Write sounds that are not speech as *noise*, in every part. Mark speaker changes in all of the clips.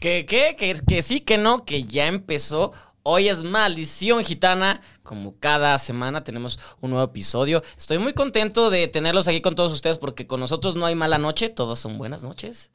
Speaker 1: Que, que, que, que sí, que no, que ya empezó. Hoy es Maldición Gitana. Como cada semana tenemos un nuevo episodio. Estoy muy contento de tenerlos aquí con todos ustedes porque con nosotros no hay mala noche. Todos son buenas noches.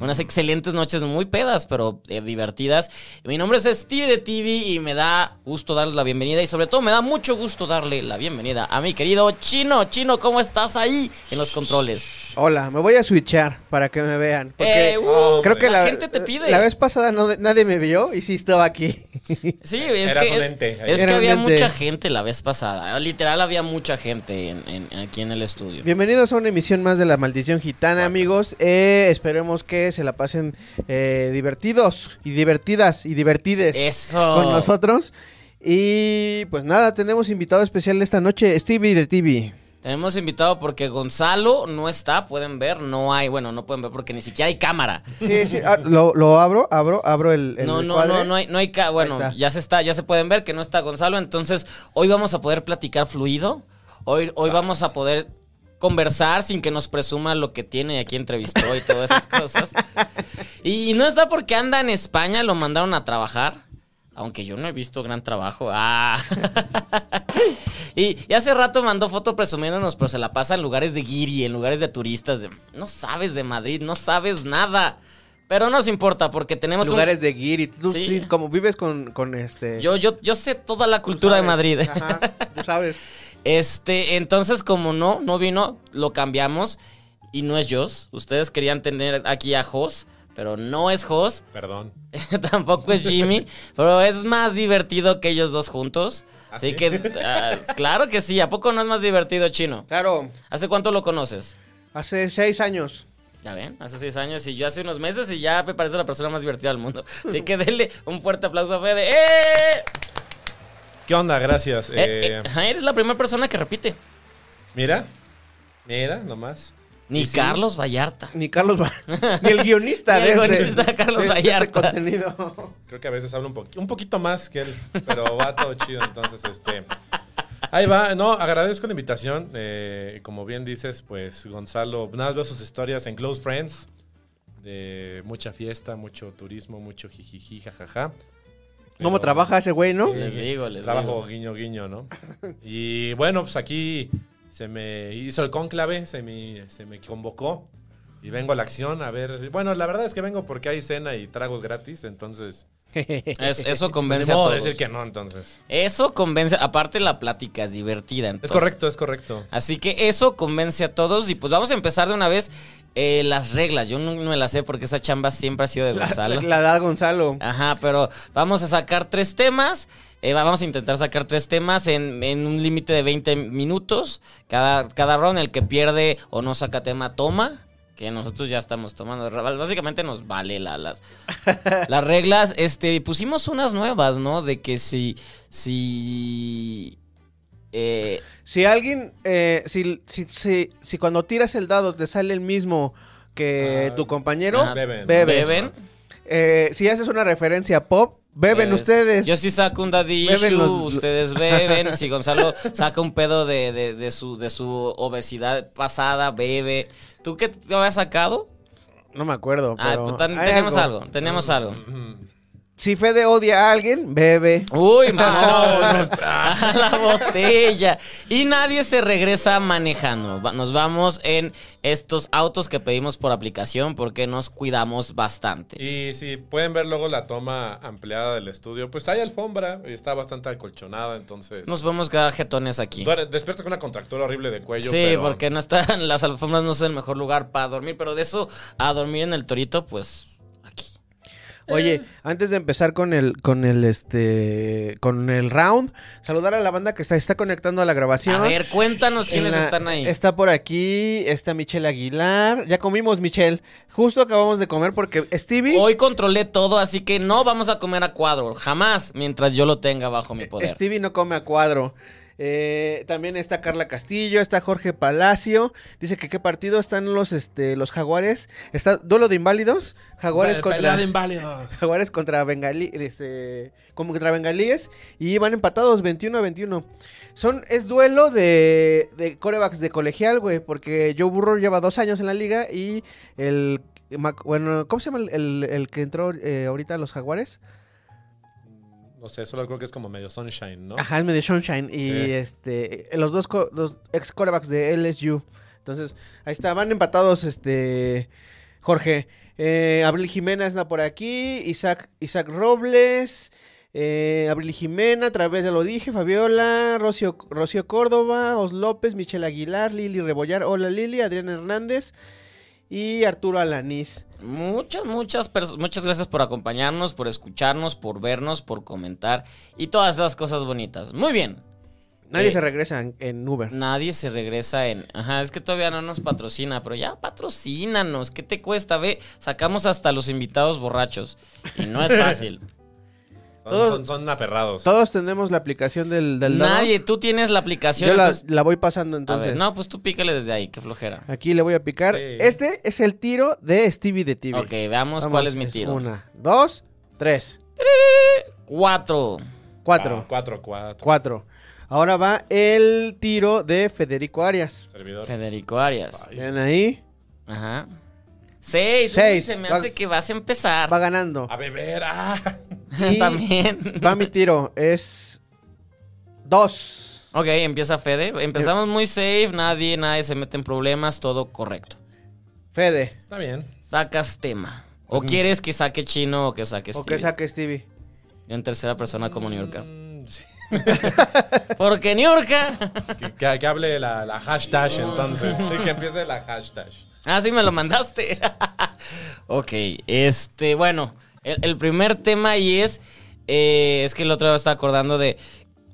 Speaker 1: Unas excelentes noches muy pedas, pero eh, divertidas. Mi nombre es Steve de TV y me da gusto darles la bienvenida y sobre todo me da mucho gusto darle la bienvenida a mi querido Chino. Chino, ¿cómo estás ahí en los controles?
Speaker 2: Hola, me voy a switchar para que me vean. Porque
Speaker 1: Eh, uh,
Speaker 2: creo que
Speaker 1: la
Speaker 2: la,
Speaker 1: gente te pide.
Speaker 2: La vez pasada no- nadie me vio y sí estaba aquí. *laughs*
Speaker 1: Sí, es
Speaker 3: Eras
Speaker 1: que,
Speaker 3: un ente.
Speaker 1: es
Speaker 2: Era
Speaker 1: que
Speaker 2: un
Speaker 1: había
Speaker 2: ente.
Speaker 1: mucha gente la vez pasada. Literal, había mucha gente en- en- aquí en el estudio.
Speaker 2: Bienvenidos a una emisión más de La Maldición Gitana, amigos. Eh, esperemos que se la pasen eh, divertidos y divertidas y divertides
Speaker 1: Eso.
Speaker 2: pues, con nosotros. Y pues nada, tenemos invitado especial esta noche, Stevie de TV.
Speaker 1: Tenemos invitado porque Gonzalo no está, pueden ver, no hay, bueno, no pueden ver porque ni siquiera hay cámara.
Speaker 2: Sí, sí,
Speaker 1: *laughs*
Speaker 2: ah, lo, lo abro, abro, abro el, el
Speaker 1: No, no,
Speaker 2: encuadre.
Speaker 1: no, no hay, no hay ca- bueno,
Speaker 2: está.
Speaker 1: ya se está, ya se pueden ver que no está Gonzalo, entonces hoy vamos a poder platicar fluido. Hoy, hoy vamos a poder conversar sin que nos presuma lo que tiene y a quién entrevistó y todas esas
Speaker 2: *laughs*
Speaker 1: cosas. Y, no está porque anda en España, lo mandaron a trabajar. Aunque yo no he visto gran trabajo. Ah. *laughs* y, y hace rato mandó foto presumiéndonos, pero se la pasa en lugares de guiri, en lugares de turistas. de- no sabes de Madrid, no sabes nada. Pero no nos importa porque tenemos un-
Speaker 2: Lugares de guiri. Tú,
Speaker 1: Sí.
Speaker 2: sí, como vives con, con este...
Speaker 1: yo, yo, yo sé toda la cultura de
Speaker 2: ¿sabes?
Speaker 1: Madrid.
Speaker 2: Ajá, tú sabes.
Speaker 1: *laughs* Este, entonces, como no, no vino, lo cambiamos. Y no es Jos. Ustedes querían tener aquí a Jos, pero no es Jos.
Speaker 3: Perdón.
Speaker 1: *laughs* Tampoco es Jimmy. pero es más divertido que ellos dos juntos.
Speaker 3: ¿Ah,
Speaker 1: Así
Speaker 3: sí?
Speaker 1: que, ah, claro que sí. ¿A poco no es más divertido, Chino?
Speaker 2: Claro,
Speaker 1: ¿Hace cuánto lo conoces?
Speaker 2: hace seis años.
Speaker 1: Ya ven, hace seis años y yo hace unos meses y ya me parece la persona más divertida del mundo. Así que denle un fuerte aplauso a Fede. ¡Eh!
Speaker 3: ¿Qué onda? Gracias.
Speaker 1: Eh, eh,
Speaker 3: Eh,
Speaker 1: ajá, eres la primera persona que repite.
Speaker 3: mira. Mira, nomás.
Speaker 1: Ni
Speaker 3: Y sí,
Speaker 1: Carlos Vallarta.
Speaker 2: Ni Carlos Va- *laughs* ni el guionista
Speaker 1: Ni el
Speaker 2: de este-
Speaker 1: guionista Carlos
Speaker 2: *laughs* de este
Speaker 1: Vallarta.
Speaker 2: contenido.
Speaker 3: Creo que a veces hablo un, poqu- un poquito más que él, pero va todo chido. Entonces, este. Ahí va. No, agradezco la invitación. Eh, como bien dices, pues Gonzalo, nada más veo sus historias en Close Friends. De mucha fiesta, mucho turismo, mucho jijiji, jajaja.
Speaker 2: ¿Cómo
Speaker 3: Pero-
Speaker 2: trabaja ese güey, no?
Speaker 1: Les digo, les
Speaker 3: Trabajo guiño, guiño, ¿no? Y bueno, pues aquí se me hizo el cónclave, se me, se me convocó y vengo a la acción a ver. Bueno, la verdad es que vengo porque hay cena y tragos gratis, entonces. pues,
Speaker 1: Es- eso
Speaker 3: No
Speaker 1: convence a
Speaker 3: puedo
Speaker 1: todos.
Speaker 3: decir que no, entonces.
Speaker 1: Eso convence, aparte la plática es divertida.
Speaker 3: Es
Speaker 1: entonces.
Speaker 3: correcto, es correcto.
Speaker 1: Así que eso convence a todos y pues vamos a empezar de una vez eh, las reglas. Yo no me las sé porque esa chamba siempre ha sido de
Speaker 2: La,
Speaker 1: Gonzalo.
Speaker 2: la da Gonzalo.
Speaker 1: Ajá, pero vamos a sacar tres temas. eh, vamos a intentar sacar tres temas en, en un límite de 20 minutos. Cada, cada round, el que pierde o no saca tema, toma. Que nosotros ya estamos tomando. Ra- Básicamente nos vale la- las, las reglas. Este, pusimos unas nuevas, ¿no? De que si. Si. eh,
Speaker 2: Si alguien, eh, si, si, si, si cuando tiras el dado te sale el mismo que
Speaker 3: Ah,
Speaker 2: tu compañero,
Speaker 1: ah,
Speaker 3: beben.
Speaker 2: bebes.
Speaker 1: beben.
Speaker 2: Eh, si haces una referencia a pop, beben
Speaker 1: Bebes.
Speaker 2: ustedes.
Speaker 1: Yo sí saco un daddy
Speaker 2: Beben
Speaker 1: issue,
Speaker 2: los-
Speaker 1: ustedes beben. Si Gonzalo saca un pedo de, de- de su, de su obesidad pasada, bebe. ¿Tú qué te habías sacado?
Speaker 2: No me acuerdo.
Speaker 1: Ah,
Speaker 2: pero
Speaker 1: pues, tan-
Speaker 2: hay
Speaker 1: teníamos algo. teníamos algo.
Speaker 2: Si Fede odia a alguien, bebe.
Speaker 1: Uy, mamá, a la botella. Y nadie se regresa manejando. Va- Nos vamos en estos autos que pedimos por aplicación porque nos cuidamos bastante.
Speaker 3: Y si pueden ver luego la toma ampliada del estudio, pues hay alfombra y está bastante acolchonada, entonces.
Speaker 1: Nos podemos quedar jetones aquí.
Speaker 3: Duele- Despiertas con una contractura horrible de cuello.
Speaker 1: Sí,
Speaker 3: pero-
Speaker 1: porque no están *laughs* las alfombras no es el mejor lugar para dormir, pero de eso a dormir en el torito, pues aquí.
Speaker 2: Oye, antes de empezar con el, con el, este, con el round, saludar a la banda que se está conectando a la grabación.
Speaker 1: A ver, cuéntanos
Speaker 2: En
Speaker 1: quiénes
Speaker 2: la-
Speaker 1: están ahí.
Speaker 2: Está por aquí, está Michelle Aguilar. Ya comimos, Michelle. Justo acabamos de comer porque Stevie.
Speaker 1: Hoy controlé todo, así que no vamos a comer a cuadro. Jamás, mientras yo lo tenga bajo
Speaker 2: E-
Speaker 1: mi poder.
Speaker 2: Eh, Stevie no come a cuadro. Eh, también está Carla Castillo, está Jorge Palacio. Dice que qué partido están los este los Jaguares. Está duelo de inválidos. Jaguares
Speaker 4: Pe-
Speaker 2: contra
Speaker 4: pelea de inválidos.
Speaker 2: *laughs* Jaguares contra Bengalí, este, como contra Bengalíes y van empatados 21 a 21. Son es duelo de de corebacks de colegial, güey, porque Joe Burrow lleva dos años en la liga y el Mac- bueno, ¿cómo se llama el, el- el que entró eh, ahorita a los Jaguares?
Speaker 3: No sé, solo creo que es como medio sunshine, ¿no?
Speaker 2: Ajá, es medio Sunshine. Y
Speaker 3: Sí.
Speaker 2: este, eh, los dos co- los ex corebacks de LSU. Entonces, ahí está, van empatados, este, Jorge. Eh, Abril Jimena anda por aquí, Isaac, Isaac Robles, eh, Abril Jimena, otra vez ya lo dije, Fabiola, Rocío, Rocío Córdoba, Os López, Michelle Aguilar, Lili Rebollar, hola Lili, Adrián Hernández y Arturo Alanís.
Speaker 1: Muchas, muchas, pers- muchas gracias por acompañarnos, por escucharnos, por vernos, por comentar y todas esas cosas bonitas. Muy bien.
Speaker 2: Nadie
Speaker 1: Eh,
Speaker 2: se regresa en, en Uber.
Speaker 1: Nadie se regresa en. Ajá, es que todavía no nos patrocina, pero ya patrocínanos. ¿Qué te cuesta? Ve, sacamos hasta los invitados borrachos. Y no es fácil.
Speaker 3: Son,
Speaker 2: todos-
Speaker 3: son, son aperrados.
Speaker 2: Todos tenemos la aplicación del... *laughs* del Dado.
Speaker 1: Nadie, tú tienes la aplicación.
Speaker 2: Yo la,
Speaker 1: entonces-
Speaker 2: la voy pasando
Speaker 1: A
Speaker 2: entonces.
Speaker 1: ver, no, pues tú pícale desde ahí, qué flojera.
Speaker 2: Aquí le voy a picar.
Speaker 3: Sí.
Speaker 2: Este es el tiro de Stevie de TV.
Speaker 1: Ok, veamos
Speaker 2: Vamos,
Speaker 1: cuál es mi tiro.
Speaker 2: Una, dos, tres,
Speaker 1: Cuatro.
Speaker 2: cuatro,
Speaker 3: Ah, cuatro, cuatro.
Speaker 2: cuatro. Ahora va el tiro de Federico Arias.
Speaker 3: Servidor.
Speaker 1: Federico Arias.
Speaker 3: Ay,
Speaker 2: Vean ahí.
Speaker 1: Ajá. Seis.
Speaker 2: Seis.
Speaker 1: Se me
Speaker 2: Va-
Speaker 1: hace que vas a empezar.
Speaker 2: Va ganando.
Speaker 3: A beber, ah.
Speaker 1: *laughs*
Speaker 2: Y *laughs*
Speaker 1: También.
Speaker 2: Va mi tiro. Es dos.
Speaker 1: Ok, empieza Fede. Empezamos muy safe, nadie, nadie se mete en problemas, todo correcto.
Speaker 2: Fede.
Speaker 1: *laughs*
Speaker 3: Está bien.
Speaker 1: Sacas tema. ¿O quieres que saque chino o que saque
Speaker 2: O que
Speaker 1: Stevie?
Speaker 2: saque Stevie.
Speaker 1: Yo en tercera persona como Niurka.
Speaker 3: Mm, sí.
Speaker 1: Porque Niurka. *laughs*
Speaker 3: Que, que- que hable la, la hashtag entonces. Sí, que empiece la hashtag.
Speaker 1: Ah, sí, me lo mandaste. *laughs* ok, este, bueno, el, el primer tema y es, eh, es que el otro día estaba acordando de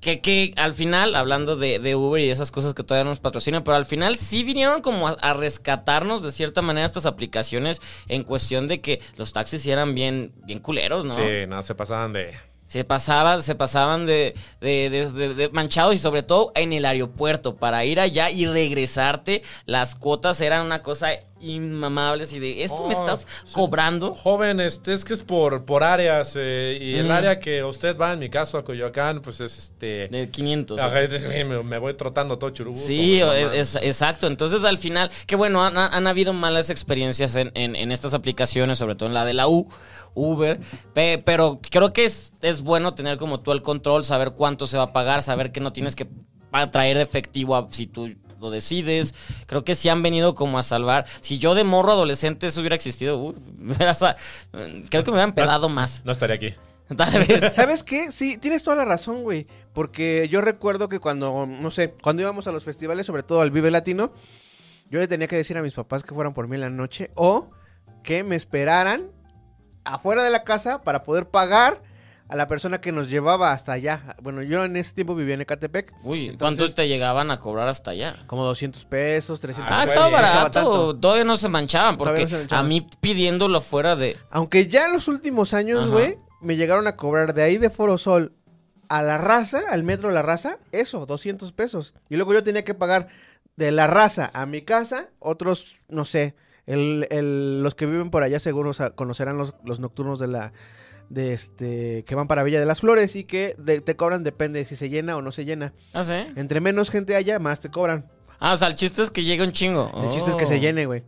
Speaker 1: que, que al final, hablando de, de Uber y esas cosas que todavía no nos patrocinan, pero al final sí vinieron como a, a rescatarnos de cierta manera estas aplicaciones en cuestión de que los taxis sí eran bien, bien culeros, ¿no?
Speaker 3: Sí, no, se pasaban de.
Speaker 1: Se pasaban, se pasaban de, de- de- de- de manchados y sobre todo en el aeropuerto. Para ir allá y regresarte, las cuotas eran una cosa inmamable. Así de, ¿esto me
Speaker 3: Oh,
Speaker 1: estás
Speaker 3: sí.
Speaker 1: cobrando?
Speaker 3: Joven, este, es que es por, por áreas. eh, y el
Speaker 1: Mm.
Speaker 3: área que usted va, en mi caso, a Coyoacán, pues es este.
Speaker 1: De 500.
Speaker 3: Ajá, es- me, me voy trotando todo churubusco.
Speaker 1: Sí,
Speaker 3: pues, no
Speaker 1: o- e,
Speaker 3: mames.
Speaker 1: es- exacto. Entonces, al final, que bueno, han, han habido malas experiencias en, en- en estas aplicaciones, sobre todo en la de la U, Uber, pe- pero creo que es, es bueno tener como tú el control, saber cuánto se va a pagar, saber que no tienes que pa- traer efectivo a- si tú lo decides. Creo que sí han venido como a salvar. Si yo de morro adolescente eso hubiera existido, uy, *laughs* me hubieras a- creo que me hubieran pedado más. *laughs*
Speaker 3: No estaría aquí.
Speaker 1: Tal vez.
Speaker 3: *laughs*
Speaker 2: ¿Sabes qué? Sí, tienes toda la razón, güey. Porque yo recuerdo que cuando, no sé, cuando íbamos a los festivales, sobre todo al Vive Latino, yo le tenía que decir a mis papás que fueran por mí en la noche o que me esperaran afuera de la casa para poder pagar a la persona que nos llevaba hasta allá. Bueno, yo en ese tiempo vivía en Ecatepec,
Speaker 1: Uy,
Speaker 2: Entonces-
Speaker 1: ¿cuántos te llegaban a cobrar hasta allá?
Speaker 2: como 200 pesos, 300
Speaker 1: Ah,
Speaker 3: Pues,
Speaker 1: estaba
Speaker 3: no
Speaker 2: estaba
Speaker 1: barato.
Speaker 2: tanto.
Speaker 1: Todavía no se manchaban. Porque
Speaker 2: Todavía no se
Speaker 1: a
Speaker 2: manchaban.
Speaker 1: mí pidiéndolo fuera de.
Speaker 2: Aunque ya en los últimos años,
Speaker 1: Ajá.
Speaker 2: güey, me llegaron a cobrar de ahí de Foro Sol a la raza, al metro La Raza, eso, 200 pesos. Y luego yo tenía que pagar de La Raza a mi casa otros, no sé, el- el- los que viven por allá seguro sa- conocerán los, los nocturnos de la de este que van para Villa de las Flores y que de- te cobran depende de si se llena o no se llena.
Speaker 1: Ah, sí.
Speaker 2: Entre menos gente haya, más te cobran.
Speaker 1: Ah, o sea, el chiste es que llegue un chingo.
Speaker 2: El chiste es que
Speaker 1: Oh.
Speaker 2: se llene, güey.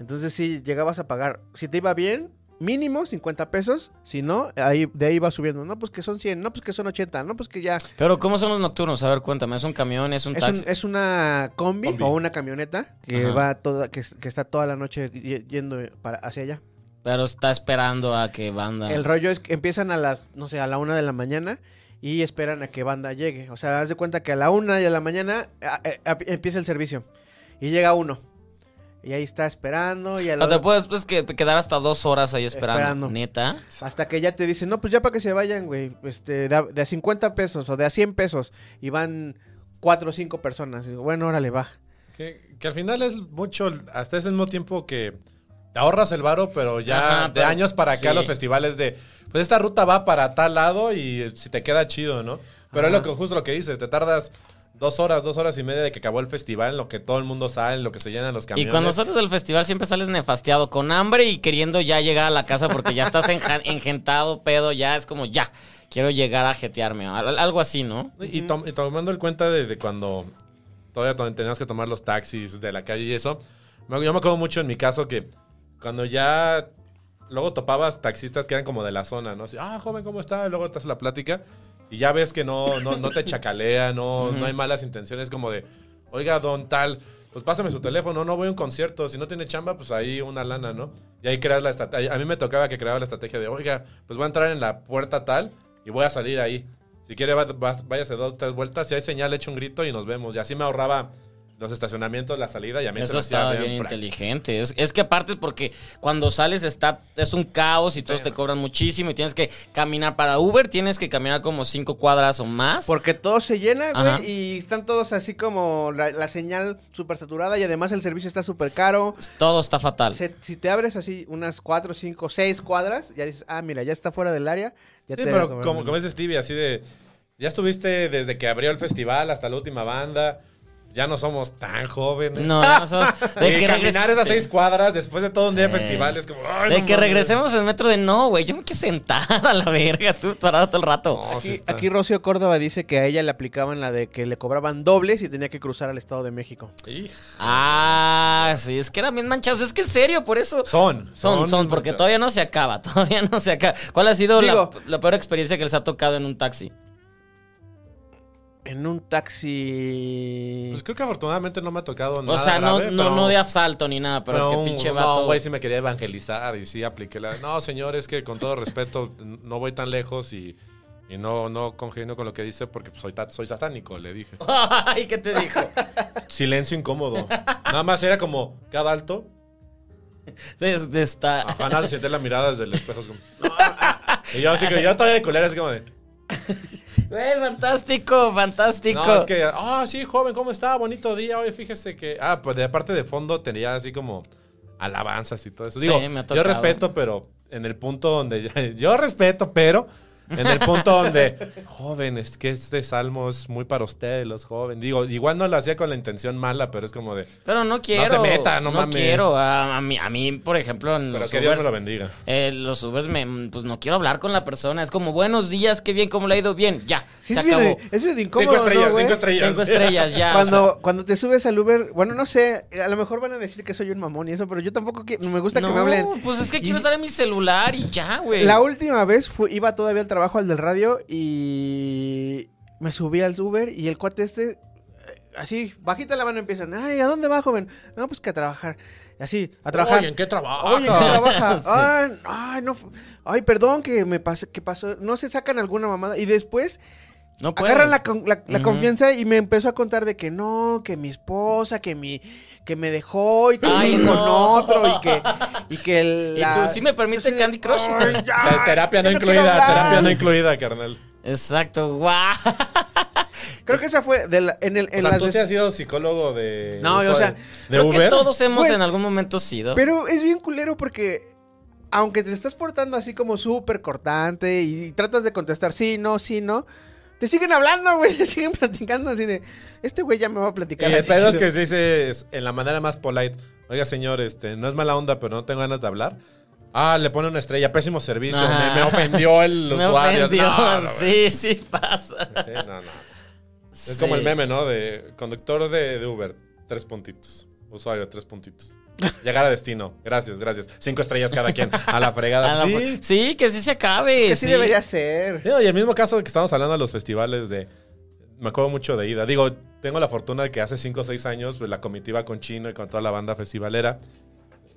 Speaker 2: Entonces sí, llegabas a pagar. Si te iba bien, mínimo 50 pesos. Si no, ahí, de ahí va subiendo. No, pues que son 100. No, pues que son 80. No, pues que ya.
Speaker 1: Pero, ¿cómo son los nocturnos? A ver, cuéntame. ¿Es un camión? ¿Es un
Speaker 2: Es, un-
Speaker 1: taxi?
Speaker 2: es una combi,
Speaker 3: Combi.
Speaker 2: o una camioneta que
Speaker 1: Ajá.
Speaker 2: va toda, que, que está toda la noche y- yendo para, hacia allá.
Speaker 1: Pero está esperando a que banda.
Speaker 2: eh, El rollo es que empiezan a las, no sé, a la una de la mañana y esperan a que banda llegue. O sea, haz de cuenta que a la una de la mañana a- a- a- empieza el servicio y llega uno. Y ahí está esperando. Y a la
Speaker 1: O te
Speaker 2: hora-
Speaker 1: puedes pues, que, quedar hasta dos horas ahí esperando.
Speaker 2: Esperando.
Speaker 1: Neta.
Speaker 2: Hasta que ya te dicen, no, pues ya para que se vayan, güey. Este, de, a, de a 50 pesos o de a 100 pesos. Y van cuatro o cinco personas. Y digo, bueno, órale, va.
Speaker 3: Que, que al final es mucho, hasta es el mismo tiempo que te ahorras el varo, pero ya
Speaker 1: Ajá,
Speaker 3: de
Speaker 1: pero-
Speaker 3: años para acá
Speaker 1: sí.
Speaker 3: los festivales de, pues esta ruta va para tal lado y si te queda chido, ¿no? Pero es lo que, justo lo que dices, te tardas dos horas, dos horas y media de que acabó el festival, en lo que todo el mundo sale, en lo que se llenan los camiones.
Speaker 1: Y cuando sales del festival siempre sales nefasteado, con hambre y queriendo ya llegar a la casa porque ya estás *laughs* enja- engentado, pedo, ya es como ya, quiero llegar a jetearme. al- Algo así, ¿no?
Speaker 3: Y, tom- y tomando en cuenta de, de cuando todavía to- teníamos que tomar los taxis de la calle y eso, me- yo me acuerdo mucho en mi caso que cuando ya luego topabas taxistas que eran como de la zona, ¿no? Así, ah, joven, ¿cómo está? Y luego estás la plática y ya ves que no, no, no te chacalea, no, no hay malas intenciones como de, oiga, don tal, pues pásame su teléfono, no voy a un concierto, si no tiene chamba, pues ahí una lana, ¿no? Y ahí creas la estrategia, a mí me tocaba que creaba la estrategia de, oiga, pues voy a entrar en la puerta tal y voy a salir ahí. Si quiere, va- va- váyase dos, tres vueltas, si hay señal, eche un grito y nos vemos. Y así me ahorraba los estacionamientos, la salida y a mí se
Speaker 1: Eso
Speaker 3: me hacía
Speaker 1: estaba bien
Speaker 3: práctico.
Speaker 1: inteligente. Es, es que aparte es porque cuando sales está es un caos y todos te cobran muchísimo y tienes que caminar para Uber, tienes que caminar como cinco cuadras o más.
Speaker 2: Porque todo se llena,
Speaker 1: Ajá.
Speaker 2: güey. Y están todos así como la, la señal súper saturada. Y además el servicio está súper caro.
Speaker 1: Todo está fatal.
Speaker 2: Se- si te abres así unas cuatro, cinco, seis cuadras, ya dices, ah, mira, ya está fuera del área. Ya
Speaker 3: Sí,
Speaker 2: te
Speaker 3: pero como, como dice Stevie, así de. Ya estuviste desde que abrió el festival hasta la última banda. Ya no somos tan jóvenes.
Speaker 1: No, ya no sabes.
Speaker 3: *laughs* De
Speaker 1: que
Speaker 3: caminar
Speaker 1: regrese-
Speaker 3: esas
Speaker 1: sí.
Speaker 3: seis cuadras después de todo un día
Speaker 1: Sí.
Speaker 3: de festival es como. "Ay,
Speaker 1: De
Speaker 3: no
Speaker 1: que
Speaker 3: mames".
Speaker 1: regresemos en metro de no, güey. Yo me quedé sentada *laughs* a la verga. Estuve parado todo el rato.
Speaker 3: No, sí
Speaker 2: Aquí,
Speaker 3: "Pues está.
Speaker 2: aquí Rocío Córdoba dice que a ella le aplicaban la de que le cobraban dobles y tenía que cruzar al Estado de México.
Speaker 3: Hij-
Speaker 1: Ah, sí, es que eran bien manchados. Es que en serio, por eso.
Speaker 3: Son.
Speaker 1: Son, son, porque todavía no se acaba, *laughs* todavía no se acaba. ¿Cuál ha sido la-
Speaker 2: Digo-
Speaker 1: la, peor experiencia que les ha tocado en un taxi?
Speaker 2: En un taxi.
Speaker 3: Pues creo que afortunadamente no me ha tocado
Speaker 1: O
Speaker 3: nada.
Speaker 1: sea, no,
Speaker 3: grave,
Speaker 1: no,
Speaker 3: pero-
Speaker 1: no de asalto ni nada, pero, que
Speaker 3: un-
Speaker 1: pinche
Speaker 3: No,
Speaker 1: vato.
Speaker 3: güey, sí me quería evangelizar y sí apliqué la. No, señor, es que con todo respeto, n- no voy tan lejos y, y no, no congenio con lo que dice porque soy, ta- soy satánico, le dije.
Speaker 1: *laughs* Ay, ¿qué te dijo?
Speaker 3: Silencio incómodo. Nada más era como cada alto.
Speaker 1: Desde esta.
Speaker 3: Ajá, nada, senté la mirada desde el espejo. es como, "No, ah, ah". Y yo así que yo todavía de culera, así como de.
Speaker 1: Güey, fantástico, fantástico.
Speaker 3: No, es que, ah, sí, joven, ¿cómo está? Bonito día. Oye, fíjese que. Ah, pues de parte de fondo tenía así como alabanzas y todo eso.
Speaker 1: Sí,
Speaker 3: Digo,
Speaker 1: me ha
Speaker 3: yo
Speaker 1: tocado.
Speaker 3: respeto, pero en el punto donde. *laughs* ya- yo respeto, pero. En el punto donde, joven, es que este salmo es muy para ustedes, los jóvenes. Digo, igual no lo hacía con la intención mala, pero es como de.
Speaker 1: Pero no quiero.
Speaker 3: se meta, no mames.
Speaker 1: quiero. A, a mí, a mí, por ejemplo, en
Speaker 3: Pero
Speaker 1: los
Speaker 3: que Dios
Speaker 1: Ubers-
Speaker 3: me lo bendiga.
Speaker 1: eh, los Ubers, me, pues no quiero hablar con la persona. Es como, buenos días, qué bien, cómo le ha ido bien. Ya,
Speaker 2: Sí,
Speaker 1: se
Speaker 2: es bien,
Speaker 1: acabó.
Speaker 2: es bien incómodo.
Speaker 3: Cinco estrellas,
Speaker 2: ¿no, güey?
Speaker 3: cinco estrellas.
Speaker 1: Cinco estrellas, ya. o
Speaker 2: Cuando,
Speaker 1: sea,
Speaker 2: cuando te subes al Uber, bueno, no sé, a lo mejor van a decir que soy un mamón y eso, pero yo tampoco qui- me gusta que me hablen.
Speaker 1: No, pues es que
Speaker 2: Y
Speaker 1: quiero usar mi celular y ya, güey.
Speaker 2: La última vez fui- iba todavía al trabajo, al del radio, y me subí al Uber y el cuate este, eh, así, bajita la mano, empiezan, ay, ¿a dónde va, joven? No, pues que a trabajar. Así, a trabajar.
Speaker 3: Oye, ¿en qué trabaja?
Speaker 2: Oye, ¿qué
Speaker 1: *laughs*
Speaker 2: trabaja?
Speaker 1: Sí.
Speaker 2: Ay, ay, no. Ay, perdón que me pasé, que pasó. No se sacan alguna mamada. Y después
Speaker 1: no puedes.
Speaker 2: agarran la, con- la- la
Speaker 1: Ujú.
Speaker 2: confianza y me empezó a contar de que no, que mi esposa, que mi, que me dejó y que
Speaker 1: Ay,
Speaker 2: fui con
Speaker 1: no.
Speaker 2: otro y que,
Speaker 1: *laughs*
Speaker 2: y que el.
Speaker 1: Y tú, "Sí me permite
Speaker 2: Entonces,
Speaker 1: Candy Crush". *laughs*
Speaker 2: ay, ya,
Speaker 3: Te- terapia no
Speaker 2: ya quiero
Speaker 3: incluida,
Speaker 2: hablar.
Speaker 3: terapia no incluida, carnal.
Speaker 1: Exacto, guau.
Speaker 2: Creo que esa fue de la- en el, en
Speaker 3: O sea,
Speaker 2: las
Speaker 3: tú sí
Speaker 2: veces-
Speaker 3: has sido psicólogo de.
Speaker 2: No,
Speaker 3: de-
Speaker 2: yo, o sea,
Speaker 3: de
Speaker 1: Creo que
Speaker 3: Uber.
Speaker 1: todos hemos
Speaker 2: Güey.
Speaker 1: en algún momento sido.
Speaker 2: Pero es bien culero porque aunque te estás portando así como súper cortante y, tratas de contestar sí, no, sí, no, te siguen hablando, güey, *laughs* te siguen platicando así de, este güey ya me va a platicar.
Speaker 3: Y el
Speaker 2: así
Speaker 3: pedo es
Speaker 2: chido".
Speaker 3: que dices en la manera más polite. Oiga, señor, este, no es mala onda, pero no tengo ganas de hablar. Ah, le pone una estrella, pésimo servicio.
Speaker 1: Ajá.
Speaker 3: Me,
Speaker 2: Ah.
Speaker 3: me
Speaker 2: *laughs*
Speaker 3: ofendió el
Speaker 1: Me
Speaker 3: usuario.
Speaker 1: ofendió.
Speaker 3: No, no,
Speaker 1: *laughs* sí, sí pasa.
Speaker 3: güey. Sí, no, no. Es como el meme, ¿no? De conductor de, de Uber, tres puntitos. Usuario, tres puntitos. Llegar a destino. Gracias, gracias. Cinco estrellas cada quien. A la
Speaker 1: A
Speaker 2: *laughs*
Speaker 3: fregada.
Speaker 1: la-
Speaker 3: Sí.
Speaker 1: Sí. que Ah, pues, sí se acabe.
Speaker 2: Que sí debería ser.
Speaker 3: Digo, y el mismo caso que estábamos hablando de los festivales de... Me acuerdo mucho de ida. Digo, tengo la fortuna de que hace 5 o 6 años, pues la comitiva con Chino y con toda la banda festivalera,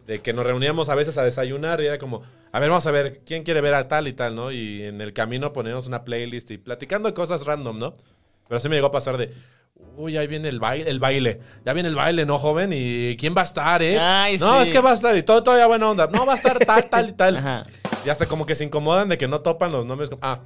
Speaker 3: de que nos reuníamos a veces a desayunar y era como, a ver, vamos a ver, ¿quién quiere ver a tal y tal, no? Y en el camino poníamos una playlist y platicando de cosas random, ¿no? Pero sí me llegó a pasar de, Uy, ahí viene el baile, el baile. Ya viene el baile, ¿no, joven? ¿Y quién va a estar, eh?
Speaker 1: Ay,
Speaker 3: no,
Speaker 1: sí.
Speaker 3: es que va a estar y todo, todavía buena onda. No, va a estar tal, tal y
Speaker 1: *laughs*
Speaker 3: tal.
Speaker 1: Ajá.
Speaker 3: Y hasta como que se incomodan de que no topan los nombres. como, ah.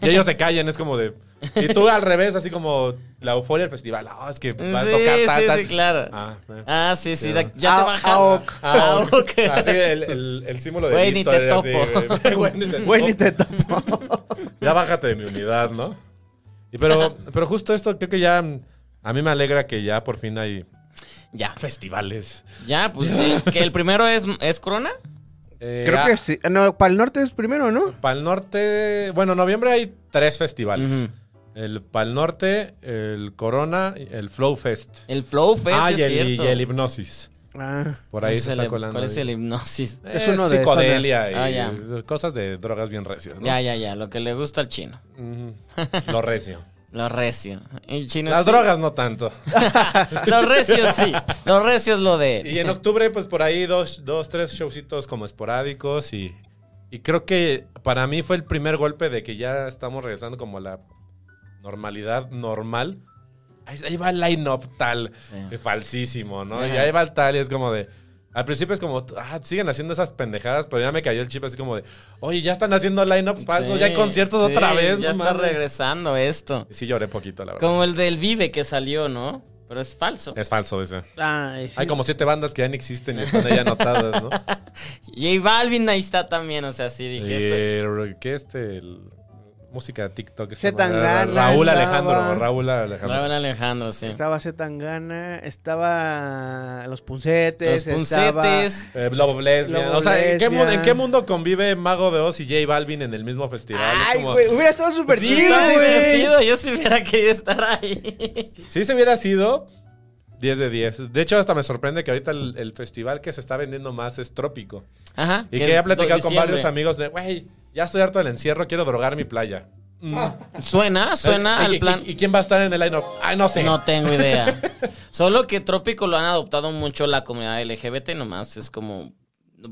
Speaker 3: Y ellos se callan, es como de. Y tú al revés, así como la euforia del festival. Ah, es que va a
Speaker 1: Sí,
Speaker 3: tocar tal,
Speaker 1: sí,
Speaker 3: tal.
Speaker 1: sí, claro.
Speaker 3: Ah, eh.
Speaker 1: Ah, sí, sí,
Speaker 3: Sí.
Speaker 1: da- ya te
Speaker 2: Au,
Speaker 1: bajas.
Speaker 2: aok,
Speaker 1: Ah, ok.
Speaker 3: Así el, el, el símbolo de
Speaker 1: Güey, ni
Speaker 3: Víctor,
Speaker 1: te
Speaker 3: era
Speaker 1: topo.
Speaker 3: así, güey. *laughs* Güey, ni te
Speaker 2: *laughs* Güey, ni
Speaker 3: topo.
Speaker 2: te topo.
Speaker 3: Ya bájate de mi unidad, ¿no? Y pero, pero justo esto, creo que ya. mm, A mí me alegra que ya por fin hay
Speaker 1: *laughs* Ya,
Speaker 3: festivales.
Speaker 1: ya, pues sí, que el primero es, es Corona.
Speaker 3: Eh,
Speaker 2: Creo
Speaker 3: ah,
Speaker 2: que sí. No, para el norte es primero, ¿no?
Speaker 3: Pal Norte. Bueno, en noviembre hay tres festivales:
Speaker 1: Ujú.
Speaker 3: el Pal Norte, el Corona, y el Flow Fest.
Speaker 1: El Flow Fest,
Speaker 3: ah,
Speaker 1: Pues, es
Speaker 3: y el,
Speaker 1: cierto.
Speaker 3: y el Hipnosis.
Speaker 2: Ah.
Speaker 3: Por
Speaker 1: ¿Cuál
Speaker 3: ahí se
Speaker 1: es
Speaker 3: está
Speaker 1: el-
Speaker 3: colando.
Speaker 1: ¿Cuál es
Speaker 3: ahí.
Speaker 1: el *laughs* hipnosis?
Speaker 3: Eh,
Speaker 2: Es uno de
Speaker 3: psicodelia
Speaker 1: estos, ¿no?
Speaker 3: y
Speaker 1: Ah,
Speaker 3: cosas de drogas bien recias. ¿no?
Speaker 1: Ya, ya, ya, lo que le gusta al chino.
Speaker 3: Ujú.
Speaker 1: *laughs*
Speaker 3: Lo recio.
Speaker 1: Lo recio. El chino
Speaker 3: Las
Speaker 1: sí.
Speaker 3: drogas no tanto.
Speaker 1: Lo recio sí. Lo recio es lo de él.
Speaker 3: Y en octubre, pues por ahí dos, dos tres showcitos como esporádicos y, y creo que para mí fue el primer golpe de que ya estamos regresando como a la normalidad normal. Ahí, ahí va el line-up tal,
Speaker 1: Sí.
Speaker 3: de falsísimo, ¿no? Y
Speaker 1: Ajá.
Speaker 3: ahí va el tal y es como de... Al principio es como, ah, siguen haciendo esas pendejadas, pero ya me cayó el chip así como de, oye, ya están haciendo line-ups falsos,
Speaker 1: Sí,
Speaker 3: ya hay conciertos
Speaker 1: sí,
Speaker 3: otra vez.
Speaker 1: Ya
Speaker 3: no
Speaker 1: está
Speaker 3: mames".
Speaker 1: regresando esto.
Speaker 3: Sí lloré poquito, la verdad.
Speaker 1: Como el del Vive que salió, ¿no? Pero es falso.
Speaker 3: Es falso ese.
Speaker 2: Ay, sí.
Speaker 3: Hay como siete bandas que ya ni existen y están ahí
Speaker 1: *laughs*
Speaker 3: anotadas, ¿no?
Speaker 1: J Balvin ahí está también, o sea, sí dije este, esto.
Speaker 3: Eh, ¿Qué este? El- música de TikTok. que se
Speaker 2: Se
Speaker 3: llama-
Speaker 2: Tangana,
Speaker 3: Raúl
Speaker 2: estaba.
Speaker 3: Alejandro. Raúl Alejandro.
Speaker 1: Raúl Alejandro, sí.
Speaker 2: Estaba Zetangana, estaba Los Puncetes,
Speaker 1: Los puncetes.
Speaker 3: Eh, Lobo Lesbian.
Speaker 2: Lobo
Speaker 3: o sea, ¿en qué,
Speaker 2: Lesbian.
Speaker 3: mundo, en qué mundo convive Mago de Oz y J Balvin en el mismo festival? Es
Speaker 2: Ay,
Speaker 3: como-
Speaker 2: güey, hubiera estado súper
Speaker 1: Pues Sí,
Speaker 2: chido,
Speaker 1: está
Speaker 2: güey.
Speaker 1: divertido. Yo si hubiera querido estar
Speaker 3: *laughs*
Speaker 1: ahí.
Speaker 3: Si se hubiera sido 10 de 10. De hecho, hasta me sorprende que ahorita el, el festival que se está vendiendo más es Trópico.
Speaker 1: Ajá.
Speaker 3: Y
Speaker 1: es
Speaker 3: que he platicado
Speaker 1: do-
Speaker 3: con
Speaker 1: diciembre.
Speaker 3: varios amigos de, güey, ya estoy harto del encierro, quiero drogar mi playa. Mm.
Speaker 1: Suena, suena
Speaker 3: Ay,
Speaker 1: al
Speaker 3: ¿y-
Speaker 1: plan.
Speaker 3: ¿Y, y quién va a estar en el line-up? Ay, no sé.
Speaker 1: No tengo idea. *laughs* Solo que Trópico lo han adoptado mucho la comunidad LGBT nomás. Es como.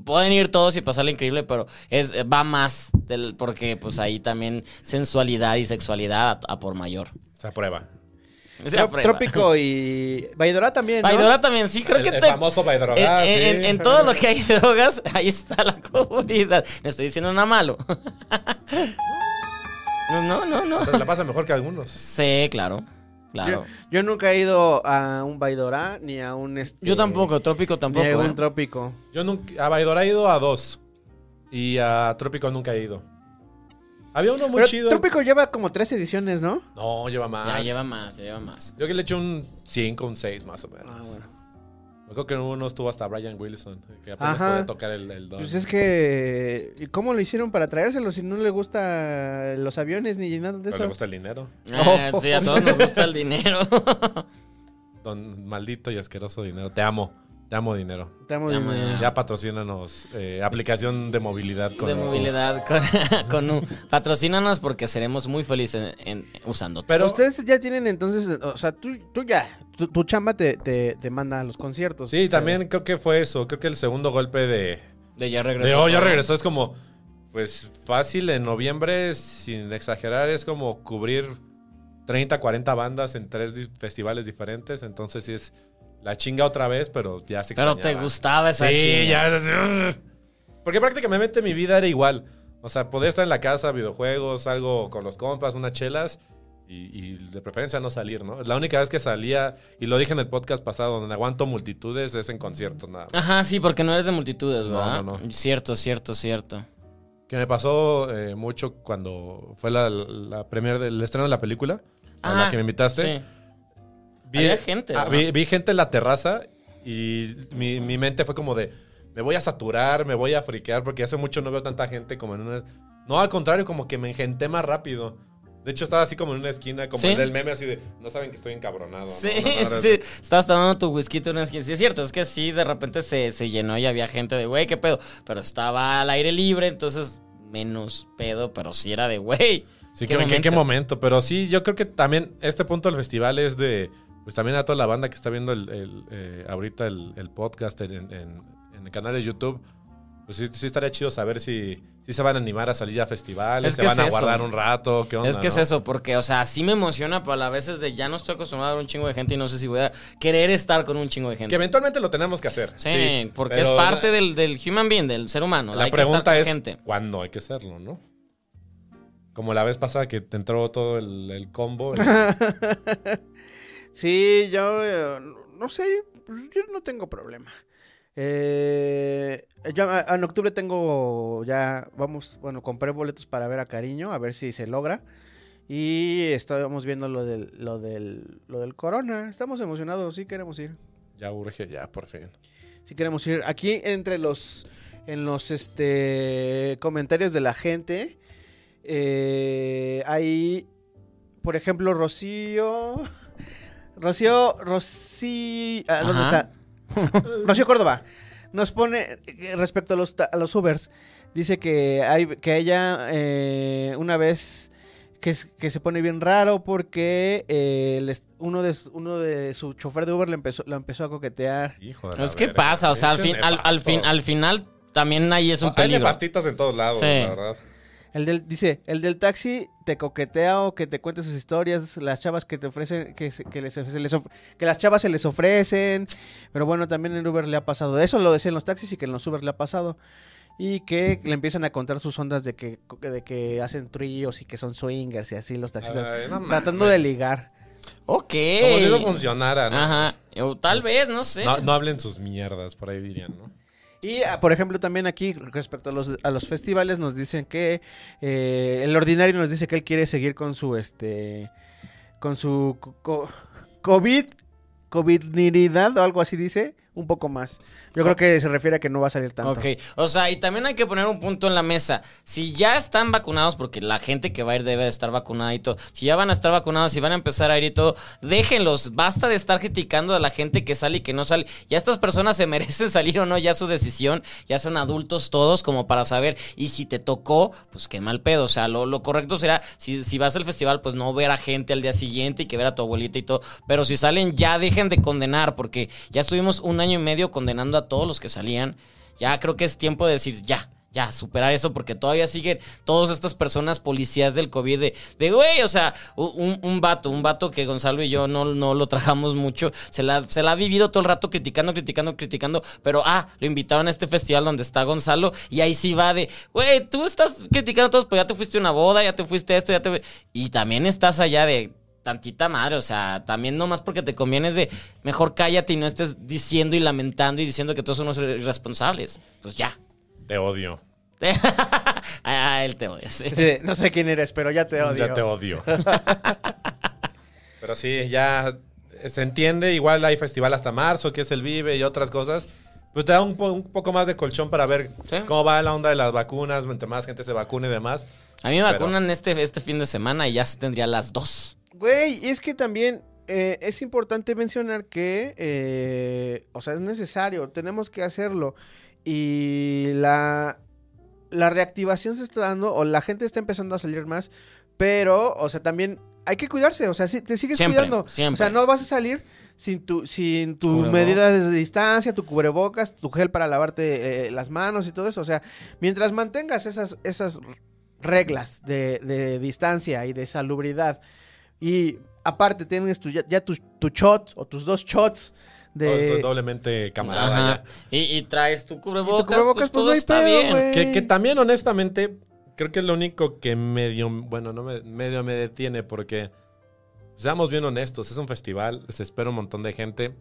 Speaker 1: Pueden ir todos y pasarle increíble, pero es va más del, porque pues ahí también sensualidad y sexualidad a, a por mayor.
Speaker 3: Se aprueba.
Speaker 1: Es la
Speaker 2: Tro-
Speaker 1: prueba.
Speaker 2: Trópico y Vaidora también, ¿no?
Speaker 1: Baidora también, sí, creo
Speaker 3: El-
Speaker 1: que
Speaker 3: el
Speaker 1: te-
Speaker 3: famoso Baidora,
Speaker 1: en,
Speaker 3: ah, sí.
Speaker 1: en- en todo lo que hay de drogas, ahí está la comunidad. No estoy diciendo nada malo. *laughs* No, no, no.
Speaker 3: O sea, se la pasa mejor que algunos.
Speaker 1: Sí, claro. Claro.
Speaker 2: Yo, yo nunca he ido a un Vaidora ni a un este,
Speaker 1: Yo, tampoco, Trópico
Speaker 2: Ni
Speaker 1: tampoco.
Speaker 2: a un
Speaker 1: ¿eh?
Speaker 2: trópico.
Speaker 3: Yo nunca. A Baidora he ido a dos. Y a Trópico nunca he ido. Había uno muy
Speaker 2: Pero
Speaker 3: chido.
Speaker 2: Trópico lleva como tres ediciones, ¿no?
Speaker 3: No, lleva más.
Speaker 1: Ya lleva más, lleva más.
Speaker 3: Yo que le eché un 5, un 6 más o menos.
Speaker 2: Ah, bueno.
Speaker 3: Yo creo que uno estuvo hasta Brian Wilson, que apenas
Speaker 2: Ajá.
Speaker 3: podía tocar el, el don.
Speaker 2: Pues es que. ¿y ¿Cómo lo hicieron para traérselo si no le gusta los aviones ni nada de
Speaker 3: Pero le
Speaker 2: eso?
Speaker 3: gusta el dinero.
Speaker 1: Ah, sí, a todos nos gusta el dinero.
Speaker 3: *laughs* Don maldito y asqueroso dinero. Te amo. Te amo dinero.
Speaker 2: Está muy
Speaker 1: Ya,
Speaker 2: bien.
Speaker 1: ya.
Speaker 3: Ya patrocínanos eh, aplicación de movilidad con
Speaker 1: de
Speaker 3: U.
Speaker 1: movilidad con, *laughs* con U. Patrocínanos porque seremos muy felices en, en- usándote.
Speaker 3: Pero
Speaker 2: Ustedes ya tienen entonces, o sea, tú, tú ya, tu, tu chamba te, te, te manda a los conciertos.
Speaker 3: sí, también creo que fue eso. Creo que el segundo golpe de,
Speaker 1: de ya regresó.
Speaker 3: De hoy ya
Speaker 1: todo.
Speaker 3: regresó, es como, pues fácil, en noviembre, sin exagerar, es como cubrir 30, 40 bandas en tres dis- festivales diferentes. Entonces sí es la chinga otra vez, pero ya se
Speaker 1: Pero te
Speaker 3: extrañaba.
Speaker 1: gustaba esa
Speaker 3: Sí,
Speaker 1: chinga.
Speaker 3: ya es así, "Ugh". Porque prácticamente mi vida era igual. O sea, podía estar en la casa, videojuegos, algo con los compas, unas chelas. Y, y de preferencia no salir, ¿no? La única vez que salía, y lo dije en el podcast pasado, donde aguanto multitudes es en conciertos, nada más.
Speaker 1: Ajá, sí, porque no eres de multitudes,
Speaker 3: No,
Speaker 1: ¿verdad?
Speaker 3: no, no.
Speaker 1: Cierto, cierto, cierto.
Speaker 3: Que me pasó eh, mucho cuando fue la, la premier del estreno de la película, a la
Speaker 1: Ajá,
Speaker 3: que me invitaste.
Speaker 1: Sí. Había gente,
Speaker 3: ah,
Speaker 1: ¿no?
Speaker 3: vi, vi gente en la terraza y mi, mi mente fue como de, me voy a saturar, me voy a friquear, porque hace mucho no veo tanta gente como en una... No, al contrario, como que me engenté más rápido. De hecho, estaba así como en una esquina, como
Speaker 1: ¿Sí?
Speaker 3: en el meme, así de, no saben que estoy encabronado. ¿no?
Speaker 1: Sí,
Speaker 3: Una madre así.
Speaker 1: sí. Estabas tomando tu whisky en una esquina. Sí, es cierto, es que sí, de repente se, se llenó y había gente de, güey, qué pedo. Pero estaba al aire libre, entonces menos pedo, pero sí era de, güey.
Speaker 3: Sí, que- que- ¿en qué, momento? Pero sí, yo creo que también este punto del festival es de, pues también a toda la banda que está viendo el, el, eh, ahorita el, el podcast en, en- en el canal de YouTube, Pues sí, sí estaría chido saber si, si se van a animar a salir a festivales,
Speaker 1: Es
Speaker 3: se
Speaker 1: que
Speaker 3: van
Speaker 1: es
Speaker 3: a
Speaker 1: eso.
Speaker 3: guardar un rato, ¿qué onda?
Speaker 1: es que es
Speaker 3: no?
Speaker 1: eso, porque, o sea, sí me emociona, pero a la vez es de ya no estoy acostumbrado a ver un chingo de gente y no sé si voy a querer estar con un chingo de
Speaker 3: Que
Speaker 1: gente.
Speaker 3: eventualmente lo tenemos que hacer.
Speaker 1: Sí,
Speaker 3: sí,
Speaker 1: porque
Speaker 3: pero
Speaker 1: es parte
Speaker 3: la-
Speaker 1: del, del human being, del ser humano.
Speaker 3: La
Speaker 1: hay que
Speaker 3: pregunta
Speaker 1: estar
Speaker 3: es
Speaker 1: con gente.
Speaker 3: cuándo hay que hacerlo, ¿no? Como la vez pasada que te entró todo el, el combo.
Speaker 2: Eh, Sí, yo eh, no sé, pues, yo no tengo problema. Eh, yo a- en octubre tengo ya, vamos, bueno, compré boletos para ver a Cariño, a ver si se logra. Y estábamos viendo lo del, lo del, lo del corona. Estamos emocionados, sí queremos ir.
Speaker 3: ya urge, ya, por fin.
Speaker 2: Si queremos ir aquí entre los en los este comentarios de la gente eh, hay por ejemplo Rocío Rocío Rocío ah, ¿dónde
Speaker 1: Ajá.
Speaker 2: está? Rocío Córdoba nos pone eh, respecto a los ta- a los Ubers dice que hay que ella eh, una vez que, es- que se pone bien raro porque eh, les- uno de su- uno de su chofer de Uber le empezó lo empezó a coquetear
Speaker 3: Hijo de la
Speaker 1: Es que
Speaker 3: verga,
Speaker 1: pasa, o sea, al,
Speaker 3: pinches
Speaker 1: fin, al, al fin,
Speaker 3: nefastos.
Speaker 1: al final también ahí es un
Speaker 3: Hay
Speaker 1: peligro.
Speaker 3: nefastitas en todos lados,
Speaker 1: Sí.
Speaker 3: la verdad.
Speaker 2: El del, dice, el del taxi te coquetea o que te cuente sus historias, las chavas que te ofrecen, que, se- que les, se les of- que las chavas se les ofrecen, pero bueno, también en Uber le ha pasado eso, lo decía en los taxis y que en los Uber le ha pasado, y que le empiezan a contar sus ondas de que, de que hacen tríos y que son swingers y así los taxistas,
Speaker 3: Ay, no mames.
Speaker 2: tratando de ligar.
Speaker 1: Ok.
Speaker 3: Como si no funcionara, ¿no?
Speaker 1: Ajá. O tal vez, no sé.
Speaker 3: No, no hablen sus mierdas, por ahí dirían, ¿no?
Speaker 2: Y ah, por ejemplo también aquí respecto a los, a los festivales nos dicen que eh, el ordinario nos dice que él quiere seguir con su este con su co- co- COVID covidnidad o algo así dice un poco más. Yo creo que se refiere a que no va a salir tanto.
Speaker 1: Ok, o sea, y también hay que poner un punto en la mesa. Si ya están vacunados, porque la gente que va a ir debe de estar vacunada y todo, si ya van a estar vacunados, si van a empezar a ir y todo, déjenlos, basta de estar criticando a la gente que sale y que no sale. Ya estas personas se *laughs* merecen salir o no, ya es su decisión, ya son adultos todos como para saber. Y si te tocó, pues qué mal pedo. O sea, lo, lo correcto será, si, si vas al festival, pues no ver a gente al día siguiente y que ver a tu abuelita y todo. Pero si salen, ya dejen de condenar, porque ya estuvimos un año y medio condenando a todos los que salían. Ya creo que es tiempo de decir ya. Ya, superar eso porque todavía siguen todas estas personas policías del COVID de, de, güey, o sea, u- un, un vato, un vato que Gonzalo y yo no, no lo trajamos mucho, se la, se la ha vivido todo el rato criticando, criticando, criticando, pero ah, lo invitaron a este festival donde está Gonzalo y ahí sí va de, güey, tú estás criticando a todos, pues ya te fuiste a una boda, ya te fuiste a esto, ya te... Y también estás allá de, tantita madre, o sea, también nomás porque te conviene es de mejor cállate y no estés diciendo y lamentando y diciendo que todos son unos irresponsables. Pues ya. *laughs*
Speaker 3: Te odio.
Speaker 1: ah, él te odia. sí.
Speaker 2: Así de, no sé quién eres, pero ya te odio.
Speaker 3: Ya te
Speaker 2: *laughs*
Speaker 3: odio. Pero sí, ya se entiende. Igual hay festival hasta marzo, que es el Vive y otras cosas. Pues te da un, po- un poco más de colchón para ver
Speaker 1: Sí.
Speaker 3: cómo va la onda de las vacunas, mientras más gente se vacune y demás.
Speaker 1: A mí me
Speaker 3: Pero-
Speaker 1: vacunan este, este fin de semana y ya tendría las dos.
Speaker 2: Güey, y es que también eh, es importante mencionar que, eh, o sea, es necesario, tenemos que hacerlo. Y la, la reactivación se está dando, o la gente está empezando a salir más, pero, o sea, también hay que cuidarse, o sea, si te sigues
Speaker 1: Siempre,
Speaker 2: cuidando.
Speaker 1: siempre.
Speaker 2: O sea, no vas a salir sin tu, sin tus
Speaker 1: Cubrebocas.
Speaker 2: medidas de distancia, tu cubrebocas, tu gel para lavarte eh, las manos y todo eso. O sea, mientras mantengas esas, esas reglas de, de distancia y de salubridad y aparte tienes tu, ya, ya tu, tu shot o tus dos shots
Speaker 3: Entonces,
Speaker 2: de...
Speaker 3: doblemente camarada.
Speaker 1: Ajá. Y, y traes tu
Speaker 2: y tu
Speaker 1: cubrebocas, pues,
Speaker 2: pues,
Speaker 1: todo
Speaker 2: no hay
Speaker 1: está
Speaker 2: pedo,
Speaker 1: bien.
Speaker 3: ya.
Speaker 2: güey.
Speaker 3: Que, que también, honestamente, creo que es lo único que medio, bueno, no me, medio me detiene porque, seamos bien honestos, es un festival, se espera un montón de gente.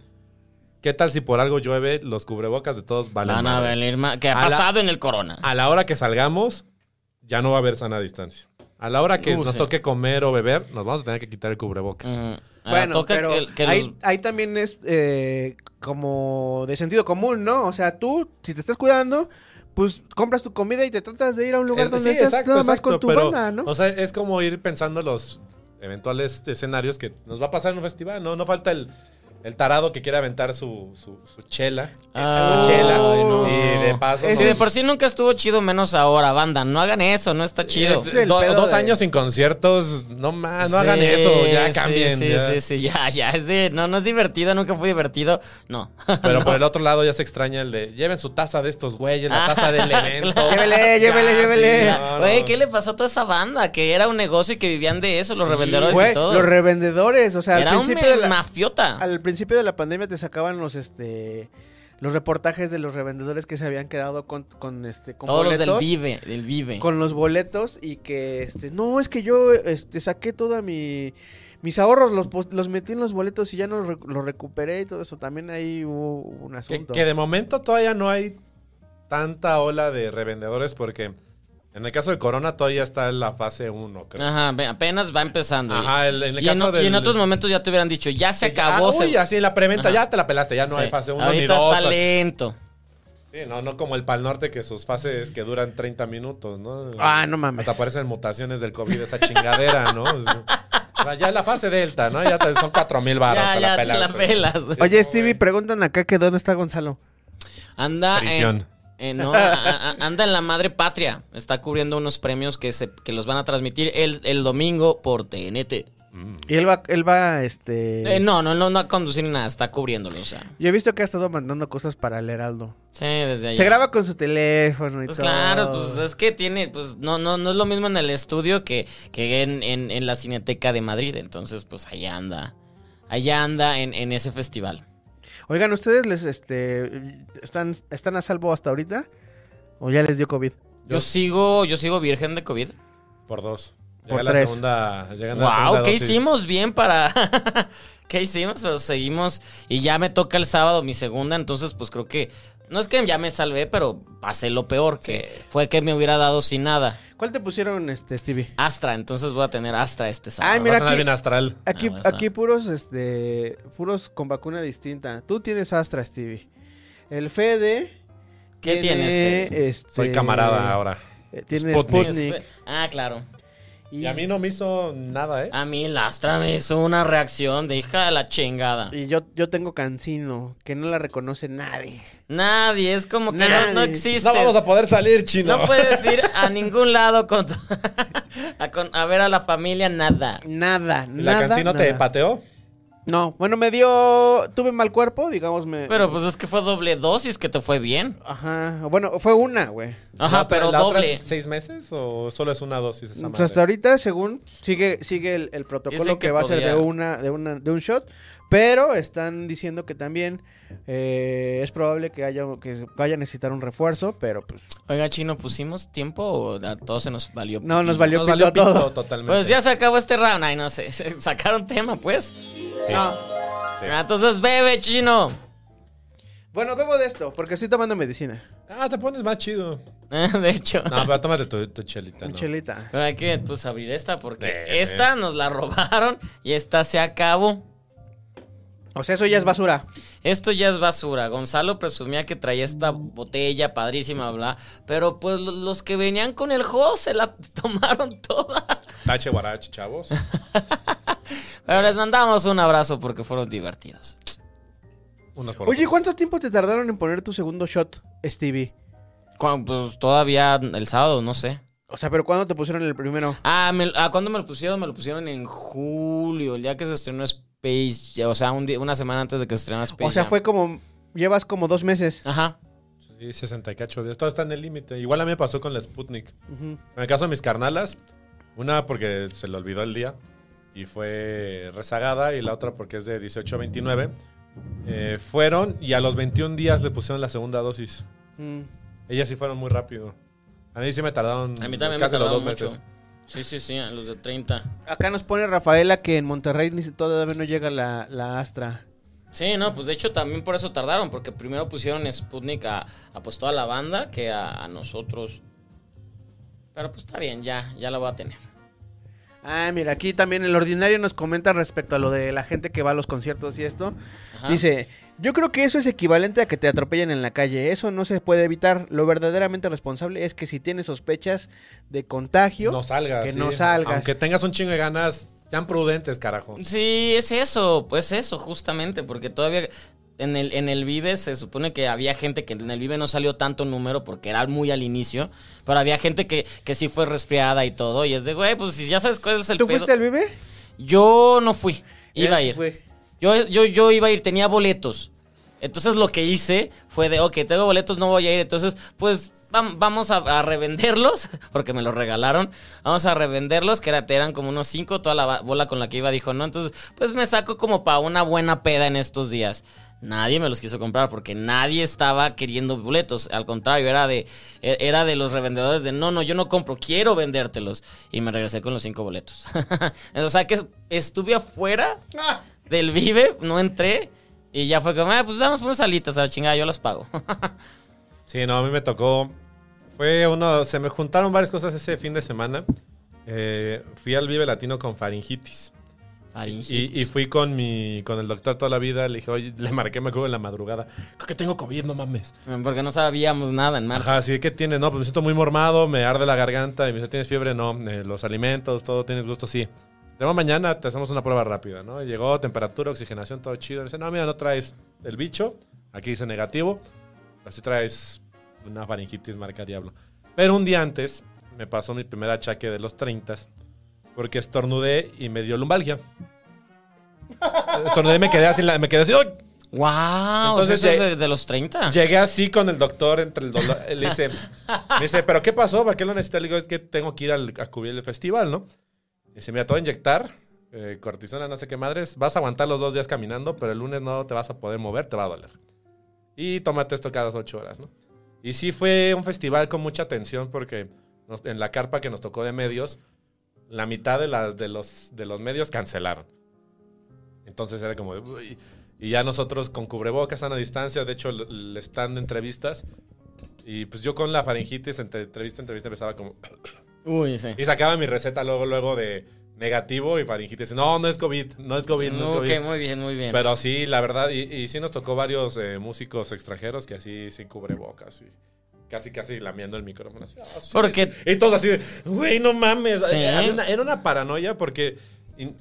Speaker 3: ¿Qué tal si por algo llueve, los cubrebocas de todos valen
Speaker 1: Van a
Speaker 3: madre?
Speaker 1: venir más. Que ha
Speaker 3: A la-
Speaker 1: pasado en el corona.
Speaker 3: a la hora que salgamos, ya no va a haber sana distancia. A la hora que
Speaker 1: Uh,
Speaker 3: nos
Speaker 1: sí.
Speaker 3: toque comer o beber, nos vamos a tener que quitar el cubrebocas.
Speaker 1: Mm, a la
Speaker 2: Bueno,
Speaker 1: toca
Speaker 2: pero
Speaker 1: que- que
Speaker 2: ahí,
Speaker 1: los-
Speaker 2: ahí también es eh, como de sentido común, ¿no? O sea, tú, si te estás cuidando, pues compras tu comida y te tratas de ir a un lugar
Speaker 3: Es-
Speaker 2: donde
Speaker 3: sí,
Speaker 2: estás
Speaker 3: exacto,
Speaker 2: nada más
Speaker 3: exacto,
Speaker 2: con tu
Speaker 3: pero,
Speaker 2: banda, ¿no?
Speaker 3: O sea, es como ir pensando los eventuales escenarios que nos va a pasar en un festival, ¿no? No falta el, el tarado que quiere aventar su, su, su chela.
Speaker 1: Ah,
Speaker 3: su chela.
Speaker 1: ay, no.
Speaker 3: Y de de paso. pues,
Speaker 2: Es-
Speaker 3: nos-
Speaker 1: Si de por sí nunca estuvo chido, menos ahora, banda. No hagan eso, no está chido.
Speaker 2: es el
Speaker 3: do-
Speaker 2: pedo
Speaker 3: dos
Speaker 2: de-
Speaker 3: años sin conciertos, no más, ah, no hagan
Speaker 1: Sí,
Speaker 3: eso, ya
Speaker 1: sí,
Speaker 3: cambien.
Speaker 1: Sí,
Speaker 3: ya.
Speaker 1: sí, sí, ya, ya. Es de, no, no es divertido, nunca fue divertido. No.
Speaker 3: *laughs* Pero
Speaker 2: *laughs*
Speaker 3: por el otro lado ya se extraña el de lleven su taza de estos güeyes, la
Speaker 1: Ah,
Speaker 2: *laughs*
Speaker 3: taza del evento.
Speaker 2: Llévele, llévele,
Speaker 3: Ya,
Speaker 2: llévele.
Speaker 3: sí,
Speaker 1: Mira,
Speaker 3: no, no.
Speaker 1: Güey, ¿qué le pasó a toda esa banda? Que era un negocio y que vivían de eso, los revendedores
Speaker 2: Güey,
Speaker 1: y todo.
Speaker 2: los revendedores, o sea, al
Speaker 1: era un
Speaker 2: principio, de la,
Speaker 1: mafiota.
Speaker 2: al principio de la pandemia te sacaban los este los reportajes de los revendedores que se habían quedado con, con este con
Speaker 1: Todos los del
Speaker 2: boletos,
Speaker 1: Vive, del Vive.
Speaker 2: con los boletos y que este no, es que yo este saqué toda mi mis ahorros los, pos- los metí en los boletos y ya no los, recu- los recuperé y todo eso. También ahí hubo un
Speaker 3: Que,
Speaker 2: asunto.
Speaker 3: que de momento todavía no hay tanta ola de revendedores porque en el caso de Corona todavía está en la fase 1, creo.
Speaker 1: Ajá, ve- apenas va empezando.
Speaker 3: Ajá, el- en el
Speaker 1: Ah, y, en,
Speaker 3: caso
Speaker 1: y
Speaker 3: del-
Speaker 1: en otros momentos ya te hubieran dicho, ya se acabó.
Speaker 3: Ah,
Speaker 1: se-
Speaker 3: uy, así la preventa,
Speaker 1: Ajá.
Speaker 3: ya te la pelaste, ya no
Speaker 1: Sí.
Speaker 3: hay fase 1 ni
Speaker 1: Ahorita
Speaker 3: 2.
Speaker 1: está lento.
Speaker 3: Sí, no, no como el Pal Norte que sus fases que duran 30 minutos, ¿no?
Speaker 2: Ah, no mames.
Speaker 3: Hasta aparecen mutaciones del COVID, esa chingadera, ¿no? O sea, Ya la fase delta, ¿no? Ya te- son 4000 baros.
Speaker 1: Ya,
Speaker 3: te
Speaker 1: ya,
Speaker 3: la
Speaker 1: te
Speaker 3: pelas.
Speaker 1: la pelas.
Speaker 2: Oye, Stevie, preguntan acá que dónde está Gonzalo.
Speaker 1: Anda en,
Speaker 3: Prisión.
Speaker 1: en- no, a- a- anda en la madre patria. Está cubriendo unos premios que se que los van a transmitir el, el domingo por TNT.
Speaker 2: Y él va él va este
Speaker 1: Mm. Eh, no, no, no, no a conducir ni nada, está cubriéndolo, o sea.
Speaker 2: Yo he visto que ha estado mandando cosas para el Heraldo.
Speaker 1: Sí, desde ahí.
Speaker 2: Se graba con su teléfono y
Speaker 1: Eh, Pues
Speaker 2: todo.
Speaker 1: claro, pues es que tiene, pues no, no, no es lo mismo en el estudio que, que en, en- en la Cineteca de Madrid. Entonces, pues allá anda. Allá anda en, en ese festival.
Speaker 2: Oigan, ¿ustedes les este están, están a salvo hasta ahorita? ¿O ya les dio COVID?
Speaker 1: Yo sigo, yo sigo virgen de COVID.
Speaker 3: Por dos. Llega
Speaker 2: Por
Speaker 3: la
Speaker 2: tres.
Speaker 3: segunda. llega la segunda
Speaker 1: Wow, ¿qué
Speaker 3: dosis.
Speaker 1: hicimos bien para. *laughs* ¿Qué hicimos? Pero seguimos. Y ya me toca el sábado mi segunda, entonces, pues creo que. No es que ya me salvé, pero pasé lo peor, que fue que me hubiera dado sin nada.
Speaker 2: ¿Cuál te pusieron, este, Stevie?
Speaker 1: Astra, entonces voy a tener Astra este sábado.
Speaker 2: Ay, mira
Speaker 3: Vas a andar
Speaker 2: aquí.
Speaker 3: bien astral.
Speaker 2: Aquí,
Speaker 1: Ah, bueno, está.
Speaker 2: aquí puros, este, puros con vacuna distinta. Tú tienes Astra, Stevie. El Fede.
Speaker 1: ¿Qué tienes, Fede?
Speaker 2: este,
Speaker 3: Soy camarada ahora.
Speaker 2: eh, Tiene
Speaker 3: Sputnik.
Speaker 2: Sputnik.
Speaker 1: Ah, claro.
Speaker 2: Y,
Speaker 3: Y a mí no me hizo nada, ¿eh?
Speaker 1: A mí el Astra me hizo una reacción de hija de la chingada.
Speaker 2: y yo, yo tengo Cancino, que no la reconoce nadie.
Speaker 1: Nadie, es como que no-
Speaker 2: Nadie.
Speaker 1: no, existe.
Speaker 3: No vamos a poder salir, chino.
Speaker 1: este- No puedes ir
Speaker 3: *laughs*
Speaker 1: a ningún lado con tu- *laughs* a, con- a ver a la familia, nada.
Speaker 2: Nada,
Speaker 3: ¿La
Speaker 2: nada.
Speaker 3: cancino te
Speaker 2: nada.
Speaker 3: pateó?
Speaker 2: No, bueno, me dio. Tuve mal cuerpo, digamos. Me,
Speaker 1: Pero pues es que fue doble dosis que te fue bien.
Speaker 2: Ajá. Bueno, fue una, güey.
Speaker 1: Ajá,
Speaker 3: ¿La otra-
Speaker 1: pero
Speaker 3: la otra
Speaker 1: doble.
Speaker 3: es ¿Seis meses o solo es una dosis? Esa
Speaker 2: Pues
Speaker 3: madre?
Speaker 2: hasta ahorita, según sigue, sigue el, el protocolo
Speaker 1: Dicen
Speaker 2: que,
Speaker 1: que
Speaker 2: va a ser de
Speaker 1: podría.
Speaker 2: una, de una, de un shot. Pero están diciendo que también eh, es probable que haya que se- vaya a necesitar un refuerzo, pero pues
Speaker 1: Oiga, chino, ¿pusimos tiempo o a todos se nos valió?
Speaker 2: no
Speaker 1: pitillo?
Speaker 2: nos valió,
Speaker 3: Nos
Speaker 2: pito
Speaker 3: valió
Speaker 2: a todo.
Speaker 3: pito totalmente.
Speaker 1: Pues ya se acabó este round. Ay, no sé. *laughs* se- Sacaron tema, pues.
Speaker 3: Sí.
Speaker 1: No. Ah, Entonces, bebe, chino. *laughs*
Speaker 2: Bueno, bebo de esto, porque estoy tomando medicina.
Speaker 3: Ah, te pones más chido.
Speaker 1: Eh, De hecho.
Speaker 3: No, pero tómate tu, tu chelita.
Speaker 2: Un
Speaker 3: ¿no?
Speaker 2: chelita.
Speaker 1: Pero hay que pues, abrir esta porque
Speaker 3: Sí,
Speaker 1: esta nos la *laughs* robaron y esta se acabó.
Speaker 2: O sea, eso ya es basura.
Speaker 1: Esto ya es basura. Gonzalo presumía que traía esta botella padrísima, bla. Pero pues lo- los que venían con el host se la *laughs* tomaron toda.
Speaker 3: Tache guarache, chavos.
Speaker 1: Pero les mandamos un abrazo porque fueron divertidos.
Speaker 3: Unos por
Speaker 2: Oye,
Speaker 3: otros.
Speaker 2: ¿cuánto tiempo te tardaron en poner tu segundo shot, Stevie?
Speaker 1: Cuan- pues todavía el sábado, no sé.
Speaker 2: O sea, pero ¿cuándo te pusieron el primero?
Speaker 1: Ah, me- ah, ¿cuándo me lo pusieron? Me lo pusieron en julio, el día que se estrenó Space Jam, O sea, un día- una semana antes de que se estrenara Space
Speaker 2: O sea,
Speaker 1: Jam.
Speaker 2: fue como llevas como dos meses.
Speaker 1: Ajá.
Speaker 3: Sí, 60 y cacho. Todo está en el límite. Igual a mí me pasó con la Sputnik.
Speaker 2: Ujú.
Speaker 3: En el caso de mis carnalas, una porque se le olvidó el día y fue rezagada y la otra porque es de 18 a 29. eh, fueron y a los 21 días le pusieron la segunda dosis.
Speaker 2: Mm.
Speaker 3: Ellas sí fueron muy rápido. A mí sí me tardaron
Speaker 1: A mí también me
Speaker 3: Mm, casi los
Speaker 1: tardaron
Speaker 3: dos
Speaker 1: mucho.
Speaker 3: meses.
Speaker 1: Sí, sí, sí, a los de 30.
Speaker 2: Acá nos pone Rafaela que en Monterrey ni si- todavía no llega la, la Astra.
Speaker 1: Sí, no, pues de hecho también por eso tardaron, porque primero pusieron Sputnik a, a pues toda la banda que a, a nosotros. Pero pues está bien, ya, ya la voy a tener.
Speaker 2: Ah, mira, aquí también el ordinario nos comenta respecto a lo de la gente que va a los conciertos y esto.
Speaker 1: Ajá.
Speaker 2: Dice, yo creo que eso es equivalente a que te atropellen en la calle. Eso no se puede evitar. Lo verdaderamente responsable es que si tienes sospechas de contagio...
Speaker 3: No salgas.
Speaker 2: Que
Speaker 3: sí.
Speaker 2: no salgas.
Speaker 3: Aunque tengas un chingo de ganas, sean prudentes, carajo.
Speaker 1: Sí, es eso, pues eso, justamente, porque todavía en el, en el Vive se supone que había gente que en el Vive no salió tanto número porque era muy al inicio, pero había gente que, que sí fue resfriada y todo. Y es de, güey, pues si ya sabes cuál es el
Speaker 2: ¿Tú
Speaker 1: pedo".
Speaker 2: fuiste al bebé?
Speaker 1: Yo no fui, iba a
Speaker 2: Él sí
Speaker 1: ir.
Speaker 2: fue.
Speaker 1: Yo, yo, yo iba a ir, tenía boletos. Entonces lo que hice fue de, ok, tengo boletos, no voy a ir. Entonces, pues vam- vamos a, a revenderlos, *laughs* porque me los regalaron. Vamos a revenderlos, que era- eran como unos cinco, toda la ba- bola con la que iba dijo, no. Entonces, pues me saco como para una buena peda en estos días. Nadie me los quiso comprar porque nadie estaba queriendo boletos. Al contrario, era de, e- era de los revendedores de no, no, yo no compro, quiero vendértelos. Y me regresé con los cinco boletos. *laughs* o sea que es- estuve afuera del Vive, no entré. Y ya fue como, ah, pues damos unas alitas a la chingada, yo las pago. *laughs*
Speaker 3: Sí, no, a mí me tocó. Fue uno. Se me juntaron varias cosas ese fin de semana. Eh, fui al Vive Latino con faringitis.
Speaker 1: Faringitis.
Speaker 3: Y, y fui con mi con el doctor toda la vida. Le dije, oye, le marqué, me acuerdo en la madrugada. Creo que tengo COVID, no mames.
Speaker 1: Porque no sabíamos nada en marzo.
Speaker 3: Ajá, así que tienes, no, pues me siento muy mormado, me arde la garganta. Y me dice, ¿tienes fiebre? No, eh, los alimentos, todo, ¿tienes gusto? Sí. Te veo mañana, te hacemos una prueba rápida, ¿no? Y Llegó, temperatura, oxigenación, todo chido. Me dice, no, mira, no traes el bicho. Aquí dice negativo. Así traes una faringitis marca diablo. Pero un día antes me pasó mi primer achaque de los 30 porque estornudé y me dio lumbalgia. *laughs* Estornudé y me quedé así, en la- me quedé así. ¡ay!
Speaker 1: Wow,
Speaker 3: Entonces,
Speaker 1: eso es
Speaker 3: ya-
Speaker 1: de, de los 30.
Speaker 3: Llegué así con el doctor entre el dolor. Le dice, me dice, ¿pero qué pasó? ¿Para qué lo necesité? Le digo, es que tengo que ir al, a cubrir el festival, ¿no? Dice, mira, te voy a inyectar eh, cortisona, no sé qué madres. Vas a aguantar los dos días caminando, pero el lunes no te vas a poder mover, te va a doler. Y tómate esto cada ocho horas, ¿no? Y sí fue un festival con mucha tensión porque nos- en la carpa que nos tocó de medios, la mitad de, las, de, los, de los medios cancelaron. Entonces era como... de, "Uy". Y ya nosotros con cubrebocas, a distancia, de hecho el- el stand de entrevistas. Y pues yo con la faringitis, entre entrevista, entrevista, empezaba como... *clears throat*
Speaker 1: Uy, sí.
Speaker 3: Y sacaba mi receta luego, luego de negativo y faringitis. No, no es COVID, no es COVID, no es
Speaker 1: Ok,
Speaker 3: COVID.
Speaker 1: muy bien, muy bien.
Speaker 3: Pero sí, la verdad, y, y sí nos tocó varios eh, músicos extranjeros que así sin cubrebocas y casi, casi lamiendo el micrófono. así, "Ah, sí,
Speaker 1: Porque-
Speaker 3: sí". Y todos así, de, güey, no mames.
Speaker 1: Sí.
Speaker 3: Había una- era una paranoia porque in-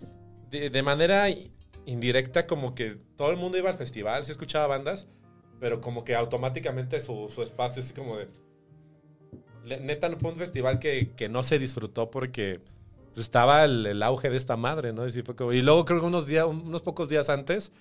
Speaker 3: de, de manera i- indirecta como que todo el mundo iba al festival, se escuchaba bandas, pero como que automáticamente su, su espacio así como de... le- Neta, fue un festival que, que no se disfrutó porque pues, estaba el, el auge de esta madre, ¿no? Y, sí fue como- y luego creo que unos, días, unos pocos días antes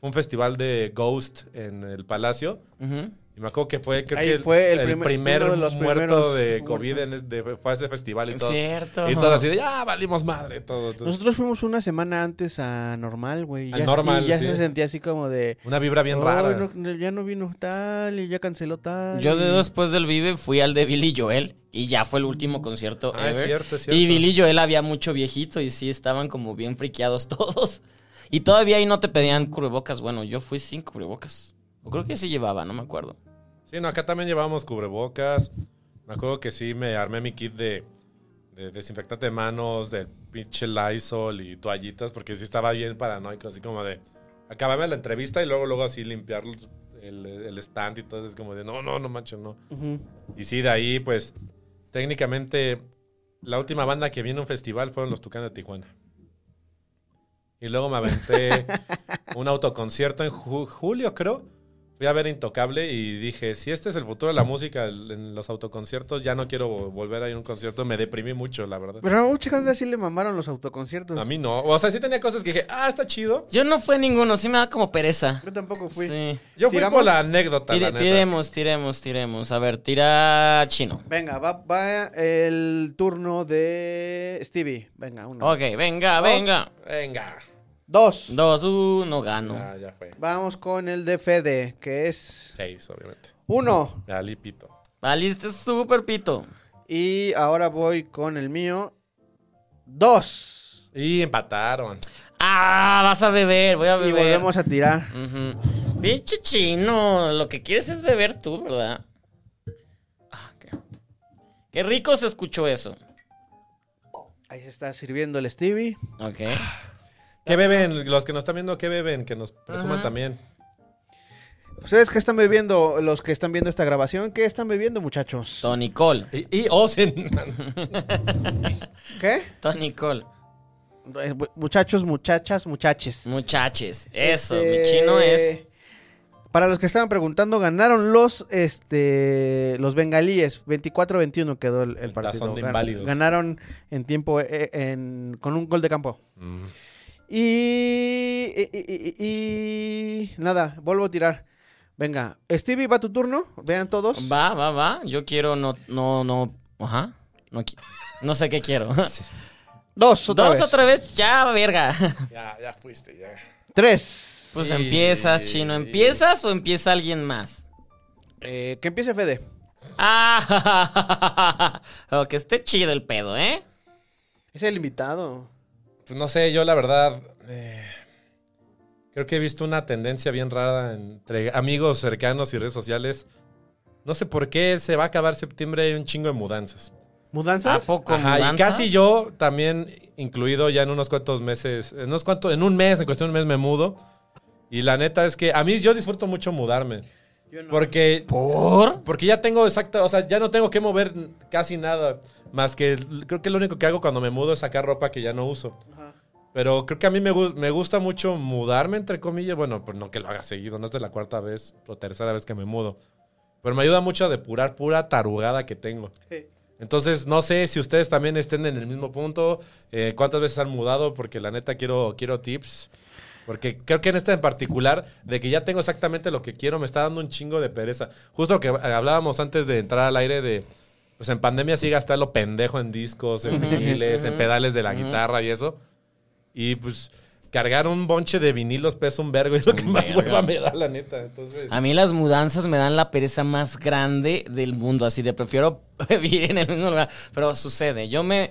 Speaker 3: fue un festival de Ghost en el Palacio.
Speaker 1: Ujú.
Speaker 3: Y me acuerdo que fue, creo
Speaker 2: Ahí
Speaker 3: que
Speaker 2: fue el
Speaker 3: el,
Speaker 2: primer-
Speaker 3: primer
Speaker 2: uno de los
Speaker 3: muerto
Speaker 2: primeros
Speaker 3: de COVID
Speaker 2: muertos.
Speaker 3: en es- de- fue a ese festival y todo.
Speaker 1: Cierto.
Speaker 3: Y todo así de, ya valimos madre, todo. todo.
Speaker 2: Nosotros fuimos una semana antes a Normal, güey. y
Speaker 3: Al
Speaker 2: ya-
Speaker 3: Normal,
Speaker 2: Y ya
Speaker 3: sí.
Speaker 2: se sentía así como de...
Speaker 3: Una vibra bien
Speaker 2: "Ay,
Speaker 3: rara.
Speaker 2: no, no, ya no vino tal y ya canceló tal.
Speaker 1: Yo de
Speaker 2: y-
Speaker 1: después del Vive fui al de Billy Joel y ya fue el último concierto
Speaker 3: Ah, es
Speaker 1: ever.
Speaker 3: cierto, es cierto.
Speaker 1: Y Billy Joel había mucho viejito y sí estaban como bien friqueados *laughs* todos. Y todavía ahí no te pedían cubrebocas. Bueno, yo fui sin cubrebocas. O creo que sí llevaba, no me acuerdo.
Speaker 3: Sí, no, acá también llevábamos cubrebocas. Me acuerdo que sí me armé mi kit de, de desinfectante de manos, de pinche Lysol y toallitas, porque sí estaba bien paranoico, así como de acabarme la entrevista y luego, luego así limpiar el, el stand y todo. Es como de, no, no, no manches, no.
Speaker 2: Ujú.
Speaker 3: Y sí, de ahí, pues, técnicamente, la última banda que vino a un festival fueron los Tucanes de Tijuana. Y luego me aventé un autoconcierto en ju- julio, creo. Fui a ver Intocable y dije, si este es el futuro de la música el- en los autoconciertos, ya no quiero vo- volver a ir a un concierto. Me deprimí mucho, la verdad.
Speaker 2: Pero a mucha gente así le mamaron los autoconciertos.
Speaker 3: A mí no. O sea, sí tenía cosas que dije, ah, está chido.
Speaker 1: Yo no fui a ninguno, sí me da como pereza.
Speaker 2: Yo tampoco fui.
Speaker 1: Sí.
Speaker 3: Yo fui
Speaker 2: ¿Tiramos?
Speaker 3: por la anécdota,
Speaker 1: Tire-
Speaker 3: la neta.
Speaker 1: tiremos, tiremos, tiremos. A ver, tira chino.
Speaker 2: Venga, va, va el turno de Stevie. Venga, uno.
Speaker 1: Ok, venga, venga.
Speaker 3: Venga.
Speaker 2: Dos.
Speaker 1: Dos, uno, gano.
Speaker 3: Ah, ya fue.
Speaker 2: Vamos con el de Fede, que es
Speaker 3: Seis, obviamente.
Speaker 2: uno.
Speaker 3: Ya, lipito.
Speaker 1: Valiste súper pito.
Speaker 2: Y ahora voy con el mío. Dos.
Speaker 3: Y empataron.
Speaker 1: Ah, vas a beber, voy a
Speaker 2: Y
Speaker 1: beber.
Speaker 2: volvemos a tirar.
Speaker 1: Ujú. Pinche chino, lo que quieres es beber tú, ¿verdad? Ah, qué- Qué rico se escuchó eso.
Speaker 2: Ahí se está sirviendo el Stevie.
Speaker 1: Ok.
Speaker 3: ¿Qué beben? Los que nos están viendo, ¿qué beben? Que nos presuman
Speaker 1: Ajá.
Speaker 3: también.
Speaker 2: ¿Ustedes qué están bebiendo? Los que están viendo esta grabación, ¿qué están bebiendo, muchachos?
Speaker 1: Tony Cole.
Speaker 3: Y, y Osen.
Speaker 2: ¿Qué?
Speaker 1: Tony Cole.
Speaker 2: Eh, bu- Muchachos, muchachas, muchaches.
Speaker 1: Muchaches. Eso,
Speaker 2: Este,
Speaker 1: mi Pues, chino es.
Speaker 2: Para los que estaban preguntando, ganaron los este los bengalíes. 24-21 quedó el, el
Speaker 3: El
Speaker 2: partido.
Speaker 3: tazón de
Speaker 2: Gan-
Speaker 3: inválidos.
Speaker 2: Ganaron en tiempo eh, en- con un gol de campo.
Speaker 3: Mm.
Speaker 2: Y, y- y- y- y- nada, vuelvo a tirar. Venga, Stevie, va tu turno. Vean todos.
Speaker 1: *laughs* Va, va, va. Yo quiero no, no, no. Ajá. No, qui- no sé qué quiero.
Speaker 2: Dos, otra
Speaker 1: Dos
Speaker 2: vez.
Speaker 1: otra vez, ya,
Speaker 3: *laughs*
Speaker 1: verga.
Speaker 3: Ya, ya fuiste, ya.
Speaker 2: Tres.
Speaker 1: Pues
Speaker 3: Sí.
Speaker 1: empiezas, chino. ¿Empiezas o empieza alguien más?
Speaker 2: Eh, que empiece Fede.
Speaker 1: Ah, *laughs* oh, que esté chido el pedo, ¿eh?
Speaker 2: Es el invitado.
Speaker 3: Pues no sé, yo la verdad. eh, creo que he visto una tendencia bien rara entre amigos cercanos y redes sociales. No sé por qué se va a acabar septiembre y hay un chingo de mudanzas.
Speaker 1: ¿A
Speaker 2: ¿Mudanzas?
Speaker 1: poco
Speaker 3: Ajá, y
Speaker 1: mudanzas?
Speaker 3: casi yo también incluido ya en unos cuantos meses, en unos cuantos, en un mes, en cuestión de un mes me mudo. Y la neta es que a mí yo disfruto mucho mudarme. Porque
Speaker 1: ¿Por?
Speaker 3: porque ya tengo exacta, o sea, ya no tengo que mover casi nada. Más que l- creo que lo único que hago cuando me mudo es sacar ropa que ya no uso. Pero creo que a mí me, gu- me gusta mucho mudarme, entre comillas. Bueno, pues no que lo haga seguido, no es de la cuarta vez o tercera vez que me mudo. Pero me ayuda mucho a depurar pura tarugada que tengo. Entonces, no sé si ustedes también estén en el mismo punto, eh, cuántas veces han mudado, porque la neta quiero, quiero tips. Porque creo que en esta en particular, de que ya tengo exactamente lo que quiero, me está dando un chingo de pereza. Justo lo que eh, hablábamos antes de entrar al aire de, pues en pandemia sí gastar lo pendejo en discos, en viniles, en pedales de la guitarra y eso. Y pues cargar un bonche de vinilos pesa un vergo, es lo que
Speaker 1: Un
Speaker 3: más
Speaker 1: vergo.
Speaker 3: hueva me da, la neta. Entonces,
Speaker 1: A mí las mudanzas me dan la pereza más grande del mundo, así de prefiero *laughs* vivir en el mismo lugar. Pero sucede, yo me...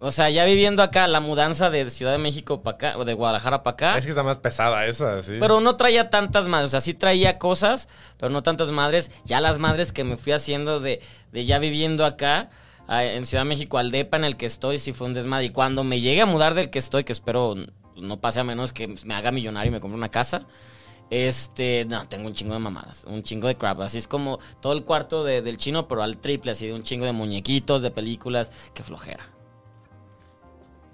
Speaker 1: O sea, ya viviendo acá, la mudanza de Ciudad de México para acá, o de Guadalajara para acá.
Speaker 3: es que está más pesada esa, sí.
Speaker 1: Pero no traía tantas madres, o sea, sí traía cosas, pero no tantas madres. Ya las madres que me fui haciendo de, de ya viviendo acá, ah, en Ciudad de México, al DEPA en el que estoy, sí fue un desmadre. Y cuando me llegue a mudar del que estoy, que espero no pase a menos que me haga millonario y me compre una casa, este, no, tengo un chingo de mamadas, un chingo de crap. Así es como todo el cuarto de- del chino, pero al triple, así de un chingo de muñequitos, de películas, qué flojera.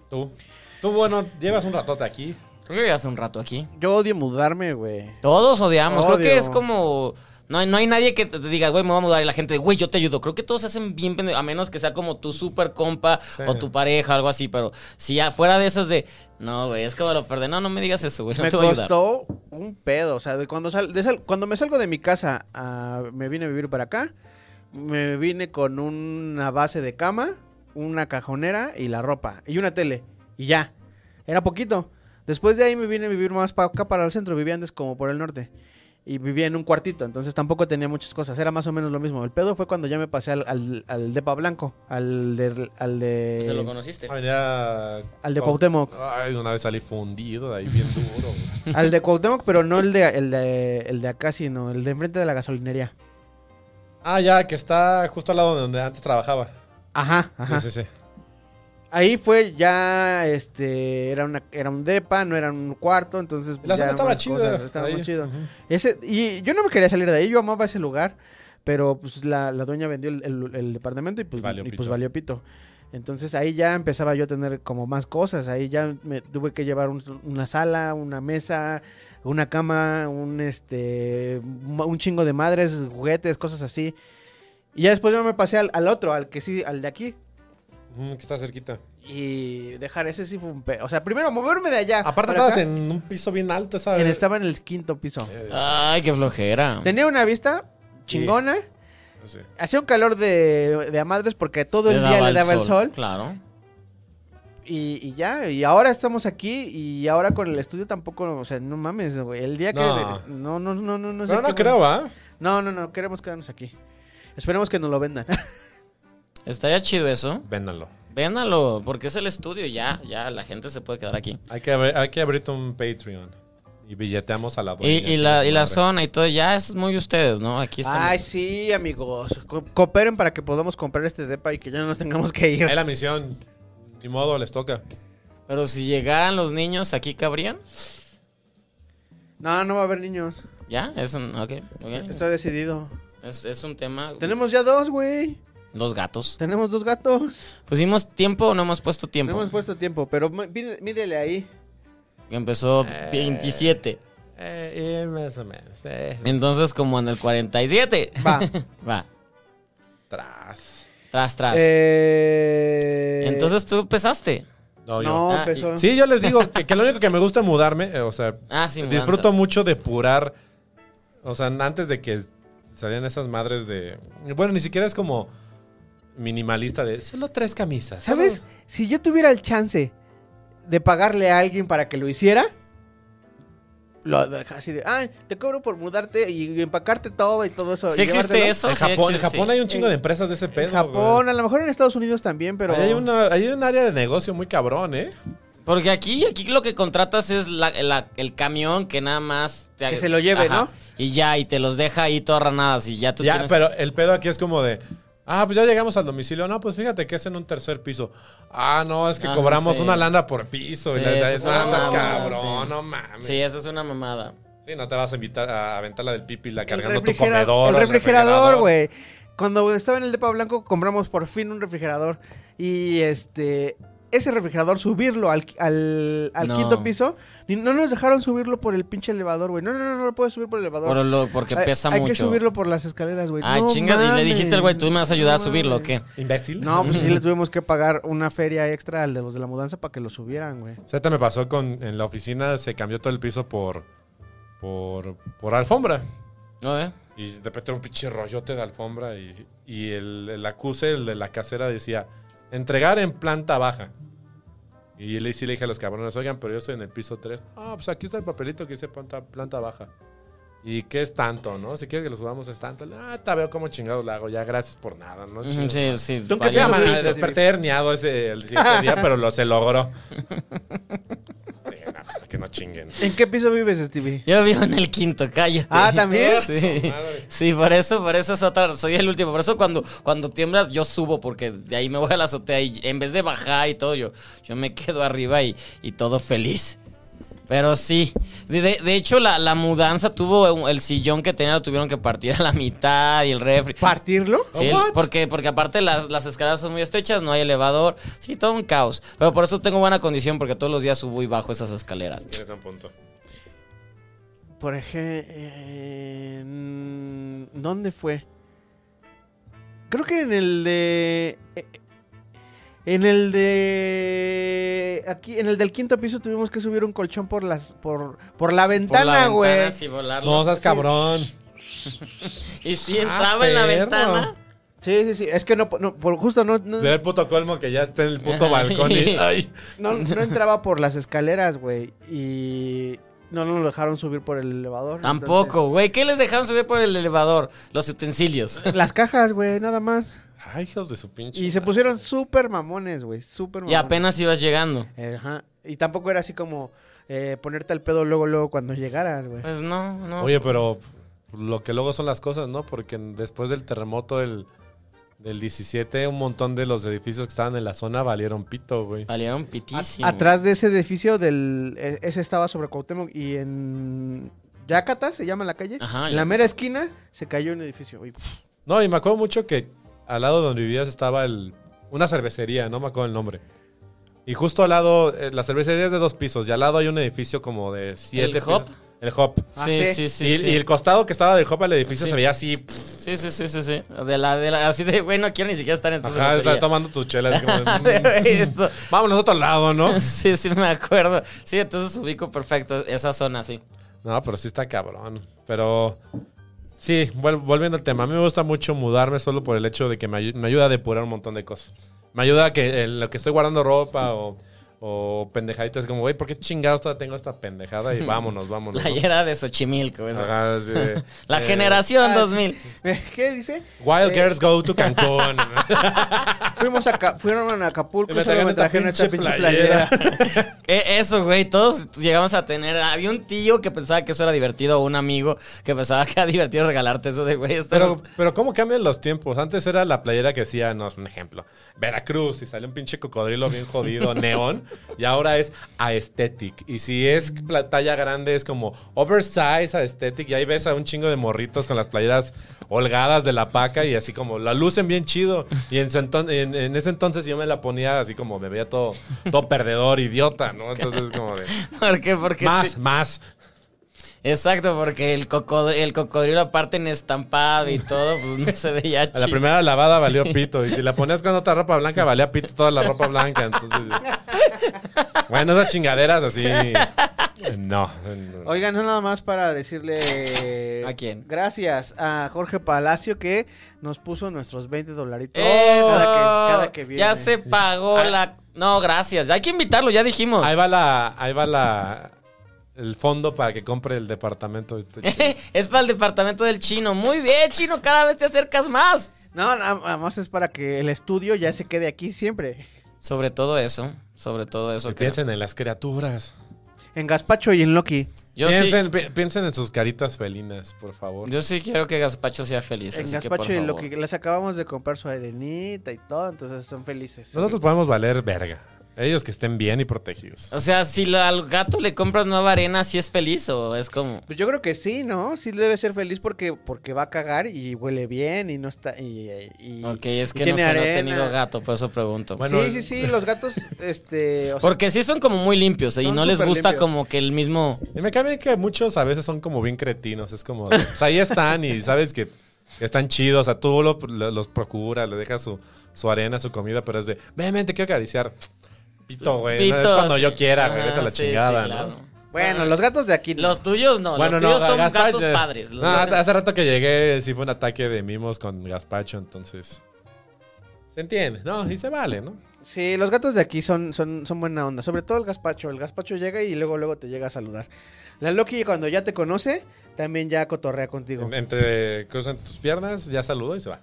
Speaker 3: Tú. Tú, bueno, llevas un ratote aquí.
Speaker 1: Creo que hace un rato aquí.
Speaker 2: Yo odio mudarme, güey.
Speaker 1: Todos odiamos. Creo que
Speaker 2: Odio.
Speaker 1: es como. No, hay- no hay nadie que te te diga, güey, me voy a mudar. Y la gente, güey, yo te ayudo. Creo que todos se hacen bien pende- A menos que sea como tu super compa o tu pareja, algo así. Pero si ya fuera de esos de. No, güey, es que me lo perdí. No, no me digas eso, güey. No
Speaker 2: me
Speaker 1: te voy a ayudar.
Speaker 2: costó un pedo. O sea, de cuando, sal- de sal- cuando me salgo de mi casa, a- me vine a vivir para acá. Me vine con una base de cama, una cajonera y la ropa. Y una tele. Y ya. Era poquito. Después de ahí me vine a vivir más para acá, para el centro. Vivía antes como por el norte. Y vivía en un cuartito. Entonces tampoco tenía muchas cosas. Era más o menos lo mismo. El pedo fue cuando ya me pasé al, al, al depa blanco. Al de... Al de,
Speaker 1: Pues Se lo conociste.
Speaker 3: Avenida-
Speaker 2: Al de Cuauhtémoc.
Speaker 3: Ah, Ay, una vez salí fundido de ahí bien duro. güey.
Speaker 2: al de Cuauhtémoc, pero no el de, el, de, el de acá, sino el de enfrente de la gasolinería.
Speaker 3: ah, ya, que está justo al lado de donde antes trabajaba.
Speaker 2: Ajá, ajá.
Speaker 3: Sí, sí, sí.
Speaker 2: Ahí fue ya, este, era una, era un depa, no era un cuarto, entonces
Speaker 3: La
Speaker 2: ya
Speaker 3: zona estaba
Speaker 2: más
Speaker 3: chida.
Speaker 2: cosas, estaba
Speaker 3: ahí.
Speaker 2: muy chido.
Speaker 3: Ujú.
Speaker 2: Ese, y yo no me quería salir de ahí, yo amaba ese lugar, pero pues la, la dueña vendió el, el- el departamento y pues,
Speaker 3: Valió
Speaker 2: y, pues,
Speaker 3: pito.
Speaker 2: valió pito. Entonces ahí ya empezaba yo a tener como más cosas, ahí ya me tuve que llevar un- una sala, una mesa, una cama, un este, un chingo de madres, juguetes, cosas así. Y ya después yo me pasé al, al otro, al que sí, al de aquí.
Speaker 3: Ujú, que está cerquita.
Speaker 2: Y dejar ese sí fue un pe... O sea, primero moverme de allá.
Speaker 3: Aparte
Speaker 2: Ah, para
Speaker 3: estabas
Speaker 2: acá.
Speaker 3: en un piso bien alto, Eh, esa
Speaker 2: En- Ah. Estaba en el quinto piso.
Speaker 1: Ay, qué flojera.
Speaker 2: Tenía una vista
Speaker 3: Sí.
Speaker 2: chingona.
Speaker 3: Sí.
Speaker 2: Hacía un calor de, de a madres porque todo el día le daba el sol.
Speaker 1: Claro.
Speaker 2: Y, y ya, y ahora estamos aquí y ahora con el estudio tampoco, o sea, no mames, güey. El día que...
Speaker 3: No.
Speaker 2: No, no, no, no, no. sé
Speaker 3: Pero no
Speaker 2: qué-
Speaker 3: creo, ¿va?
Speaker 2: No, no, no, queremos quedarnos aquí. Esperemos que nos lo vendan.
Speaker 1: Estaría chido eso.
Speaker 3: Véndanlo.
Speaker 1: Véanlo, porque es el estudio y ya, ya la gente se puede quedar aquí.
Speaker 3: Hay que, abrir- hay que abrirte un Patreon. Y billeteamos a la
Speaker 1: Y,
Speaker 3: doña,
Speaker 1: y la, y la
Speaker 3: chinga su madre.
Speaker 1: zona y todo, ya es muy ustedes, ¿no? Aquí están.
Speaker 2: Ay, sí, amigos. Co- cooperen para que podamos comprar este depa y que ya no nos tengamos que ir.
Speaker 3: Es la misión. Ni modo, les toca.
Speaker 1: Pero si llegaran los niños, ¿aquí cabrían?
Speaker 2: No, no va a haber niños.
Speaker 1: ¿Ya? Es un, ok, ok.
Speaker 2: Está decidido.
Speaker 1: Es, es un tema.
Speaker 2: Tenemos ya dos, güey.
Speaker 1: Los gatos.
Speaker 2: Tenemos dos gatos.
Speaker 1: ¿Pusimos tiempo o no hemos puesto
Speaker 2: No
Speaker 1: tiempo?
Speaker 2: hemos puesto tiempo, pero mí- mí- mídele ahí.
Speaker 1: Empezó 27.
Speaker 3: Eh, eh, más o menos. eh.
Speaker 1: Entonces, como en el 47.
Speaker 2: Va.
Speaker 1: *laughs* Va.
Speaker 3: Tras.
Speaker 1: Tras, tras.
Speaker 2: Eh,
Speaker 1: Entonces tú empezaste.
Speaker 3: No, yo.
Speaker 2: No,
Speaker 1: Ah,
Speaker 2: empezó.
Speaker 3: Sí, yo les digo que, que lo único que me gusta mudarme, eh, o sea,
Speaker 1: Ah, sí, mudanzas.
Speaker 3: disfruto mucho depurar, o sea, antes de que salían esas madres de, bueno, ni siquiera es como minimalista de solo tres camisas.
Speaker 2: ¿Sabes? Si yo tuviera el chance de pagarle a alguien para que lo hiciera, lo deja así de, ay, te cobro por mudarte y empacarte todo y todo eso.
Speaker 1: Sí
Speaker 2: y
Speaker 1: existe
Speaker 2: llevártelo".
Speaker 1: eso.
Speaker 3: En
Speaker 1: sí
Speaker 3: Japón, en
Speaker 1: existe,
Speaker 3: Japón
Speaker 1: sí.
Speaker 3: hay un chingo de empresas de ese pedo.
Speaker 2: En
Speaker 3: güey.
Speaker 2: Japón, a lo mejor en Estados Unidos también, pero...
Speaker 3: Ahí Hay, una, hay un área de negocio muy cabrón, ¿eh?
Speaker 1: Porque aquí, aquí lo que contratas es la- la- el camión que nada más te
Speaker 2: Que se lo lleve, ¿no?
Speaker 1: Y ya, y te los deja ahí todas ranadas y ya tú
Speaker 3: ya,
Speaker 1: tienes.
Speaker 3: pero el pedo aquí es como de. Ah, pues ya llegamos al domicilio. No, pues fíjate que es en un tercer piso. Ah, no, es que
Speaker 1: Ah, no
Speaker 3: cobramos
Speaker 1: sé.
Speaker 3: una lana por piso.
Speaker 1: Sí,
Speaker 3: y la,
Speaker 1: eso
Speaker 3: la-
Speaker 1: es
Speaker 3: no,
Speaker 1: una
Speaker 3: seas
Speaker 1: mamada,
Speaker 3: cabrón,
Speaker 1: sí.
Speaker 3: no mames.
Speaker 1: Sí,
Speaker 3: Sí.
Speaker 1: esa es una mamada.
Speaker 3: no te vas a invitar a aventar la del pipi la
Speaker 2: el
Speaker 3: cargando tu
Speaker 2: refrigera-
Speaker 3: comedor.
Speaker 2: El
Speaker 3: o
Speaker 2: refrigerador, güey. Cuando estaba en el depa blanco compramos por fin un refrigerador y este... Ese refrigerador, subirlo al, al, al
Speaker 1: No.
Speaker 2: quinto piso, ni- no nos dejaron subirlo por el pinche elevador, güey. No, no, no, no lo puedes subir por el elevador.
Speaker 1: Por lo- porque
Speaker 2: Hay-
Speaker 1: pesa
Speaker 2: hay
Speaker 1: mucho.
Speaker 2: que subirlo por las escaleras, güey.
Speaker 1: Ay,
Speaker 2: Pues No
Speaker 1: Ah, chinga, y le
Speaker 2: mames.
Speaker 1: dijiste al güey, tú me vas a ayudar
Speaker 2: No
Speaker 1: a subirlo, ¿o
Speaker 2: mames.
Speaker 1: qué?
Speaker 3: Imbécil.
Speaker 2: No,
Speaker 1: *laughs*
Speaker 2: pues sí le tuvimos que pagar una feria extra al de los de la mudanza para que lo subieran, güey.
Speaker 3: Z me pasó con. En la oficina se cambió todo el piso por. Por. Por alfombra.
Speaker 1: ¿No, eh?
Speaker 3: Y de repente un pinche rollote de alfombra y, y el, el acuse, el de la casera, decía, entregar en planta baja. Y le, sí le dije a los cabrones, oigan, pero yo estoy en el piso 3. Ah, pues aquí está el papelito que dice planta, planta baja. ¿Y qué es tanto, no? Si quieres que lo subamos es tanto. Ah, te veo como chingados la hago. Ya, gracias por nada, ¿no?
Speaker 1: Ujú,
Speaker 3: Chingo.
Speaker 1: Sí, sí.
Speaker 2: Tú que
Speaker 3: Sí,
Speaker 1: vaya.
Speaker 2: seas
Speaker 3: man,
Speaker 2: Subiste,
Speaker 3: Pues desperté herniado ese, el siguiente día, pero lo se *laughs* logró. Dije, "No, pues, que no chinguen.
Speaker 2: ¿En qué piso vives, Stevie?
Speaker 1: Yo vivo en el quinto, cállate.
Speaker 2: Ah, ¿también?
Speaker 1: *laughs* Sí.
Speaker 3: Madre.
Speaker 1: Sí, por eso, por eso es otra, soy el último. Por eso cuando, cuando tiemblas, yo subo, porque de ahí me voy a la azotea y en vez de bajar y todo, yo, yo me quedo arriba y, y todo feliz. Pero sí, de, de- de hecho la, la mudanza tuvo un- el sillón que tenía, lo tuvieron que partir a la mitad y el refri.
Speaker 2: ¿Partirlo?
Speaker 1: Sí, el- porque, porque aparte las, las escaleras son muy estrechas, no hay elevador, sí, todo un caos. Pero por eso tengo buena condición, porque todos los días subo y bajo esas escaleras.
Speaker 3: Tienes un punto.
Speaker 2: Por ejemplo... ¿Dónde fue? Creo que en el de... eh, En el de... Aquí, en el del quinto piso tuvimos que subir un colchón por las... Por, por la
Speaker 1: Por la
Speaker 2: ventana, güey.
Speaker 1: ventana, sí, volarlo.
Speaker 3: No, seas cabrón. Ah,
Speaker 1: Y sí entraba en la
Speaker 3: perro.
Speaker 1: ventana.
Speaker 2: Sí, sí, sí. Es que no... no por, justo no... no-
Speaker 3: Del puto colmo que ya está en el puto
Speaker 1: Ajá.
Speaker 3: *laughs* balcón y. Ay.
Speaker 1: *laughs*
Speaker 2: No, no entraba por las escaleras, güey. Y no nos lo dejaron subir por el elevador.
Speaker 1: Tampoco, güey. ¿Qué les dejaron subir por el elevador? Los utensilios.
Speaker 2: entonces, las cajas, güey, nada más.
Speaker 3: Ay, hijos de su pinche.
Speaker 2: Y se pusieron súper mamones, güey. Súper
Speaker 1: Y
Speaker 2: mamones.
Speaker 1: apenas ibas llegando.
Speaker 2: Ajá. Y tampoco era así como eh, ponerte al pedo luego, luego cuando llegaras, güey.
Speaker 1: Pues no, no.
Speaker 3: Oye, pero lo que luego son las cosas, ¿no? Porque después del terremoto del, del 17, un montón de los edificios que estaban en la zona valieron pito, güey.
Speaker 1: Valieron
Speaker 2: A-
Speaker 1: pitísimo.
Speaker 2: Atrás de ese edificio del... e- Ese estaba sobre Cuauhtémoc y en... Yacata se llama la calle.
Speaker 1: Ajá,
Speaker 2: en la
Speaker 1: Yácata.
Speaker 2: mera esquina se cayó un edificio. güey. *laughs*
Speaker 3: No, y me acuerdo mucho que al lado de donde vivías estaba el, una cervecería, no me acuerdo el nombre. Y justo al lado, eh, la cervecería es de dos pisos, y al lado hay un edificio como de siete.
Speaker 1: ¿El Hop?
Speaker 3: pisos. El Hop.
Speaker 2: Ah,
Speaker 1: Sí,
Speaker 2: sí.
Speaker 1: sí, sí.
Speaker 3: y,
Speaker 1: sí.
Speaker 3: y el costado que estaba del Hop al edificio
Speaker 1: Sí.
Speaker 3: se veía así. pff,
Speaker 1: Sí, sí, sí, sí, sí. De la, de la, así de, güey, no quiero ni siquiera estar en esta
Speaker 3: Ajá, está
Speaker 1: cervecería. Este.
Speaker 3: tomando tu chela. así como
Speaker 1: *laughs*
Speaker 3: de, "Mm,
Speaker 1: De esto.
Speaker 3: Vámonos a otro
Speaker 1: *laughs*
Speaker 3: lado, ¿no?
Speaker 1: Sí, sí, me acuerdo. Sí, entonces ubico perfecto esa zona, sí.
Speaker 3: No, pero sí está cabrón. Pero sí, vuel- volviendo al tema, a mí me gusta mucho mudarme solo por el hecho de que me, ayu- me ayuda a depurar un montón de cosas. Me ayuda a que en lo que estoy guardando ropa o, o pendejaditas, como, güey, ¿por qué chingados todavía tengo esta
Speaker 1: *laughs*
Speaker 3: pendejada? Y vámonos, vámonos.
Speaker 1: La
Speaker 3: ¿no?
Speaker 1: era de Xochimilco. esa.
Speaker 3: Ajá, así de,
Speaker 1: *laughs* La
Speaker 3: eh,
Speaker 1: generación
Speaker 2: ah,
Speaker 1: 2000.
Speaker 2: ¿Qué dice?
Speaker 3: Wild
Speaker 2: Eh,
Speaker 3: Girls Go
Speaker 2: *laughs*
Speaker 3: to Cancún. *laughs*
Speaker 2: Fuimos a, Aca- fueron a Acapulco
Speaker 3: Y
Speaker 2: y
Speaker 3: me
Speaker 2: solo me
Speaker 3: trajeron
Speaker 2: trajeron
Speaker 3: esta
Speaker 2: esta pinche
Speaker 3: pinche
Speaker 2: playera.
Speaker 1: E- Eso, güey, todos llegamos a tener. Había un tío que pensaba que eso era divertido, o un amigo que pensaba que era divertido regalarte eso de, güey, esto
Speaker 3: pero,
Speaker 1: no-
Speaker 3: pero, ¿cómo cambian los tiempos? Antes era la playera que decía, no, es un ejemplo, Veracruz, y sale un pinche cocodrilo bien jodido, neón, y ahora es aesthetic. Y si es pla- talla grande, es como oversize aesthetic, y ahí ves a un chingo de morritos con las playeras holgadas de la paca, y así como la lucen bien chido. Y en, su enton- en- en ese entonces yo me la ponía así como me veía todo, todo perdedor, idiota, ¿no? Entonces, como de,
Speaker 1: ¿Por qué? Porque
Speaker 3: más,
Speaker 1: sí.
Speaker 3: más.
Speaker 1: Exacto, porque el, coco- el cocodrilo aparte en estampado y todo, pues no se veía
Speaker 3: *laughs* A la
Speaker 1: chido.
Speaker 3: primera lavada valió pito. Y si la ponías con otra ropa blanca, valía pito toda la ropa blanca. Entonces. Bueno, esas chingaderas así. No. no.
Speaker 2: Oigan, no nada más para decirle...
Speaker 1: ¿A quién?
Speaker 2: Gracias a Jorge Palacio que nos puso nuestros 20 dolaritos.
Speaker 1: Eso,
Speaker 2: Oh, cada que- cada que viene.
Speaker 1: ya se pagó
Speaker 3: Ah.
Speaker 1: la... No, gracias. Hay que invitarlo, ya dijimos.
Speaker 3: Ahí va la. Ahí va la. El fondo para que compre
Speaker 1: *laughs*
Speaker 3: el departamento.
Speaker 1: es para el departamento del chino. Muy bien, chino, cada vez te acercas más.
Speaker 2: No, na- nada más es para que el estudio ya se quede aquí siempre.
Speaker 1: Sobre todo eso, sobre todo eso. creo.
Speaker 3: Piensen en las criaturas.
Speaker 2: En Gaspacho y en Loki.
Speaker 1: Yo sí,
Speaker 3: piensen, pi- piensen en sus caritas felinas, por favor.
Speaker 1: yo sí quiero que Gaspacho sea feliz.
Speaker 2: en
Speaker 1: así que, por
Speaker 2: Gaspacho y
Speaker 1: favor.
Speaker 2: Loki. Les acabamos de comprar su arenita y todo, entonces son felices.
Speaker 3: Nosotros podemos valer verga. Ellos que estén bien y protegidos.
Speaker 1: O sea, si la- al gato le compras nueva arena, ¿sí es feliz o es como...
Speaker 2: Pues yo creo que sí, ¿no? Sí debe ser feliz porque, porque va a cagar y huele bien y no está... Y, y-
Speaker 1: Ok, es
Speaker 2: y
Speaker 1: que no
Speaker 2: tiene
Speaker 1: sé, no he
Speaker 2: arena.
Speaker 1: tenido gato, por eso pregunto.
Speaker 3: Bueno,
Speaker 2: sí, sí, sí, los gatos, este... o sea,
Speaker 1: Porque sí son como muy limpios eh, y
Speaker 2: Son
Speaker 1: no les
Speaker 2: súper
Speaker 1: gusta
Speaker 2: limpios.
Speaker 1: como que el mismo...
Speaker 3: Y me cambia que muchos a veces son como bien cretinos. Es como, pues ahí
Speaker 1: *laughs*
Speaker 3: están y sabes que están chidos. O sea, tú lo- lo- los procuras, le dejas su, su arena, su comida, pero es de, ven, ven, te quiero acariciar. Pito, güey. ¿no?
Speaker 1: Pito,
Speaker 3: es cuando
Speaker 1: sí.
Speaker 3: yo quiera, güey.
Speaker 1: Ajá,
Speaker 3: Vete a la
Speaker 1: Ah, sí, sí,
Speaker 3: chingada,
Speaker 1: claro. Ah,
Speaker 3: ¿no?
Speaker 2: Bueno, los gatos de aquí... no.
Speaker 1: Los tuyos no, los tuyos son
Speaker 3: Gaspacho- eh,
Speaker 1: gatos padres. Los
Speaker 3: No,
Speaker 1: gatos-
Speaker 3: hace rato que llegué, sí fue un ataque de mimos con Gaspacho, entonces. Se entiende, ¿no? Y se vale, ¿no?
Speaker 2: Sí, los gatos de aquí son, son, son buena onda. Sobre todo el gazpacho. El gazpacho llega y luego, luego te llega a saludar. La Loki, cuando ya te conoce, también ya cotorrea contigo.
Speaker 3: En- Entre cruzan tus piernas, ya saludo y se va.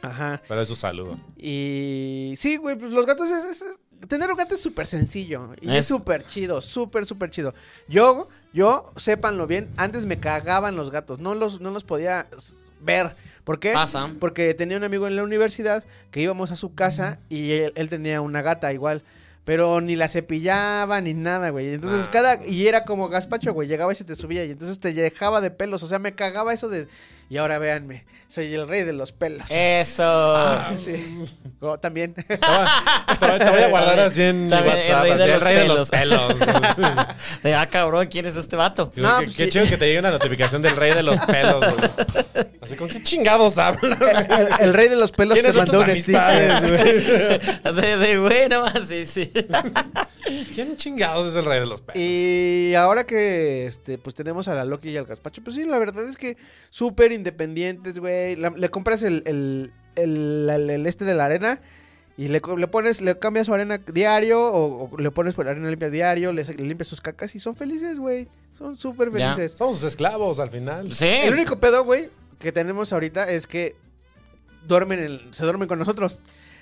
Speaker 2: Ajá.
Speaker 3: Pero es su saludo.
Speaker 2: Y sí, güey, pues los gatos es, es- es- Tener un gato es súper sencillo. Y es
Speaker 1: Es-
Speaker 2: súper chido, súper, súper chido. Yo, yo, sépanlo bien, antes me cagaban los gatos. No los, no los podía s- ver. ¿Por qué?
Speaker 1: Pasa.
Speaker 2: Porque tenía un amigo en la universidad que íbamos a su casa y él, él tenía una gata igual. Pero ni la cepillaba ni nada, güey. Entonces
Speaker 1: Ah.
Speaker 2: cada... Y era como gazpacho, güey. Llegaba y se te subía y entonces te dejaba de pelos. O sea, me cagaba eso de... Y ahora véanme, soy el rey de los pelos.
Speaker 1: Eso.
Speaker 2: *laughs*
Speaker 3: Ah.
Speaker 2: Sí. Oh, también. *laughs*
Speaker 3: Te voy a- te voy- te voy a guardar así en mi
Speaker 1: También,
Speaker 3: WhatsApp. así, El rey, de, los pelos.
Speaker 1: De, ah, cabrón, ¿quién es este
Speaker 3: *laughs*
Speaker 1: vato?
Speaker 3: Digo,
Speaker 2: *laughs* No,
Speaker 3: qué
Speaker 2: pues
Speaker 3: qué
Speaker 2: sí.
Speaker 3: chido que te llegue una notificación del rey de los pelos. güey. Así, ¿con qué chingados hablas?
Speaker 2: El, el rey de *laughs* los pelos te
Speaker 3: ¿Quiénes son
Speaker 2: mandó
Speaker 3: tus
Speaker 2: un sticker.
Speaker 3: amistades, güey?
Speaker 1: De, de bueno, sí, sí.
Speaker 3: ¿Quién chingados es el rey de los pelos?
Speaker 2: Y ahora que este, pues tenemos a la Loki y al Gaspacho, pues sí, la verdad es que súper independientes, güey. La- Le compras el, el, el- el- el este de la arena y le, co- le pones, le cambias su arena diario o, o le pones por arena limpia diario, le, sa- le limpias sus cacas y son felices, güey. Son súper
Speaker 1: Ya.
Speaker 2: felices.
Speaker 3: Somos sus esclavos al final.
Speaker 1: Sí.
Speaker 2: El único pedo, güey, que tenemos ahorita es que duermen en- se duermen con nosotros.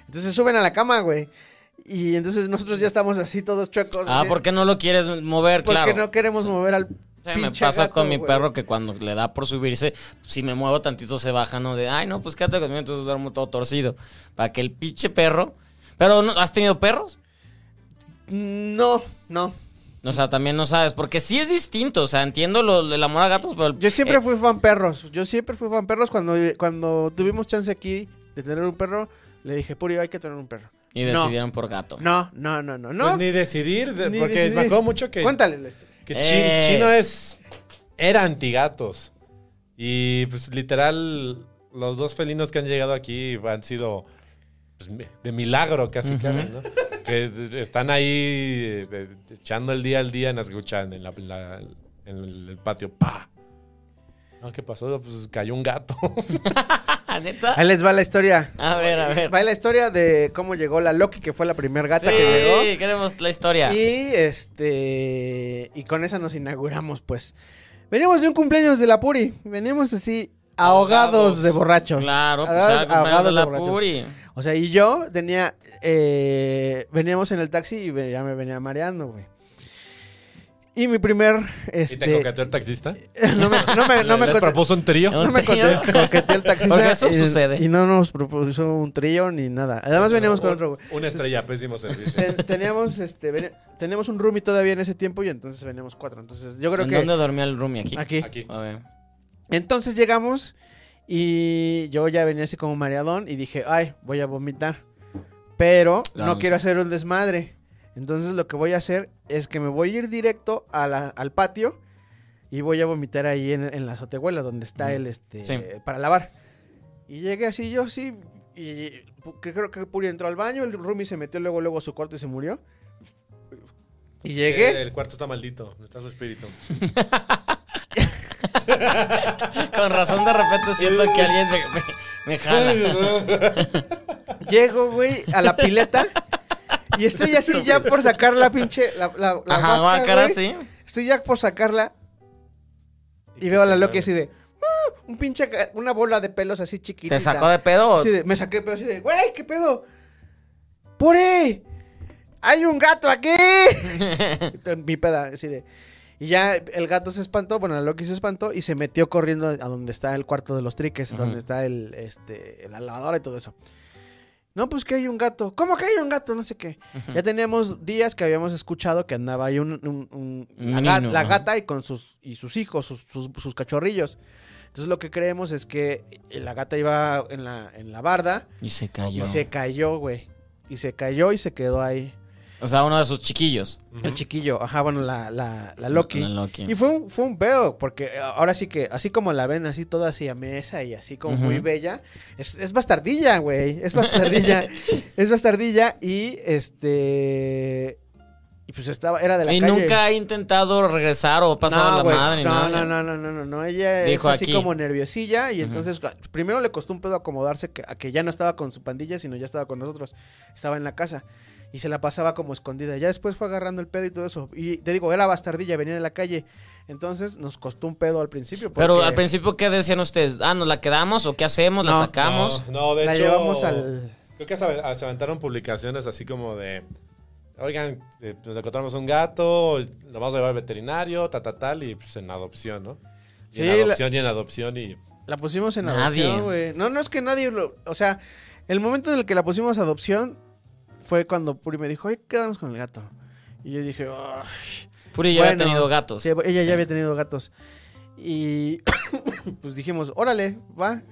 Speaker 2: Entonces suben a la cama, güey. Y entonces nosotros ya estamos así todos chuecos.
Speaker 1: Ah,
Speaker 2: así,
Speaker 1: ¿por qué no lo quieres mover?
Speaker 2: porque
Speaker 1: claro.
Speaker 2: no queremos mover al
Speaker 1: Sí, me
Speaker 2: pinche
Speaker 1: pasa
Speaker 2: gato,
Speaker 1: con mi
Speaker 2: güey.
Speaker 1: perro que cuando le da por subirse, si me muevo tantito se baja, ¿no? De, ay, no, pues quédate conmigo, entonces duermo todo torcido. Para que el pinche perro... Pero, ¿no? ¿has tenido perros?
Speaker 2: No, no.
Speaker 1: O sea, también no sabes, porque sí es distinto. O sea, entiendo lo del amor a gatos, pero... el-
Speaker 2: Yo siempre
Speaker 1: eh,
Speaker 2: fui fan perros. Yo siempre fui fan perros. Cuando, cuando tuvimos chance aquí de tener un perro, le dije, Purio, hay que tener un perro.
Speaker 1: y
Speaker 2: No.
Speaker 1: decidieron por gato.
Speaker 2: No, no, no, no, no.
Speaker 3: Pues ni decidir, de-
Speaker 2: Ni
Speaker 3: porque
Speaker 2: decidir.
Speaker 3: me acuerdo mucho que,
Speaker 2: Cuéntales la historia.
Speaker 3: que Chin-
Speaker 1: Eh.
Speaker 3: Chino es era antigatos. Y pues literal, los dos felinos que han llegado aquí han sido pues, mi- de milagro casi casi, ¿no? que eh, están ahí eh, eh, echando el día al día en Asguchan, en, la, en la- en el patio. ¡Pa! No, ¿Qué pasó? Pues cayó un gato. *laughs*
Speaker 1: Ah, ¿neta?
Speaker 2: Ahí les va la historia.
Speaker 1: A ver, a ver.
Speaker 2: Va la historia de cómo llegó la Loki, que fue la primer gata
Speaker 1: sí,
Speaker 2: que llegó.
Speaker 1: queremos la historia.
Speaker 2: Y este. Y con esa nos inauguramos, pues. Venimos de un cumpleaños de la Puri. Venimos así, ahogados, de borrachos.
Speaker 1: Claro, pues
Speaker 2: Ahogados-
Speaker 1: ah, compañeros de
Speaker 2: ahogados
Speaker 1: la
Speaker 2: borrachos.
Speaker 1: Puri.
Speaker 2: O sea, y yo tenía. eh, veníamos en el taxi y ve- ya me venía mareando, güey. Y mi primer. Este,
Speaker 3: ¿Y te coqueteó el taxista?
Speaker 2: *laughs* no me, no me, no
Speaker 3: *laughs* ¿Le-
Speaker 2: me
Speaker 3: ¿Les
Speaker 2: cote-
Speaker 3: propuso un trío?
Speaker 2: no me cote- coqueteó el taxista.
Speaker 1: Porque eso
Speaker 2: y,
Speaker 1: sucede.
Speaker 2: Y no nos propuso un trillo ni nada. Además, veníamos con otro, güey.
Speaker 3: Una estrella, pésimo servicio.
Speaker 2: Ten- teníamos este veni- teníamos un roomie todavía en ese tiempo y entonces veníamos cuatro entonces yo creo
Speaker 1: ¿En
Speaker 2: que
Speaker 1: dónde dormía el roomie aquí?
Speaker 2: aquí
Speaker 3: Aquí.
Speaker 1: A ver.
Speaker 2: entonces llegamos y yo ya venía así como mareadón y dije ay voy a vomitar pero
Speaker 1: Claro,
Speaker 2: no quiero
Speaker 1: sí.
Speaker 2: hacer un desmadre entonces lo que voy a hacer es que me voy a ir directo a la- al patio y voy a vomitar ahí en, en la azotehuela donde está el este
Speaker 1: Sí.
Speaker 2: para lavar. Y llegué así yo sí y pu- que- creo que Puri entró al baño, el Rumi se metió luego luego a su cuarto y se murió. Y llegué.
Speaker 3: El cuarto está maldito, está su espíritu.
Speaker 1: Con razón de repente siento que alguien me, me- me jala.
Speaker 3: *laughs*
Speaker 2: Llego, güey, a la pileta. Y estoy así ya por sacar la pinche. La, la, la
Speaker 1: Ajá,
Speaker 2: máscara,
Speaker 1: guácara,
Speaker 2: güey.
Speaker 1: sí.
Speaker 2: Estoy ya por sacarla. Y veo a la Loki así de. "Ah", Un pinche. ca- Una bola de pelos así chiquitita.
Speaker 1: ¿Te sacó de pedo? o-
Speaker 2: Así de- me saqué pedo así de. ¡Güey, qué pedo! ¡Pure! ¡Hay un gato
Speaker 1: *laughs*
Speaker 2: aquí! Mi peda así de. Y ya el gato se espantó, bueno, la Loki se espantó y se metió corriendo a donde está el cuarto de los triques,
Speaker 1: Ujú.
Speaker 2: donde está el, este, la lavadora y todo eso. No, pues que hay un gato. ¿Cómo que hay un gato? No sé qué. Ya teníamos días que habíamos escuchado que andaba ahí un, un- un-
Speaker 1: Un
Speaker 2: la, ga-
Speaker 1: niño,
Speaker 2: la
Speaker 1: ajá.
Speaker 2: gata y con sus, y sus hijos, sus, sus- sus cachorrillos. Entonces lo que creemos es que eh, la gata iba en la, en la barda
Speaker 1: Y se cayó.
Speaker 2: y se cayó, güey. Y se cayó y se quedó ahí.
Speaker 1: O sea, uno de sus chiquillos.
Speaker 2: El chiquillo, ajá, bueno, la, la, la Loki.
Speaker 1: La Loki.
Speaker 2: Y fue un, fue un pedo, porque eh, ahora sí que, así como la ven, así toda así a mesa y así como muy
Speaker 1: Ujú.
Speaker 2: bella, es, es bastardilla, güey,
Speaker 1: *laughs*
Speaker 2: es bastardilla, es bastardilla y este... Y pues estaba, era de la
Speaker 1: Y
Speaker 2: calle.
Speaker 1: nunca ha intentado regresar o ha pasado
Speaker 2: No,
Speaker 1: la
Speaker 2: güey,
Speaker 1: madre.
Speaker 2: no,
Speaker 1: nada.
Speaker 2: no, no, no, no, no, no, ella
Speaker 1: Dijo
Speaker 2: es así
Speaker 1: aquí.
Speaker 2: como nerviosilla y
Speaker 1: Ujú.
Speaker 2: entonces ah, primero le costó un pedo acomodarse que- a que ya no estaba con su pandilla, sino ya estaba con nosotros, estaba en la casa y se la pasaba como escondida. Ya después fue agarrando el pedo y todo eso. Y te digo, era bastardilla, venía de la calle. Entonces nos costó un pedo al principio.
Speaker 1: Pero
Speaker 2: porque
Speaker 1: al principio, ¿qué decían ustedes? Ah, ¿nos la quedamos o qué hacemos? ¿La
Speaker 2: No.
Speaker 1: sacamos?
Speaker 3: No, no, de
Speaker 2: la
Speaker 3: hecho.
Speaker 2: llevamos al...
Speaker 3: Creo que hasta, se aventaron publicaciones así como de. Oigan, eh, nos encontramos un gato, lo vamos a llevar al veterinario, ta, ta, tal, y pues en adopción, ¿no? Y
Speaker 2: Sí,
Speaker 3: en
Speaker 2: la-
Speaker 3: adopción y en adopción y.
Speaker 2: La pusimos en
Speaker 1: Nadie.
Speaker 2: adopción, güey. No, no es que nadie lo... O sea, el momento en el que la pusimos a adopción fue cuando Puri me dijo, ay, quédanos con el gato. Y yo dije, "Ah".
Speaker 1: Puri ya
Speaker 2: Bueno,
Speaker 1: había tenido gatos.
Speaker 2: Sí, ella
Speaker 1: Sí.
Speaker 2: ya había tenido gatos. Y *coughs* pues dijimos, órale, va.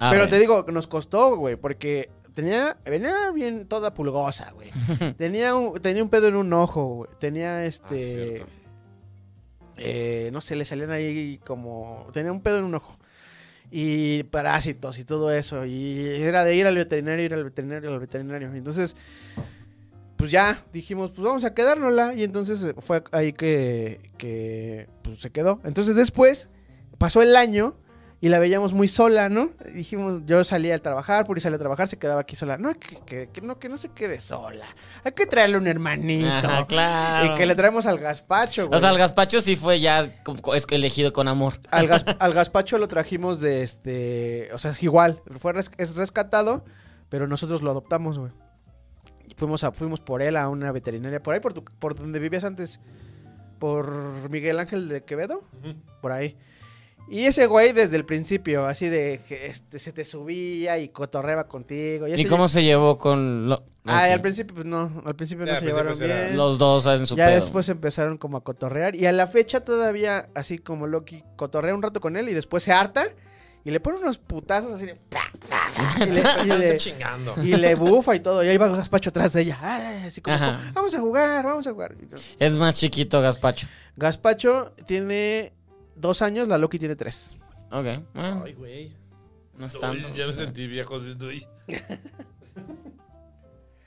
Speaker 1: Arre.
Speaker 2: Pero te digo, nos costó, güey, porque tenía, venía bien toda pulgosa,
Speaker 3: *laughs*
Speaker 2: güey. tenía, un, tenía un pedo en un ojo, güey. Tenía
Speaker 3: Ah, sí,
Speaker 2: este...
Speaker 3: cierto.
Speaker 2: eh, no sé, le salían ahí como... Tenía un pedo en un ojo. Y parásitos y todo eso. Y era de ir al veterinario, ir al veterinario, al veterinario. Entonces, pues ya dijimos, pues vamos a quedárnosla. Y entonces eh, fue ahí que, que pues, se quedó. Entonces después pasó el año y la veíamos muy sola, ¿no? Y dijimos, yo salía a trabajar, Puri salía a trabajar, se quedaba aquí sola. No, que, que- que no, que no se quede sola. Hay que traerle un hermanito.
Speaker 1: Ajá, claro.
Speaker 2: Y que le traemos al gazpacho, güey.
Speaker 1: O sea, el gazpacho sí fue ya como- co- es- elegido con amor.
Speaker 2: Al, gas- al gazpacho lo trajimos de este. O sea, es igual. Fue res- es rescatado, pero nosotros lo adoptamos, güey. Fuimos, a, fuimos por él a una veterinaria. Por ahí, por, tu- por donde vivías antes. Por Miguel Ángel de Quevedo.
Speaker 3: Ujú.
Speaker 2: Por ahí. Y ese güey desde el principio, así de que este, se te subía y cotorreaba contigo.
Speaker 1: ¿Y
Speaker 2: ese-
Speaker 1: cómo se llevó con lo-
Speaker 2: Ay,
Speaker 1: Ok.
Speaker 2: al principio, pues no. Al principio
Speaker 3: Ya,
Speaker 2: no
Speaker 3: al
Speaker 2: se
Speaker 3: principio
Speaker 2: llevaron
Speaker 3: era-
Speaker 2: bien.
Speaker 1: los dos en su
Speaker 2: Ya
Speaker 1: pedo?
Speaker 2: después empezaron como a cotorrear. Y a la fecha todavía, así como Loki, cotorrea un rato con él y después se harta. Y le pone unos putazos así de... pa,
Speaker 1: *laughs*
Speaker 2: pa, pa, Y le, y
Speaker 3: Están
Speaker 2: le-
Speaker 3: chingando.
Speaker 2: y le bufa y todo. Y ahí va Gaspacho atrás de ella. Ay, así como,
Speaker 1: Ajá.
Speaker 2: vamos a jugar, vamos a jugar. Y yo,
Speaker 1: Es más chiquito gazpacho.
Speaker 2: Gaspacho tiene dos años, la Loki tiene tres.
Speaker 1: Ok. bueno,
Speaker 3: Ay, güey.
Speaker 1: no es tanto.
Speaker 3: Uy, Ya me
Speaker 1: Sí.
Speaker 3: sentí
Speaker 2: *laughs*
Speaker 3: viejo. uy.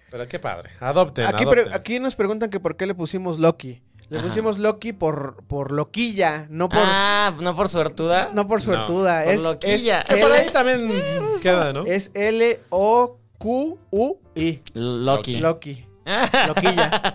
Speaker 3: Pero qué padre. Adopten,
Speaker 2: Aquí, pre-
Speaker 3: adopten.
Speaker 2: aquí nos preguntan que por qué le pusimos Loki. Le
Speaker 1: Ajá.
Speaker 2: pusimos Loki por, por loquilla, no por...
Speaker 1: Ah, ¿no por suertuda?
Speaker 2: No por
Speaker 3: No,
Speaker 2: suertuda,
Speaker 1: *laughs* por
Speaker 2: es,
Speaker 1: loquilla.
Speaker 2: es
Speaker 3: Que por
Speaker 2: L-
Speaker 3: ahí también
Speaker 2: eh,
Speaker 3: queda, ¿no?
Speaker 2: Es L-O-Q-U-I.
Speaker 1: Loki. *laughs*
Speaker 2: Loki. Loquilla.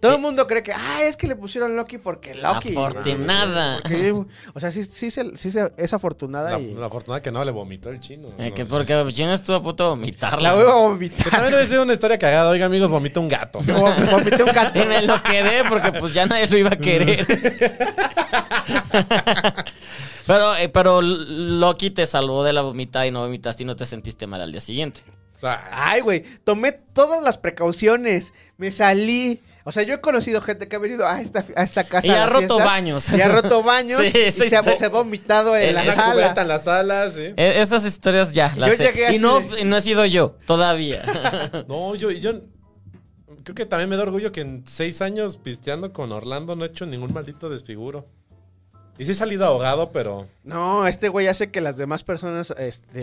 Speaker 2: Todo
Speaker 1: Eh.
Speaker 2: el mundo cree que, ah, es que le pusieron Loki porque Loki.
Speaker 1: Afortunada.
Speaker 2: Porque, o sea, *laughs* sí, sí, se- sí se- es afortunada
Speaker 3: La,
Speaker 2: y...
Speaker 3: la fortuna que no le vomitó el chino.
Speaker 1: Eh, que
Speaker 3: No.
Speaker 1: porque Chino estuvo a punto de vomitarla.
Speaker 2: La voy a
Speaker 3: Que
Speaker 2: vomitar. *laughs*
Speaker 3: también hubiese sido una historia cagada. Oiga, amigos, vomita un gato.
Speaker 2: Vom- Vomité un gato.
Speaker 1: Y me lo quedé porque pues ya nadie lo iba a
Speaker 2: *laughs*
Speaker 1: querer. pero, eh, pero Loki te salvó de la vomita y no vomitaste y no te sentiste mal al día siguiente.
Speaker 3: Ah,
Speaker 2: Ay, güey, tomé todas las precauciones. Me salí. O sea, yo he conocido gente que ha venido a esta, a esta casa.
Speaker 1: Y
Speaker 2: a
Speaker 1: ha
Speaker 2: las
Speaker 1: roto
Speaker 2: fiestas,
Speaker 1: baños.
Speaker 2: Y ha roto baños.
Speaker 1: *laughs* Sí,
Speaker 2: y
Speaker 1: esa
Speaker 2: se, ha,
Speaker 1: historia-
Speaker 2: se ha vomitado en
Speaker 1: Eh,
Speaker 2: la
Speaker 3: Una
Speaker 1: esa
Speaker 2: sala.
Speaker 3: cubeta en la sala, sí.
Speaker 1: E- esas historias ya las
Speaker 2: Yo
Speaker 1: sé.
Speaker 2: llegué
Speaker 1: Y
Speaker 2: así
Speaker 1: no,
Speaker 2: de-
Speaker 1: y no he sido yo todavía.
Speaker 2: Eh.
Speaker 3: No, yo, y yo creo que también me da orgullo que en seis años pisteando con Orlando no he hecho ningún maldito desfiguro. Y sí he salido ahogado, pero
Speaker 2: No, este güey hace que las demás personas. Este...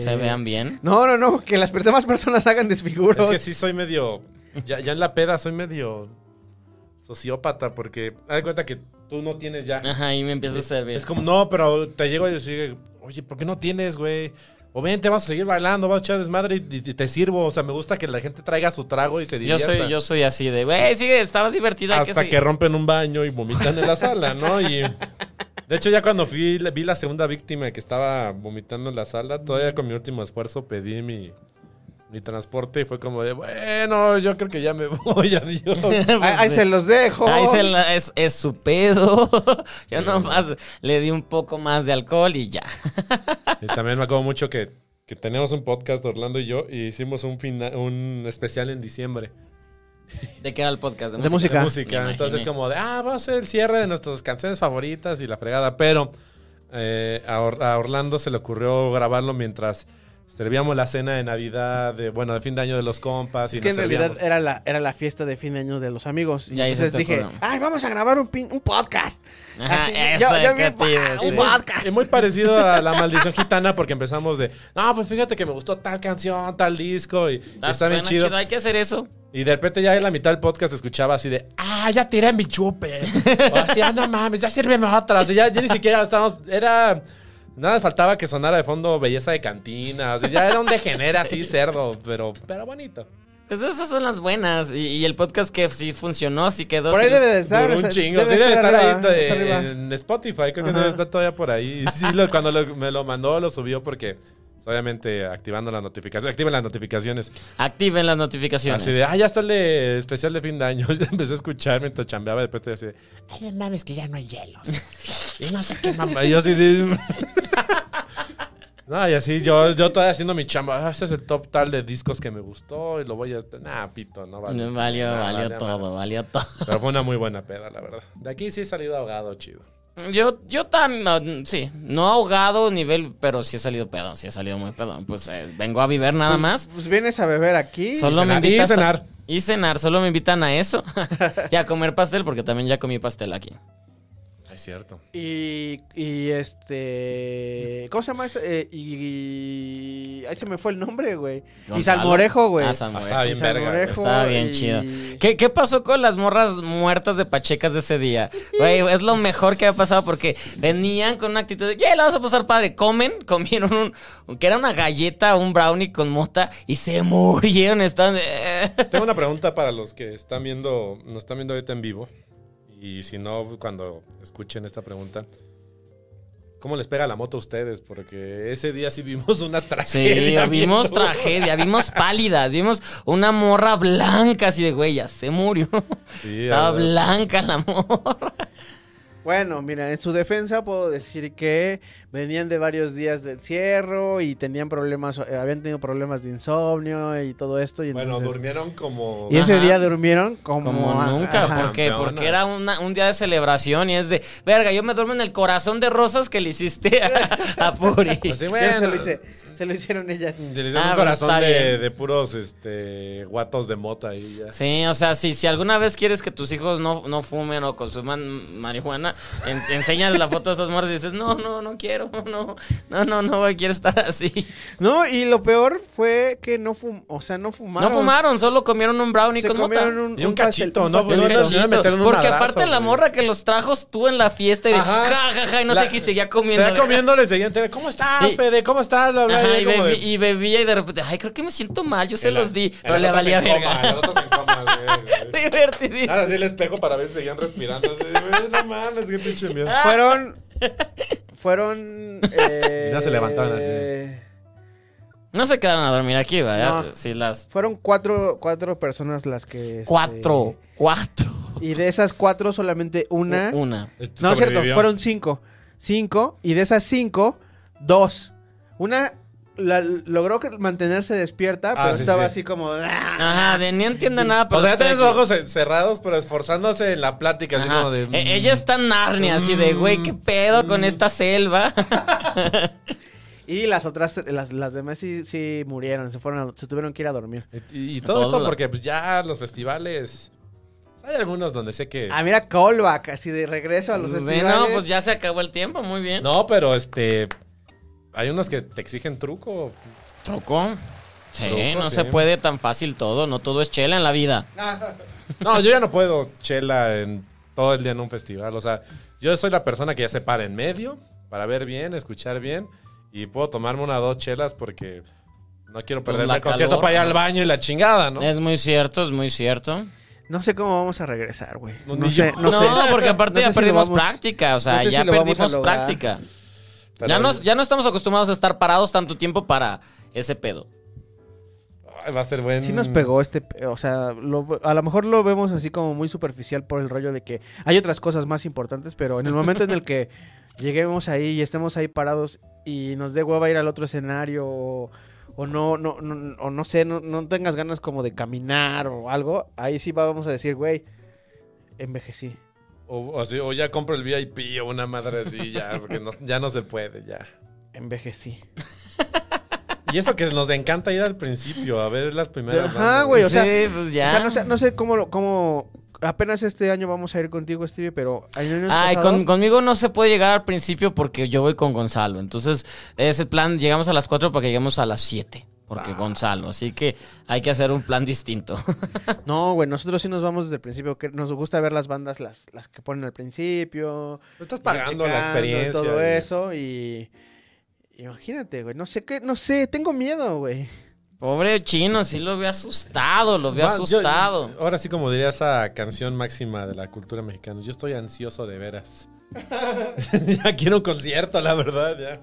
Speaker 1: *laughs* Se vean bien.
Speaker 2: No, no, no, que las per- demás personas hagan desfiguros.
Speaker 3: es que sí soy medio. Ya, ya en la peda soy medio sociópata porque haz de cuenta que tú no tienes ya.
Speaker 1: Ajá, y me empieza a servir.
Speaker 3: Es como, no, pero te llego y digo, oye, ¿por qué no tienes, güey? O bien te vas a seguir bailando, vas a echar desmadre y, y te sirvo. O sea, me gusta que la gente traiga su trago y se
Speaker 1: Yo
Speaker 3: divierta.
Speaker 1: soy, yo soy así de, güey, sí, estaba divertido. hay
Speaker 3: Hasta que,
Speaker 1: seguir". *laughs*
Speaker 3: rompen un baño y vomitan en la sala, ¿no? Y de hecho ya cuando fui, vi la segunda víctima que estaba vomitando en la sala, todavía con mi último esfuerzo pedí mi, mi transporte y fue como de, bueno, yo creo que ya me *laughs* voy, adiós.
Speaker 2: Ahí, ahí se Oh. los dejo.
Speaker 1: Pues, Ahí se la- es, es su pedo. *laughs* Yo nomás le di un poco más de alcohol y ya.
Speaker 3: Y también me acuerdo mucho que, que tenemos un podcast, Orlando y yo, y hicimos un, fina- un especial en diciembre.
Speaker 1: ¿De qué era el podcast?
Speaker 2: De música.
Speaker 3: de
Speaker 1: Me
Speaker 3: música. Entonces,
Speaker 1: imaginé.
Speaker 3: como de, ah, vamos a hacer el cierre de nuestras canciones favoritas y la fregada. Pero eh, a, Or- a Orlando se le ocurrió grabarlo mientras servíamos la cena de Navidad, de, bueno, de fin de año de los compas.
Speaker 2: Es
Speaker 3: y
Speaker 2: que en
Speaker 3: nos
Speaker 2: realidad
Speaker 3: servíamos.
Speaker 2: era la, era la fiesta de fin de año de los amigos. Y
Speaker 1: Ya, ahí se
Speaker 2: entonces
Speaker 1: te
Speaker 2: dije,
Speaker 1: ocurrió.
Speaker 2: ay, vamos a grabar un, pin- un podcast.
Speaker 1: Ajá,
Speaker 2: Así,
Speaker 1: eso
Speaker 2: yo- yo
Speaker 1: que
Speaker 2: bien-
Speaker 1: te iba a
Speaker 2: un
Speaker 3: Es
Speaker 1: decir.
Speaker 3: muy-
Speaker 2: podcast.
Speaker 3: Es muy parecido a la maldición gitana porque empezamos de, no, pues fíjate que me gustó tal canción, tal disco y, y
Speaker 1: Ah,
Speaker 3: está bien
Speaker 1: suena
Speaker 3: chido.
Speaker 1: Hay que hacer eso.
Speaker 3: Y de repente ya en la mitad del podcast escuchaba así de, ah, ya tiré mi chupe. O así, ah, no mames, ya sírveme otra. O sea, ya, ya ni siquiera estábamos, era, nada más faltaba que sonara de fondo belleza de cantina. O sea, ya era un degenera así cerdo, pero, pero bonito.
Speaker 1: Pues esas son las buenas. Y, y el podcast que sí funcionó, sí quedó.
Speaker 2: Por ahí
Speaker 1: sí
Speaker 2: debe de
Speaker 1: nos-
Speaker 2: estar.
Speaker 3: Duró
Speaker 2: o sea,
Speaker 3: un chingo. sí, debe estar
Speaker 2: arriba,
Speaker 3: ahí de-
Speaker 2: está arriba.
Speaker 3: en Spotify, creo que
Speaker 2: Ajá.
Speaker 3: debe estar todavía por ahí. Y Sí, lo- cuando lo- me lo mandó, lo subió porque, obviamente, activando las notificaciones, activen las notificaciones.
Speaker 1: Activen las notificaciones.
Speaker 3: Así de, ah, ya está el de especial de fin de año. *laughs* Yo empecé a escuchar mientras chambeaba. Después te decía, ay, no mames, que ya no hay hielo. y no sé qué mamá. Y yo así de- *laughs* No, y así yo, yo todavía haciendo mi chamba. Ah, este es el top tal de discos que me gustó y lo voy a. Nah, pito, no vale.
Speaker 1: valió, valió,
Speaker 3: Nah, vale,
Speaker 1: todo,
Speaker 3: madre.
Speaker 1: valió todo. *laughs*
Speaker 3: Pero fue una muy buena peda, la verdad. De aquí sí he salido ahogado, chido.
Speaker 1: Yo, yo también, sí, no ahogado nivel, pero sí he salido pedo, sí he salido muy pedo. Pues eh, vengo a vivir nada más.
Speaker 2: Pues vienes a beber aquí.
Speaker 1: Solo
Speaker 3: cenar.
Speaker 1: me invitas
Speaker 3: Y cenar.
Speaker 1: A, y cenar, solo me invitan a eso. *laughs* y a comer pastel, porque también ya comí pastel aquí.
Speaker 3: Es cierto.
Speaker 2: Y, y este. ¿Cómo se llama este? Eh, y, y- Ahí se me fue el nombre, güey. Y
Speaker 1: Gonzalo.
Speaker 2: Salmorejo, güey.
Speaker 1: Ah, salmorejo.
Speaker 3: Está bien, verga. güey.
Speaker 2: Salmorejo
Speaker 1: Estaba bien
Speaker 2: y-
Speaker 1: chido. ¿Qué, qué pasó con las morras muertas de Pachecas de ese día? Güey, es lo mejor que ha pasado porque venían con una actitud de, ¡Yeah, la vamos a pasar padre! Comen, *laughs* comieron un, un- que era una galleta, un brownie con mota y se *laughs* murieron. Estaban de, *laughs* "Eh".
Speaker 3: Tengo una pregunta para los que están viendo, nos están viendo ahorita en vivo. Y si no, cuando escuchen esta pregunta, ¿cómo les pega la moto a ustedes? Porque ese día sí vimos una
Speaker 1: Sí,
Speaker 3: tragedia.
Speaker 1: vimos
Speaker 3: bien dura.
Speaker 1: tragedia, vimos pálidas, vimos una morra blanca así de, güey, ya se murió.
Speaker 3: *laughs*
Speaker 1: *laughs*
Speaker 3: Sí,
Speaker 1: Estaba
Speaker 3: la verdad.
Speaker 1: blanca la morra.
Speaker 2: Bueno, mira, en su defensa puedo decir que venían de varios días de encierro y tenían problemas, eh, habían tenido problemas de insomnio y todo esto. Y
Speaker 3: Bueno,
Speaker 2: entonces-
Speaker 3: durmieron como.
Speaker 2: Y ese
Speaker 1: Ajá.
Speaker 2: día durmieron como,
Speaker 1: Como nunca,
Speaker 2: ajá.
Speaker 1: ¿por qué?
Speaker 3: Campeonas.
Speaker 1: Porque era una- un día de celebración y es de, verga, yo me duermo en el corazón de rosas que le hiciste a, a
Speaker 3: *laughs*
Speaker 1: Puri.
Speaker 3: Pues
Speaker 2: Ya
Speaker 3: sí,
Speaker 2: no
Speaker 3: bueno.
Speaker 2: se, lo hice, se lo hicieron ellas.
Speaker 3: Te le hicieron
Speaker 1: Ah,
Speaker 3: un
Speaker 1: pero está
Speaker 3: corazón de,
Speaker 1: bien.
Speaker 3: de puros este, guatos de mota ahí ya.
Speaker 1: Sí, o sea, si, si alguna vez quieres que tus hijos no, no fumen o consuman marihuana, en- enséñales la foto de esas morras y dices, no, no, no quiero, *laughs* no, no, no, no quiero estar así.
Speaker 2: No, y lo peor fue que no fum, o sea, no fumaron.
Speaker 1: No fumaron, solo comieron un brownie
Speaker 2: Se
Speaker 1: con mota.
Speaker 2: comieron un,
Speaker 3: Y un
Speaker 2: pastel-
Speaker 3: cachito, ¿no?
Speaker 2: pastelito.
Speaker 1: Un
Speaker 3: No, no, no,
Speaker 1: cachito,
Speaker 3: me metieron un
Speaker 1: porque
Speaker 3: madrazo,
Speaker 1: aparte la
Speaker 3: güey.
Speaker 1: morra que los trajos tú en la fiesta y de
Speaker 3: Ajá.
Speaker 1: ja, ja, ja, y no
Speaker 3: La-
Speaker 1: sé qué, y seguía comiendo.
Speaker 3: Seguía comiéndole, seguía entera. ¿Cómo estás,
Speaker 1: Y-
Speaker 3: Fede? ¿Cómo estás? Bla, bla,
Speaker 1: Ajá,
Speaker 3: y
Speaker 1: y,
Speaker 3: como de-
Speaker 1: bebí- y bebía y de repente, ay, creo que me siento mal, yo se
Speaker 3: El-
Speaker 1: los di,
Speaker 3: el
Speaker 1: pero le
Speaker 3: otro
Speaker 1: valía
Speaker 3: se encoma, el
Speaker 1: verga.
Speaker 3: otro se
Speaker 1: *laughs*
Speaker 3: encoma, güey, güey.
Speaker 1: Divertidísimo.
Speaker 3: Nada, Ah, así el espejo para ver si seguían respirando. así, güey, no mames, qué pinche miedo.
Speaker 1: Ah.
Speaker 2: Fueron.
Speaker 1: *laughs*
Speaker 2: Fueron. eh,
Speaker 3: Ya se levantaban así.
Speaker 1: No se quedaron a dormir aquí, ¿verdad?
Speaker 2: No. Este,
Speaker 1: Sí, las
Speaker 2: Fueron cuatro, cuatro personas las que. este,
Speaker 1: cuatro, cuatro,
Speaker 2: Y de esas cuatro, solamente una.
Speaker 1: una.
Speaker 2: No, es cierto, fueron cinco. Cinco, y de esas cinco, dos. Una la- logró que- mantenerse despierta,
Speaker 3: Ah,
Speaker 2: pero
Speaker 3: sí,
Speaker 2: estaba
Speaker 3: sí.
Speaker 2: así como. "Ah".
Speaker 1: Ajá, de ni entiende nada, pero
Speaker 3: O sea, ya
Speaker 1: está
Speaker 3: tenés
Speaker 1: aquí.
Speaker 3: los ojos ce- cerrados, pero esforzándose en la plática, así
Speaker 1: Ajá.
Speaker 3: como de. "Mm".
Speaker 1: E- Ella está en Narnia, así de, güey, qué pedo
Speaker 2: Mm.
Speaker 1: con esta selva.
Speaker 2: Y las otras, las, las demás sí, sí murieron, se fueron a- se tuvieron que ir a dormir.
Speaker 3: Y, y todo
Speaker 1: Todo
Speaker 3: esto
Speaker 1: la-
Speaker 3: porque pues, ya los festivales. Hay algunos donde sé que.
Speaker 2: Ah, mira, callback, así de
Speaker 1: *laughs*
Speaker 2: regreso a los
Speaker 1: Bueno,
Speaker 2: festivales.
Speaker 1: pues ya se acabó el tiempo, muy bien.
Speaker 3: No, pero este. Hay unos que te exigen truco.
Speaker 1: Truco. Sí,
Speaker 3: Truco,
Speaker 1: no
Speaker 3: sí.
Speaker 1: se puede tan fácil todo, no todo es chela en la vida.
Speaker 3: No, yo ya no puedo chela en todo el día en un festival. O sea, yo soy la persona que ya se para en medio para ver bien, escuchar bien. Y puedo tomarme una o dos chelas porque no quiero
Speaker 1: Pues
Speaker 3: perderme
Speaker 1: la
Speaker 3: el concierto
Speaker 1: calor,
Speaker 3: para ir al
Speaker 1: ¿no?
Speaker 3: baño y la chingada, ¿no?
Speaker 1: Es muy cierto, es muy cierto.
Speaker 2: No sé cómo vamos a regresar, güey.
Speaker 3: No,
Speaker 2: No,
Speaker 3: ni
Speaker 2: sé,
Speaker 3: yo.
Speaker 1: No,
Speaker 2: no, sé.
Speaker 1: porque aparte
Speaker 2: No sé
Speaker 1: ya
Speaker 2: si lo
Speaker 1: perdimos
Speaker 2: vamos-
Speaker 1: práctica, o sea,
Speaker 2: no sé si
Speaker 1: ya
Speaker 2: lo vamos a
Speaker 1: perdimos
Speaker 2: lograr.
Speaker 1: práctica.
Speaker 3: Pero-
Speaker 1: Ya no, ya no estamos acostumbrados a estar parados tanto tiempo para ese pedo.
Speaker 3: Ay, va a ser buen.
Speaker 2: Sí
Speaker 1: Mm.
Speaker 2: nos pegó este, pe- o sea, lo- a lo mejor lo vemos así como muy superficial por el rollo de que hay otras cosas más importantes, pero en el momento en
Speaker 1: *laughs*
Speaker 2: el que lleguemos ahí y estemos ahí parados y nos dé hueva ir al otro escenario o, o no, no, no, o no sé, no, no tengas ganas como de caminar o algo, ahí sí vamos a decir, güey, envejecí.
Speaker 3: O, o sí, o ya compro el VIP o una madre así, ya, porque no- ya no se puede, ya.
Speaker 2: Envejecí.
Speaker 3: Y eso que nos encanta ir al principio, a ver las primeras.
Speaker 2: Ajá,
Speaker 3: bandas.
Speaker 2: güey, o sea,
Speaker 1: Sí, pues ya.
Speaker 2: O sea, no sé, no sé cómo, lo- cómo apenas este año vamos a ir contigo, Stevie, pero en años
Speaker 1: Ay,
Speaker 2: pasados-
Speaker 1: con- conmigo no se puede llegar al principio porque yo voy con Gonzalo. Entonces, ese plan, llegamos a las 4 para que lleguemos a las 7.
Speaker 2: Ah.
Speaker 1: Porque Gonzalo, así que hay que hacer un plan distinto. *laughs*
Speaker 2: No, güey, nosotros sí nos vamos desde el principio. Que nos gusta ver las bandas, las, las que ponen al principio.
Speaker 3: Tú estás
Speaker 2: ir
Speaker 3: pagando la
Speaker 2: checando
Speaker 3: experiencia.
Speaker 2: Todo
Speaker 3: güey.
Speaker 2: eso y... Imagínate, güey. No sé qué, no sé, tengo miedo, güey.
Speaker 1: Pobre chino, sí lo veo asustado, lo veo
Speaker 3: Va, yo-
Speaker 1: asustado.
Speaker 3: ahora sí, como diría esa canción máxima de la cultura mexicana, yo estoy ansioso de veras. *laughs* ya quiero un concierto, la verdad, ya.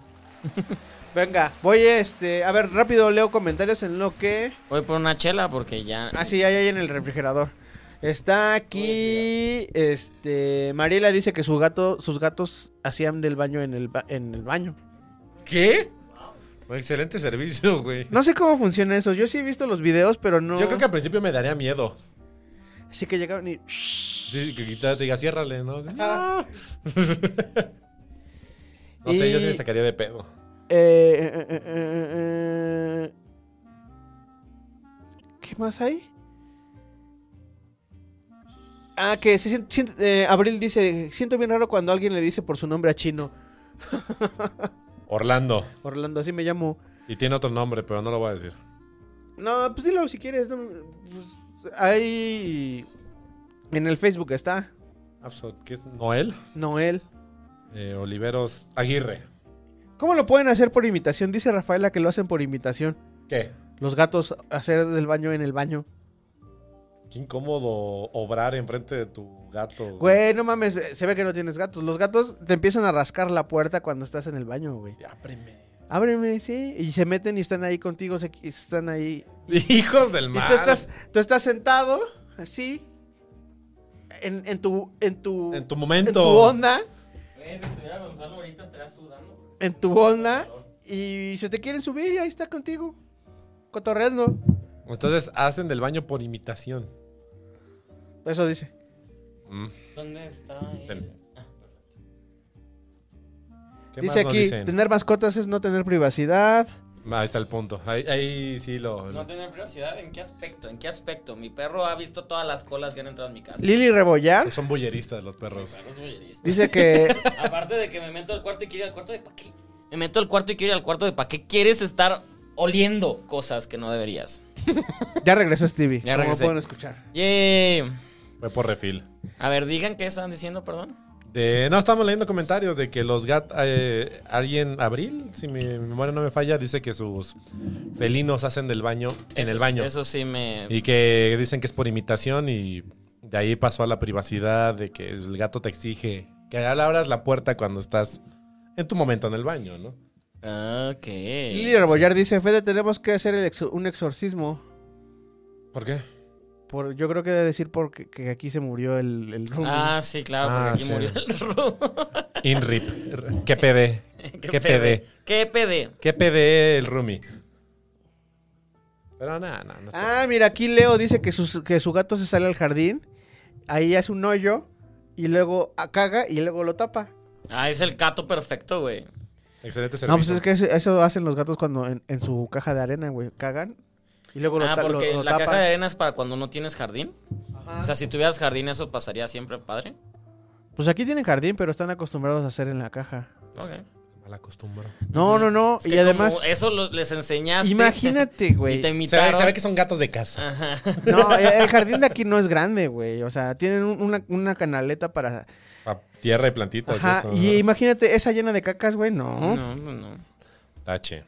Speaker 2: Venga, voy este. A ver, rápido leo comentarios en lo que.
Speaker 1: Voy por una chela porque ya.
Speaker 2: Ah, sí, ahí hay en el refrigerador. Está aquí. Este. Mariela dice que su gato, sus gatos hacían del baño en el, ba- en el baño.
Speaker 3: ¿Qué? Pues, Excelente servicio, güey.
Speaker 2: No sé cómo funciona eso. Yo sí he visto los videos, pero no.
Speaker 3: Yo creo que al principio me daría miedo.
Speaker 2: Así que llegaron y.
Speaker 3: Sí, que quizás te diga, ciérrale, ¿no?
Speaker 2: *laughs*
Speaker 3: No, No sé, yo sí me
Speaker 2: Y-
Speaker 3: sacaría de pedo.
Speaker 2: Eh, eh, eh, eh, eh, ¿Qué más hay? Ah, que se sien- sien- eh, Abril dice, siento bien raro cuando alguien le dice por su nombre a Chino.
Speaker 3: Orlando.
Speaker 2: Orlando, así me llamo.
Speaker 3: Y tiene otro nombre, pero no lo voy a decir.
Speaker 2: No, pues dilo si quieres. no, pues, ahí en el Facebook está
Speaker 3: Absol- ¿Qué es? ¿Noel?
Speaker 2: Noel.
Speaker 3: Eh, Oliveros Aguirre.
Speaker 2: ¿Cómo lo pueden hacer por imitación? Dice Rafaela que lo hacen por imitación.
Speaker 3: ¿Qué?
Speaker 2: Los gatos hacer del baño en el baño.
Speaker 3: Qué incómodo obrar enfrente de tu gato.
Speaker 2: Güey, no mames, eh, se ve que no tienes gatos. Los gatos te empiezan a rascar la puerta cuando estás en el baño, güey.
Speaker 3: Sí, ábreme.
Speaker 2: Ábreme, sí. Y se meten y están ahí contigo, se- y están ahí.
Speaker 3: *laughs* Hijos del
Speaker 2: Y
Speaker 3: mar.
Speaker 2: tú estás, tú estás sentado, así, en, en tu, en tu...
Speaker 3: En tu
Speaker 2: en
Speaker 3: momento.
Speaker 2: tu onda,
Speaker 1: Si estuviera Gonzalo ahorita estaría sudando.
Speaker 2: en tu onda. Y se te quieren subir y ahí está contigo, cotorreando.
Speaker 3: Ustedes hacen del baño por imitación. Mm.
Speaker 2: Eso dice.
Speaker 1: ¿Dónde está?
Speaker 3: Ten- ¿Qué
Speaker 2: Dice
Speaker 3: más nos
Speaker 2: aquí,
Speaker 3: dicen? Ah,
Speaker 2: tener mascotas es no tener privacidad.
Speaker 3: Ahí está el punto. Ahí, ahí sí lo.
Speaker 1: No tener privacidad, ¿en qué aspecto? ¿En qué aspecto? Mi perro ha visto todas las colas que han entrado en mi casa.
Speaker 2: Lili Rebollar
Speaker 3: Son bulleristas los perros.
Speaker 1: Perros bolleristas.
Speaker 2: dice
Speaker 3: *laughs*
Speaker 2: que
Speaker 1: Aparte de que me meto al cuarto y quiero ir al cuarto de pa' qué. Me meto al cuarto y quiero ir al cuarto de pa' qué quieres estar oliendo cosas que no deberías.
Speaker 2: ya regresó Stevie.
Speaker 1: Ya
Speaker 2: como
Speaker 1: regresé.
Speaker 2: pueden escuchar.
Speaker 1: Yay.
Speaker 3: Fue por refil.
Speaker 1: A ver, digan qué están diciendo, perdón.
Speaker 3: De, no, estamos leyendo comentarios de que los gatos. alguien, Abril, si mi memoria no me falla, dice que sus felinos hacen del baño en
Speaker 1: Eso
Speaker 3: el
Speaker 1: sí-
Speaker 3: baño.
Speaker 1: Eso sí me.
Speaker 3: Y que dicen que es por imitación y de ahí pasó a la privacidad, de que el gato te exige que abras la puerta cuando estás en tu momento en el baño, ¿no?
Speaker 1: Ok.
Speaker 2: Lili Rebollar dice, Fede, tenemos que hacer el exor- un exorcismo.
Speaker 3: ¿Por qué?
Speaker 2: Por, yo creo que debe decir porque que aquí se murió el, el Rumi.
Speaker 1: Ah, sí, claro, porque
Speaker 3: Ah,
Speaker 1: aquí
Speaker 3: sí.
Speaker 1: murió el *laughs* Ru.
Speaker 3: INRIP. ¿Qué PD?
Speaker 1: ¿Qué,
Speaker 3: ¿Qué PD?
Speaker 1: pd? ¿Qué PD?
Speaker 3: ¿Qué PD el Rumi? Pero nada, nada. No sé.
Speaker 2: Ah, mira, aquí Leo dice que, sus- que su gato se sale al jardín, ahí hace un hoyo y luego ah, caga y luego lo tapa.
Speaker 1: Ah, es el gato perfecto, güey.
Speaker 3: Excelente servicio.
Speaker 2: No, pues es que eso, eso hacen los gatos cuando en, en su caja de arena, güey, cagan y luego lo,
Speaker 1: Ah,
Speaker 2: ta- lo-
Speaker 1: porque
Speaker 2: lo
Speaker 1: la
Speaker 2: tapan.
Speaker 1: caja de arena es para cuando no tienes jardín. O sea, si tuvieras jardín, ¿eso pasaría siempre, padre?
Speaker 2: Pues aquí tienen jardín, pero están acostumbrados a hacer en la caja.
Speaker 1: Ok.
Speaker 3: Mal acostumbro.
Speaker 2: No, no, no.
Speaker 1: Es que
Speaker 2: y además,
Speaker 1: como eso lo- les enseñaste.
Speaker 2: imagínate,
Speaker 1: Y te
Speaker 2: güey.
Speaker 3: Se ve,
Speaker 1: imitaron.
Speaker 3: se ve que son gatos de casa.
Speaker 2: No, el jardín de aquí no es grande, güey. O sea, tienen un- una, una canaleta para...
Speaker 3: Pa- Tierra y plantitas.
Speaker 2: Ah. Ajá.
Speaker 3: eso,
Speaker 2: Y
Speaker 3: ¿no?
Speaker 2: imagínate esa llena de cacas, güey. No.
Speaker 1: *laughs* No, pues no, no.
Speaker 3: Tache.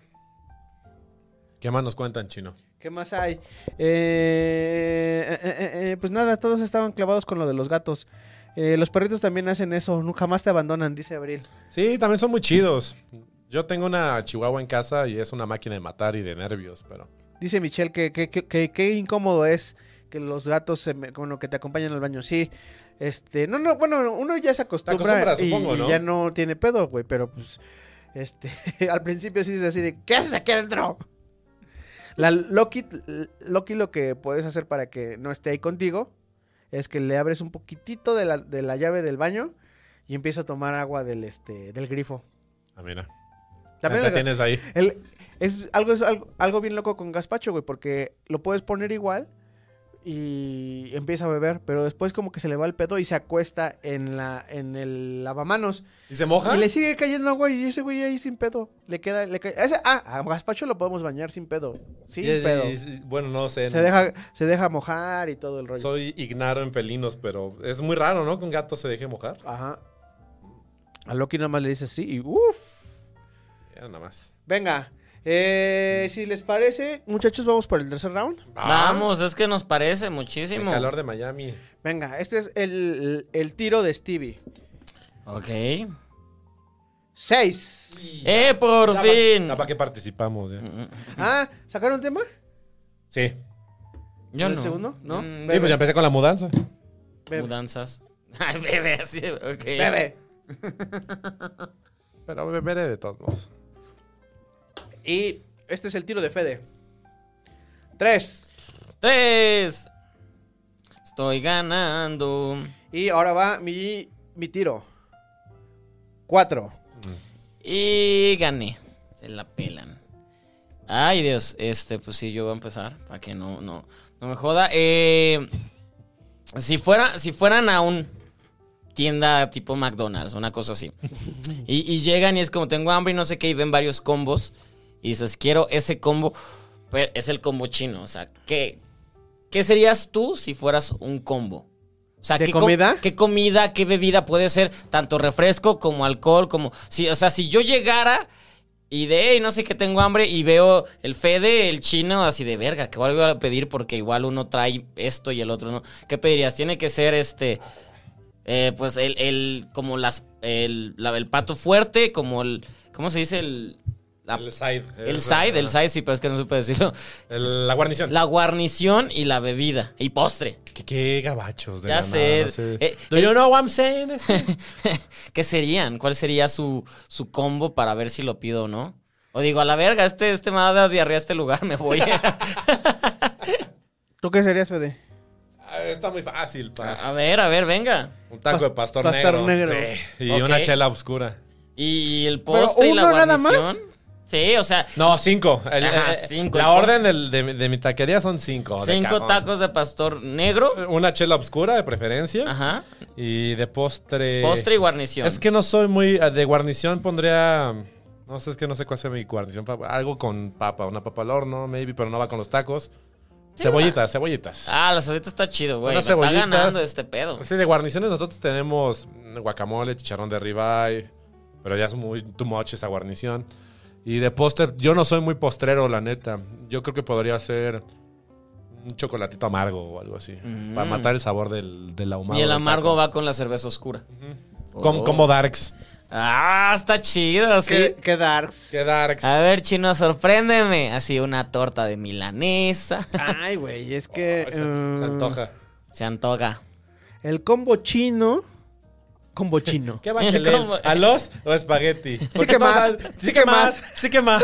Speaker 3: ¿Qué más nos cuentan, chino?
Speaker 2: ¿Qué más hay? Eh, eh, eh, eh, pues nada, todos estaban clavados con lo de los gatos. Eh, los perritos también hacen eso, nu- jamás te abandonan, dice Abril.
Speaker 3: Sí, también son muy chidos. Yo tengo una chihuahua en casa y es una máquina de matar y de nervios, pero...
Speaker 2: Dice Michelle que que- que- que- qué incómodo es que los gatos se me- con lo que te acompañan al baño. Sí, este, no, no, bueno, uno ya se acostumbra
Speaker 3: acostumbras,
Speaker 2: y,
Speaker 3: supongo,
Speaker 2: y
Speaker 3: ¿no?
Speaker 2: ya no tiene pedo, güey, pero pues, este, *laughs* al principio sí es así de, ¿qué haces aquí adentro? La Loki, Loki lo que puedes hacer para que no esté ahí contigo es que le abres un poquitito de la, de la llave del baño y empieza a tomar agua del, este, del grifo.
Speaker 3: Ah, mira.
Speaker 2: También
Speaker 3: Neta,
Speaker 2: el-
Speaker 3: tienes ahí.
Speaker 2: el- es, algo, es algo, algo bien loco con gazpacho, güey, porque lo puedes poner igual y empieza a beber, pero después como que se le va el pedo y se acuesta en la en el lavamanos
Speaker 3: ¿Y se moja?
Speaker 2: y le sigue cayendo agua y ese güey ahí sin pedo, le queda le cae- ese- ah, a gazpacho lo podemos bañar sin pedo, sin
Speaker 3: Y- y-
Speaker 2: pedo.
Speaker 3: y- bueno, no sé.
Speaker 2: se
Speaker 3: no-
Speaker 2: deja se deja mojar y todo el rollo.
Speaker 3: Soy ignaro en felinos, pero es muy raro, ¿no? Que un gato se deje mojar.
Speaker 2: Ajá. A Loki nada más le dice sí y uff.
Speaker 3: Ya nada más.
Speaker 2: Venga, eh, si les parece, muchachos, vamos por el tercer round.
Speaker 1: Vamos, es que nos parece
Speaker 3: Ah, El
Speaker 1: muchísimo.
Speaker 3: calor de Miami.
Speaker 2: Venga, este es el, el tiro de Stevie.
Speaker 1: Ok.
Speaker 2: 6.
Speaker 1: ¡Eh, por
Speaker 3: Ya pa-
Speaker 1: fin!
Speaker 3: ya pa' que participamos. ya.
Speaker 2: Ah, ¿sacaron tema?
Speaker 3: Sí.
Speaker 1: Yo
Speaker 2: ¿El
Speaker 1: no.
Speaker 2: segundo? ¿No?
Speaker 1: Mm,
Speaker 3: Sí, pues ya empecé con la mudanza.
Speaker 2: Bebe.
Speaker 1: mudanzas. *laughs* Ay, bebé, así. Ok.
Speaker 2: Bebe.
Speaker 3: Pero beberé de todos modos.
Speaker 2: Y este es el tiro de Fede. 3.
Speaker 1: Tres. Estoy ganando.
Speaker 2: Y ahora va mi, mi tiro. 4.
Speaker 1: Y gané. Se la pelan. Ay, Dios. Este, pues sí, yo voy a empezar. Para que no, no, no me joda. Eh, si, fuera, si fueran a un tienda tipo McDonald's, una cosa así. Y, y llegan y es como tengo hambre y no sé qué, y ven varios combos. Y dices, quiero ese combo. Pero es el combo chino. O sea, ¿qué, qué serías tú si fueras un combo? O sea,
Speaker 2: ¿De
Speaker 1: ¿qué com-
Speaker 2: comida?
Speaker 1: ¿Qué comida, qué bebida puede ser? Tanto refresco como alcohol, como. Si, o sea, si yo llegara y de, "Ey, no sé qué tengo hambre, y veo el Fede, el chino, así de verga, que voy a pedir porque igual uno trae esto y el otro no. ¿Qué pedirías? Tiene que ser este. Eh, pues el, el- como las, el, la- el pato fuerte, como el, ¿cómo se dice? El, la-
Speaker 3: Ah, el side.
Speaker 1: el side, el side, sí, pero es que no supe
Speaker 3: *laughs*
Speaker 1: decirlo.
Speaker 3: El- la guarnición.
Speaker 1: La guarnición y la bebida, y postre.
Speaker 3: ¿Qué, qué gabachos. De
Speaker 1: Ya
Speaker 3: la
Speaker 1: sé.
Speaker 3: nada, sí.
Speaker 1: Eh,
Speaker 3: Do you know what I'm saying?
Speaker 1: ¿Qué serían? ¿Cuál sería su, su combo para ver si lo pido o no? O digo, a la verga, este, este me va a dar diarrea a este lugar, me voy.
Speaker 3: *laughs*
Speaker 2: ¿Tú qué serías, Fede?
Speaker 3: Ah, Está muy fácil. pa.
Speaker 1: a ver, a ver, venga.
Speaker 3: Un taco de pastor,
Speaker 2: pastor
Speaker 3: negro.
Speaker 2: negro.
Speaker 3: Sí. Y
Speaker 1: Ok.
Speaker 3: una chela oscura.
Speaker 1: Y el
Speaker 2: ¿Pero
Speaker 1: postre y la
Speaker 2: uno nada
Speaker 1: guarnición.
Speaker 2: más?
Speaker 1: Sí, o sea,
Speaker 3: No, cinco. El-
Speaker 1: Ajá,
Speaker 3: eh, eh,
Speaker 1: cinco.
Speaker 3: La orden del- de, de mi taquería son cinco. Oh, de
Speaker 1: cinco
Speaker 3: cajón. Eh,
Speaker 1: tacos de pastor negro.
Speaker 3: Una chela oscura de preferencia.
Speaker 1: Ajá.
Speaker 3: Y de postre.
Speaker 1: Postre y guarnición.
Speaker 3: Es que no soy muy. eh, De guarnición pondría. No sé, es que no sé cuál sea mi guarnición. pa- Algo con papa, una papa al horno, maybe, pero no va con los tacos. cebollitas, cebollitas.
Speaker 1: Ah, la cebollita está chido, güey. La
Speaker 3: Unas
Speaker 1: está
Speaker 3: cebollitas.
Speaker 1: ganando este pedo.
Speaker 3: Sí, de guarniciones nosotros tenemos mm, guacamole, chicharrón de ribeye, pero ya es muy too much esa guarnición. Y de postre, yo no soy muy postrero, la neta. Yo creo que podría ser un chocolatito amargo o algo así, para matar el sabor del, del ahumado.
Speaker 1: Mm. Y el
Speaker 3: del
Speaker 1: amargo
Speaker 3: taco.
Speaker 1: va con la cerveza oscura.
Speaker 3: Com-
Speaker 1: Oh.
Speaker 3: Como darks.
Speaker 1: Ah, está chido, sí.
Speaker 2: ¿Qué, qué darks?
Speaker 3: ¿Qué darks?
Speaker 1: A ver, chino, sorpréndeme. Así una torta de milanesa. *laughs*
Speaker 2: Ay, güey, es que...
Speaker 3: *laughs* Ay, se, se
Speaker 2: eh,
Speaker 3: antoja.
Speaker 1: Se antoja.
Speaker 2: El combo
Speaker 3: *laughs*
Speaker 2: chino... Combo chino.
Speaker 3: ¿Qué
Speaker 1: *laughs*
Speaker 3: va a querer?
Speaker 1: ¿Cómo?
Speaker 3: ¿A los o espagueti? Porque
Speaker 2: que
Speaker 3: todos
Speaker 2: más,
Speaker 3: hablan- Sí que más. Sí que *laughs* más.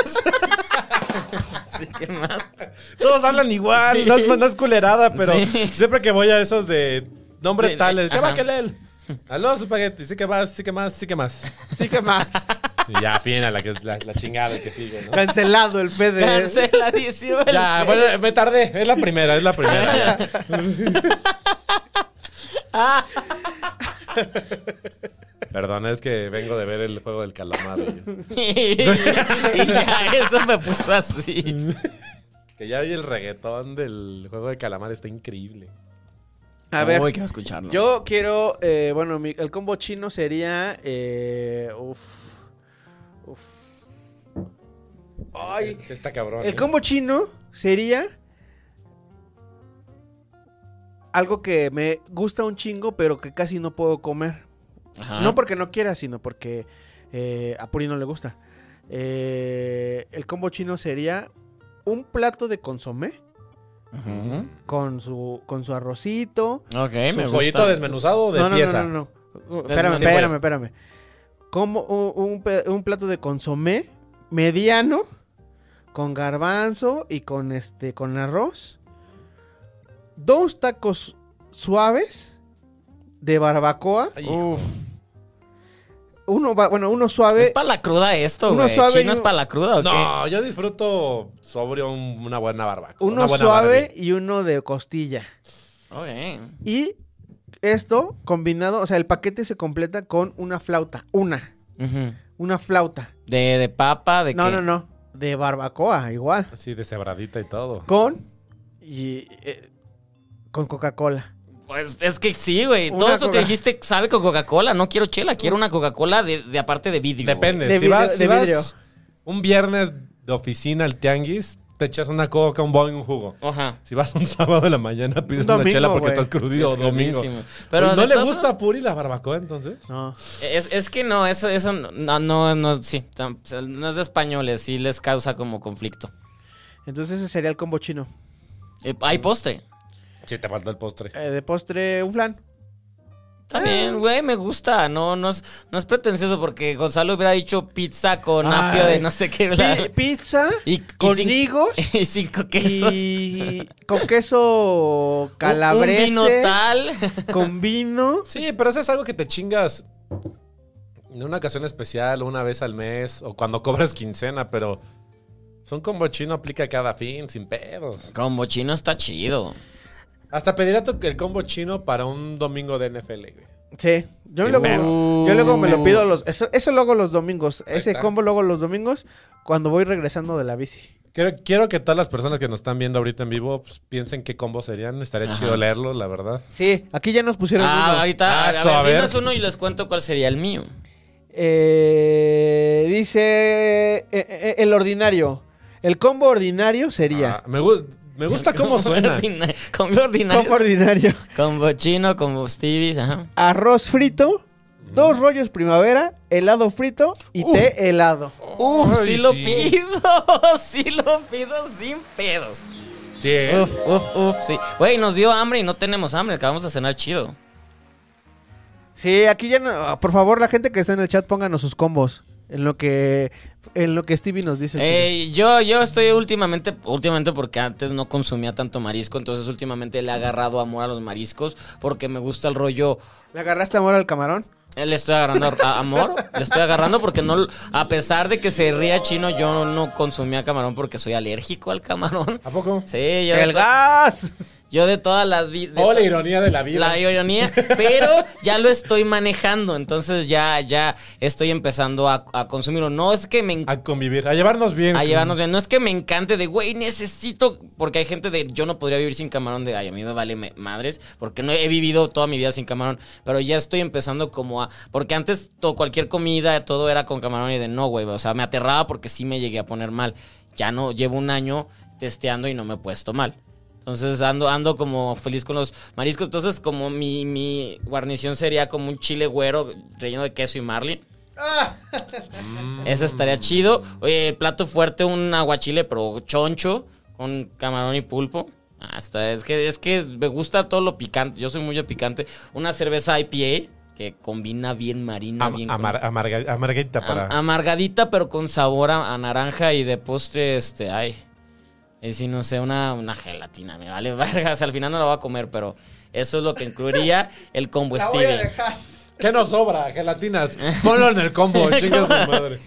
Speaker 1: Sí, ¿qué más?
Speaker 3: Todos hablan igual.
Speaker 1: Sí.
Speaker 3: No, es, no es culerada, pero
Speaker 1: Sí.
Speaker 3: siempre que voy a esos de nombre
Speaker 1: Sí,
Speaker 3: tal,
Speaker 1: eh,
Speaker 3: ¿qué va a
Speaker 1: ajá.
Speaker 3: querer? A los espagueti. Sí que más, sí que más, sí que más.
Speaker 2: Sí, ¿qué más?
Speaker 3: Y ya, fin a la, que, la, la chingada que sigue, ¿no?
Speaker 2: Cancelado el PDF.
Speaker 1: *laughs* Canceladísimo. el-
Speaker 3: *laughs* Ya, bueno, me tardé. Es la primera, es la primera. ya. Perdón, es que vengo de ver el juego del calamar. y-
Speaker 1: *laughs* y ya eso me puso así.
Speaker 3: Que ya vi el reggaetón del juego de calamar, está increíble.
Speaker 2: A ver,
Speaker 1: Uy, quiero escucharlo.
Speaker 2: yo quiero. eh, bueno, mi- el combo chino sería. eh, uf. Uf. Ay.
Speaker 3: Sí está cabrón.
Speaker 2: El
Speaker 3: ¿eh?
Speaker 2: combo chino sería algo que me gusta un chingo, pero que casi no puedo comer.
Speaker 1: Ajá.
Speaker 2: No porque no quiera, sino porque eh, a Puri no le gusta. Eh, el combo chino sería un plato de consomé
Speaker 1: Ujú.
Speaker 2: con su, con su arrocito.
Speaker 1: Ok, me
Speaker 3: ¿Su
Speaker 1: gusta.
Speaker 3: Eh, pollito desmenuzado o de
Speaker 2: no, no,
Speaker 3: pieza?
Speaker 2: no, no, no. Uh, Espérame,
Speaker 1: Sí, pues.
Speaker 2: espérame, espérame. Como un, un pe- un plato de consomé mediano con garbanzo y con este con arroz. Dos tacos suaves de barbacoa.
Speaker 3: Ay, hijo.
Speaker 1: Uf,
Speaker 2: Uno va- bueno, uno
Speaker 1: es
Speaker 2: suave.
Speaker 1: para la cruda esto,
Speaker 2: Uno
Speaker 1: güey.
Speaker 2: suave y
Speaker 1: ¿Chino es
Speaker 2: uno-
Speaker 1: para la cruda o qué?
Speaker 3: No, yo disfruto sobrio un- una buena barbacoa.
Speaker 2: Uno
Speaker 3: una buena
Speaker 2: suave
Speaker 3: barbie.
Speaker 2: y uno de costilla.
Speaker 1: Ok.
Speaker 2: Y esto combinado, o sea, el paquete se completa con una flauta. Una.
Speaker 1: Ujú.
Speaker 2: Una flauta.
Speaker 1: de, de papa, de
Speaker 2: No,
Speaker 1: qué?
Speaker 2: no, no. De barbacoa, igual.
Speaker 3: Así deshebradita y todo.
Speaker 2: con y eh, con Coca-Cola.
Speaker 1: Pues es que sí, güey.
Speaker 2: Una
Speaker 1: Todo eso
Speaker 2: Coca-
Speaker 1: que dijiste sabe con Coca-Cola. No quiero chela, quiero una Coca-Cola de, de aparte de vidrio. güey.
Speaker 3: Depende.
Speaker 2: De
Speaker 3: si
Speaker 2: vidrio-
Speaker 3: vas, si
Speaker 2: de
Speaker 3: vas
Speaker 2: vidrio.
Speaker 3: un viernes de oficina al tianguis, te echas una coca, un boing, un jugo.
Speaker 1: Ajá.
Speaker 3: Si vas un sábado en la mañana, pides
Speaker 2: Un
Speaker 3: una chela
Speaker 2: domingo,
Speaker 3: porque
Speaker 2: güey.
Speaker 3: estás crudido
Speaker 1: Es
Speaker 3: domingo.
Speaker 1: crudísimo.
Speaker 2: Pues,
Speaker 3: Pero
Speaker 1: Pero
Speaker 3: ¿No
Speaker 1: de
Speaker 3: le
Speaker 1: todas
Speaker 3: gusta a Puri la barbacoa entonces?
Speaker 2: No.
Speaker 1: Es, es que no, eso, eso no, no, no, sí, tam- o sea, no es de españoles, sí les causa como conflicto.
Speaker 2: Entonces ese sería el combo chino.
Speaker 1: Eh, hay postre.
Speaker 3: Sí, te faltó el postre.
Speaker 2: Eh, de postre,
Speaker 1: *laughs*
Speaker 2: un flan. Ah.
Speaker 1: También, güey, me gusta. No, no es, no es pretencioso porque Gonzalo hubiera dicho pizza con
Speaker 2: Ay.
Speaker 1: apio de no sé qué bla,
Speaker 2: Pi- pizza
Speaker 1: Y, y
Speaker 2: con
Speaker 1: cin-
Speaker 2: higos
Speaker 1: *laughs* y cinco quesos.
Speaker 2: y con
Speaker 1: Un-
Speaker 2: queso
Speaker 1: Un vino
Speaker 2: calabrese,
Speaker 1: tal.
Speaker 2: con vino.
Speaker 3: Sí, pero eso es algo que te chingas en una ocasión especial, una vez al mes, o cuando cobras quincena, pero son combo chino aplica cada fin, sin pedos.
Speaker 1: *laughs* Combo chino está chido.
Speaker 3: Hasta pedirá tu- el combo chino para un domingo de NFL, güey.
Speaker 2: Sí, yo
Speaker 3: Qué
Speaker 2: luego,
Speaker 1: perro.
Speaker 2: yo luego me lo pido los eso, eso luego los domingos, ese
Speaker 3: está.
Speaker 2: combo luego los domingos cuando voy regresando de la bici.
Speaker 3: Quiero, quiero que todas las personas que nos están viendo ahorita en vivo pues, piensen qué combos serían. Estaría
Speaker 1: Ajá.
Speaker 3: chido leerlo, la verdad.
Speaker 2: Sí, aquí ya nos pusieron
Speaker 1: Ah,
Speaker 2: uno.
Speaker 1: ahorita,
Speaker 3: Ah,
Speaker 1: a- a,
Speaker 3: eso,
Speaker 1: ver,
Speaker 3: a ver.
Speaker 1: dinos uno y les cuento cuál sería el mío.
Speaker 2: Eh, dice eh, eh, el ordinario. El combo ordinario sería.
Speaker 3: Ah, me, gu-
Speaker 1: *laughs*
Speaker 3: me gusta cómo suena.
Speaker 1: Ordina- Combo ordinario.
Speaker 2: Combo ordinario.
Speaker 1: Combo chino, combo Stevie, ajá.
Speaker 2: Arroz frito, dos rollos primavera, helado frito y
Speaker 1: Uh.
Speaker 2: té helado.
Speaker 1: Uh,
Speaker 3: Ay,
Speaker 1: sí lo
Speaker 3: sí.
Speaker 1: pido, *laughs* sí lo pido sin pedos.
Speaker 3: Sí, ¿eh?
Speaker 1: Uf, uf, uf, sí. Güey, nos dio hambre y no tenemos hambre, acabamos de cenar chido.
Speaker 2: Sí, aquí ya no. ah, Por favor, la gente que está en el chat, pónganos sus combos. En lo que. En lo que Stevie nos dice.
Speaker 1: Eh, yo, yo estoy últimamente, últimamente porque antes no consumía tanto marisco, entonces últimamente le he agarrado amor a los mariscos porque me gusta el rollo.
Speaker 2: ¿Le agarraste amor al camarón?
Speaker 1: eh, Le estoy agarrando a- amor, le estoy agarrando porque no, a pesar de que se ría chino, yo no consumía camarón porque soy alérgico al camarón.
Speaker 3: ¿A poco?
Speaker 1: Sí, yo,
Speaker 2: ¡El
Speaker 1: de, to-
Speaker 2: gas!
Speaker 1: yo de todas las vidas.
Speaker 3: Oh, la ironía de la vida.
Speaker 1: La ironía, pero ya lo estoy manejando, entonces ya, ya estoy empezando a, a consumirlo. No es que me enc-
Speaker 3: A convivir, a llevarnos bien.
Speaker 1: a llevarnos bien, no es que me encante de güey, necesito, porque hay gente de yo no podría vivir sin camarón de ay, a mí me vale me- madres, porque no he vivido toda mi vida sin camarón, pero ya estoy empezando como a, porque antes to- cualquier comida, todo era con camarón y de no, güey, o sea, me aterraba porque sí me llegué a poner mal. Ya no, llevo un año testeando y no me he puesto mal. Entonces ando, ando como feliz con los mariscos. Entonces, como mi, mi guarnición sería como un chile güero relleno de queso y
Speaker 3: *laughs*
Speaker 1: marlin. Ese estaría chido. Oye, el plato fuerte, un aguachile, pero choncho, con camarón y pulpo. Hasta es que es que me gusta todo lo picante. Yo soy muy de picante. Una cerveza IPA que combina bien marina,
Speaker 3: Am-
Speaker 1: bien con- Ah,
Speaker 3: amar- amarga- amarguita para.
Speaker 1: Am- amargadita, pero con sabor a, a naranja y de postre, este, ay. Y si no sé, una, una gelatina, me vale *laughs* verga. O sea, al final no la voy a comer, pero eso es lo que incluiría el combo Steven. *laughs*
Speaker 3: ¿Qué nos sobra? Gelatinas. Ponlo en el combo, chingas de madre.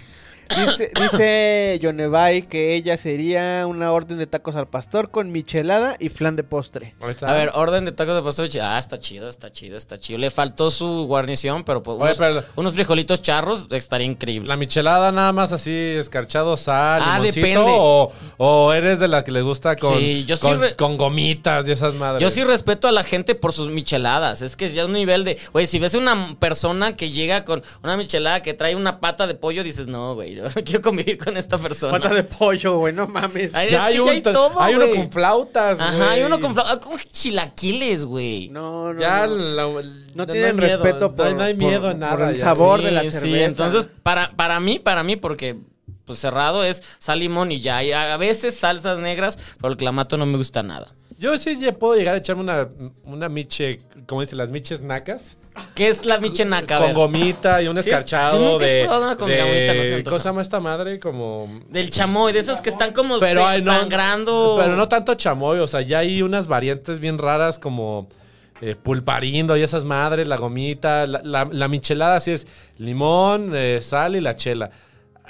Speaker 2: Dice, dice Yonevay que ella sería una orden de tacos al pastor con michelada y flan de postre.
Speaker 3: Ahí está.
Speaker 1: A ver, orden de tacos de pastor. Ah, está chido, está chido, está chido. Le faltó su guarnición, pero pues,
Speaker 3: Oye,
Speaker 1: unos,
Speaker 3: pero-
Speaker 1: unos frijolitos charros estaría increíble.
Speaker 3: La michelada nada más así, escarchado, sal,
Speaker 1: Ah,
Speaker 3: limoncito,
Speaker 1: depende.
Speaker 3: O, o eres de la que le gusta con,
Speaker 1: Sí, yo sí
Speaker 3: con,
Speaker 1: re-
Speaker 3: con gomitas y esas madres.
Speaker 1: Yo sí respeto a la gente por sus micheladas. Es que ya es un nivel de. Güey, si ves una persona que llega con una michelada que trae una pata de pollo, dices, no, güey, *laughs* yo no quiero convivir con esta persona.
Speaker 2: Pata de pollo, güey, no mames.
Speaker 1: Ay,
Speaker 3: Ya
Speaker 1: es que ya hay
Speaker 3: un-
Speaker 1: todo,
Speaker 3: hay
Speaker 1: güey.
Speaker 3: uno con flautas,
Speaker 1: Ajá,
Speaker 3: güey.
Speaker 1: hay uno con, fla- ah, con chilaquiles, güey.
Speaker 2: No, no.
Speaker 3: Ya
Speaker 2: no.
Speaker 3: la-
Speaker 2: No
Speaker 3: hay
Speaker 2: tienen
Speaker 3: miedo,
Speaker 2: respeto
Speaker 3: no hay-
Speaker 2: por-
Speaker 3: no hay
Speaker 2: por-
Speaker 3: miedo
Speaker 2: por
Speaker 3: en nada.
Speaker 2: el
Speaker 3: ya.
Speaker 2: sabor. de la cerveza.
Speaker 1: entonces, para, para mí, para mí, porque pues, cerrado es sal, limón y ya. Y a veces salsas negras, pero el clamato no me gusta nada.
Speaker 3: Yo sí ya puedo llegar a echarme una, una miche, como dicen las miches nacas,
Speaker 1: ¿Qué es la michenaca? A
Speaker 3: con
Speaker 1: ver,
Speaker 3: gomita y un
Speaker 1: Sí, es- yo
Speaker 3: escarchado
Speaker 1: nunca he
Speaker 3: de,
Speaker 1: probado una con gomita, no se
Speaker 3: de
Speaker 1: antoja.
Speaker 3: ¿cómo se llama esta madre? Como...
Speaker 1: Del chamoy, de esas que están *laughs* como se-
Speaker 3: ay, no-
Speaker 1: sangrando.
Speaker 3: Pero no tanto chamoy, o sea, ya hay unas variantes bien raras como eh, pulparindo y esas madres, la gomita, la, la- la michelada así es limón, eh, sal y la chela.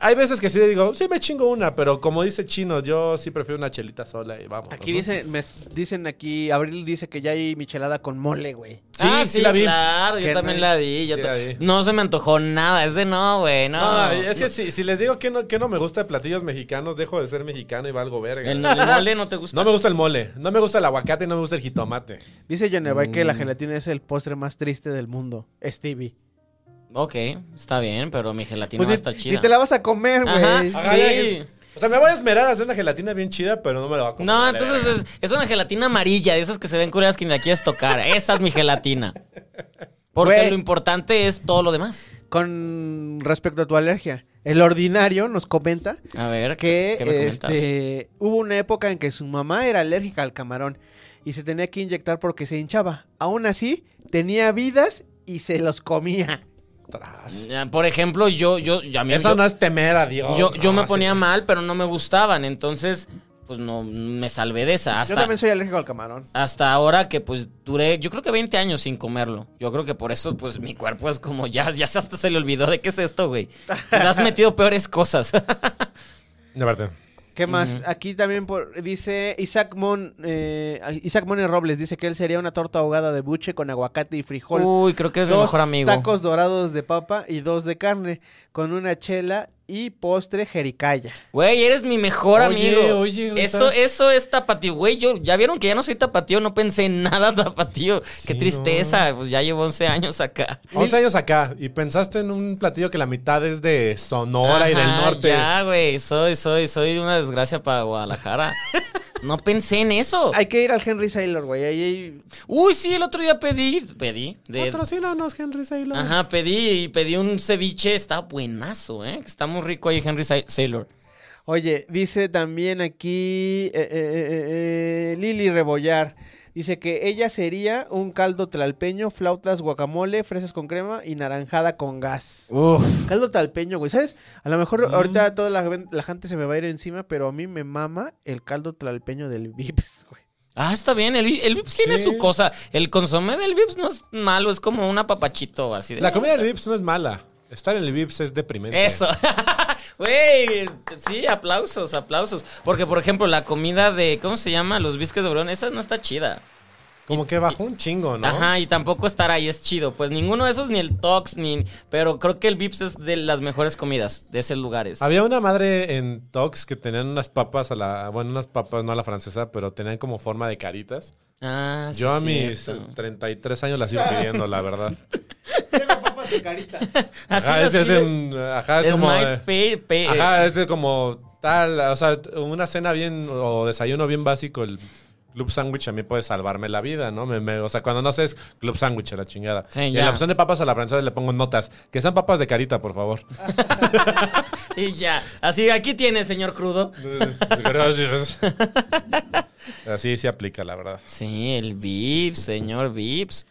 Speaker 3: Hay veces que sí digo, sí me chingo una, pero como dice Chino, yo sí prefiero una chelita sola y vamos.
Speaker 2: Aquí dicen, me dicen aquí, Abril dice que ya hay michelada con mole, güey.
Speaker 3: Sí,
Speaker 1: ah,
Speaker 3: sí
Speaker 1: sí,
Speaker 3: la vi.
Speaker 1: claro, yo
Speaker 2: Que
Speaker 1: también
Speaker 2: no-
Speaker 1: la vi. yo
Speaker 3: sí
Speaker 1: ta-
Speaker 3: la vi.
Speaker 1: No se me antojó nada, es de no, güey, no.
Speaker 3: No, es que si, si les digo que no, que no me gusta de platillos mexicanos, dejo de ser mexicano y valgo verga.
Speaker 1: El, el mole no te gusta.
Speaker 3: No me gusta el mole, no me gusta el aguacate, no me gusta el jitomate.
Speaker 2: Dice Yonevay que
Speaker 1: Mm.
Speaker 2: la gelatina es el postre más triste del mundo. Stevie.
Speaker 1: Ok, está bien, pero mi gelatina
Speaker 2: Pues
Speaker 1: va a
Speaker 2: ni-
Speaker 1: estar
Speaker 2: ni
Speaker 1: chida.
Speaker 2: te la vas a comer,
Speaker 1: Ajá.
Speaker 2: güey.
Speaker 1: Ah,
Speaker 3: Ajá, ya
Speaker 1: Sí.
Speaker 3: que- O sea, me voy a esmerar a hacer una gelatina bien chida, pero no me la va a comer.
Speaker 1: No, entonces es, es una gelatina amarilla, de esas que se ven culeras que ni la quieres tocar. Esa es mi gelatina. Porque
Speaker 2: Güey.
Speaker 1: lo importante es todo lo demás.
Speaker 2: Con respecto a tu alergia, el ordinario nos comenta
Speaker 1: A ver,
Speaker 2: que
Speaker 1: ¿qué me comentas?
Speaker 2: este, hubo una época en que su mamá era alérgica al camarón y se tenía que inyectar porque se hinchaba. Aún así, tenía vidas y se los comía. este,
Speaker 1: Ya, Por ejemplo, yo, yo, yo- a mí-
Speaker 3: Eso
Speaker 1: yo,
Speaker 3: no es temer a Dios.
Speaker 1: yo, yo me
Speaker 3: no, sí.
Speaker 1: ponía mal, pero no me gustaban. Entonces, pues no me salvé de esa.
Speaker 2: Yo
Speaker 1: Hasta,
Speaker 2: también soy alérgico al camarón.
Speaker 1: hasta ahora que pues duré, yo creo que 20 años sin comerlo. Yo creo que por eso pues mi cuerpo es como ya, ya se- hasta se le olvidó de qué es esto, güey. Te has metido peores cosas.
Speaker 3: De verdad.
Speaker 2: ¿Qué más? Aquí también por- dice Isaac Mon, eh, Isaac Mone Robles dice que él sería una torta ahogada de buche con aguacate y frijol.
Speaker 1: *laughs* Uy, creo que es mi mejor amigo.
Speaker 2: tacos dorados de papa y dos de carne con una chela y postre jericaya.
Speaker 1: Güey, eres mi mejor
Speaker 3: Oye,
Speaker 1: amigo.
Speaker 3: oye, o
Speaker 1: eso,
Speaker 3: sea-
Speaker 1: eso es tapatío. Güey, yo, ya vieron que ya no soy tapatío, no pensé en nada *laughs* tapatío. Qué
Speaker 3: no.
Speaker 1: tristeza, pues ya llevo 11 años acá.
Speaker 3: 11 años acá y pensaste en un platillo que la mitad es de Sonora y del
Speaker 1: Ajá,
Speaker 3: norte.
Speaker 1: Ya, güey, soy, soy, soy una desgracia para Guadalajara. No pensé en eso.
Speaker 2: Hay que ir al Henry Saylor, güey. Ahí hay-
Speaker 1: Uy, sí, el otro día pedí, pedí. De,
Speaker 3: Patrocínanos, Henry Saylor.
Speaker 1: Ajá, pedí y pedí un ceviche, está buenazo, ¿eh? Que Está muy rico ahí Henry Sa- Saylor.
Speaker 2: Oye, dice también aquí eh, eh, eh, eh, Lili Rebollar. Dice que ella sería un caldo tlalpeño, flautas, guacamole, fresas con crema y naranjada con gas.
Speaker 1: Uf.
Speaker 2: Caldo tlalpeño, güey, ¿sabes? A lo mejor ahorita toda la, ven- la gente se me va a ir encima, pero a mí me mama el caldo tlalpeño del Vips, *laughs* güey.
Speaker 1: Ah, está bien, el, vi- el Vips tiene su cosa. El consomé del Vips no es malo, es como un apapachito así de.
Speaker 3: La comida del Vips no es mala. Estar en el Vips es deprimente.
Speaker 1: Eso. *laughs* Güey, sí, aplausos, aplausos. Porque, por ejemplo, la comida de, ¿cómo se llama? Los bisques de Obregón, esa no está chida.
Speaker 3: Como que bajó un chingo, ¿no?
Speaker 1: Ajá, y tampoco estar ahí es chido. Pues ninguno de esos, ni el Tox, ni... Pero creo que el Vips es de las mejores comidas de esos lugares.
Speaker 3: Había una madre en Tox que tenían unas papas a la. Bueno, unas papas no a la francesa, pero tenían como forma de caritas.
Speaker 1: Ah, sí,
Speaker 3: Yo a
Speaker 1: es
Speaker 3: mis
Speaker 1: cierto.
Speaker 3: eh, 33 años la sigo pidiendo, la verdad.
Speaker 1: Así
Speaker 3: Ajá,
Speaker 1: las
Speaker 3: es, es
Speaker 1: pides.
Speaker 3: en- ajá, es como.
Speaker 1: Smile
Speaker 3: eh,
Speaker 1: pay- pay-
Speaker 3: Ajá, es de como tal, o sea, una cena bien o desayuno bien básico, el club sándwich a mí puede salvarme la vida, ¿no? Me- me- o sea, cuando no sé es club sándwich a la chingada.
Speaker 1: Sí,
Speaker 3: y
Speaker 1: ya.
Speaker 3: en la opción de papas a la francesa le pongo notas, que sean papas de carita, por favor.
Speaker 1: *laughs* Y ya. Así, aquí tiene, señor crudo.
Speaker 3: Gracias. Así se aplica, la verdad.
Speaker 1: Sí, el Vips, señor Vips.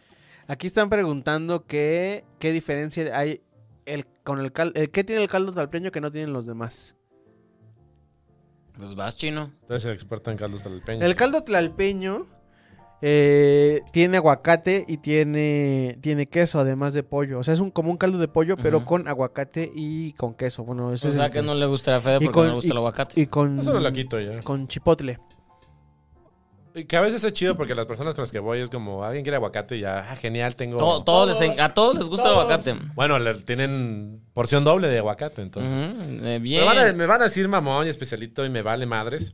Speaker 2: Aquí están preguntando que, qué diferencia hay el, con el caldo. ¿Qué tiene el caldo talpeño que no tienen los demás?
Speaker 1: Pues vas, chino.
Speaker 3: Entonces, experto en caldos del peño.
Speaker 2: El caldo tlalpeño eh, tiene aguacate y tiene, tiene queso, además de pollo. O sea, es un, como un caldo de pollo, pero
Speaker 1: Ujú.
Speaker 2: con aguacate y con queso. Bueno, eso
Speaker 1: O
Speaker 2: es
Speaker 1: sea
Speaker 2: el-
Speaker 1: que no le gusta la Fede
Speaker 2: y
Speaker 1: porque
Speaker 2: con-
Speaker 1: no le gusta
Speaker 2: y-
Speaker 1: el aguacate.
Speaker 2: Y con,
Speaker 3: Eso no lo quito ya.
Speaker 2: con chipotle.
Speaker 3: Y que a veces es chido porque las personas con las que voy es como, alguien quiere aguacate y ya, ah, genial, tengo...
Speaker 1: To- todos les en- a todos les gusta el aguacate.
Speaker 3: Bueno, le- tienen porción doble de aguacate, entonces.
Speaker 1: Ujú, eh,
Speaker 3: me, van a,
Speaker 1: bien.
Speaker 3: me van a decir mamón y especialito y me vale madres.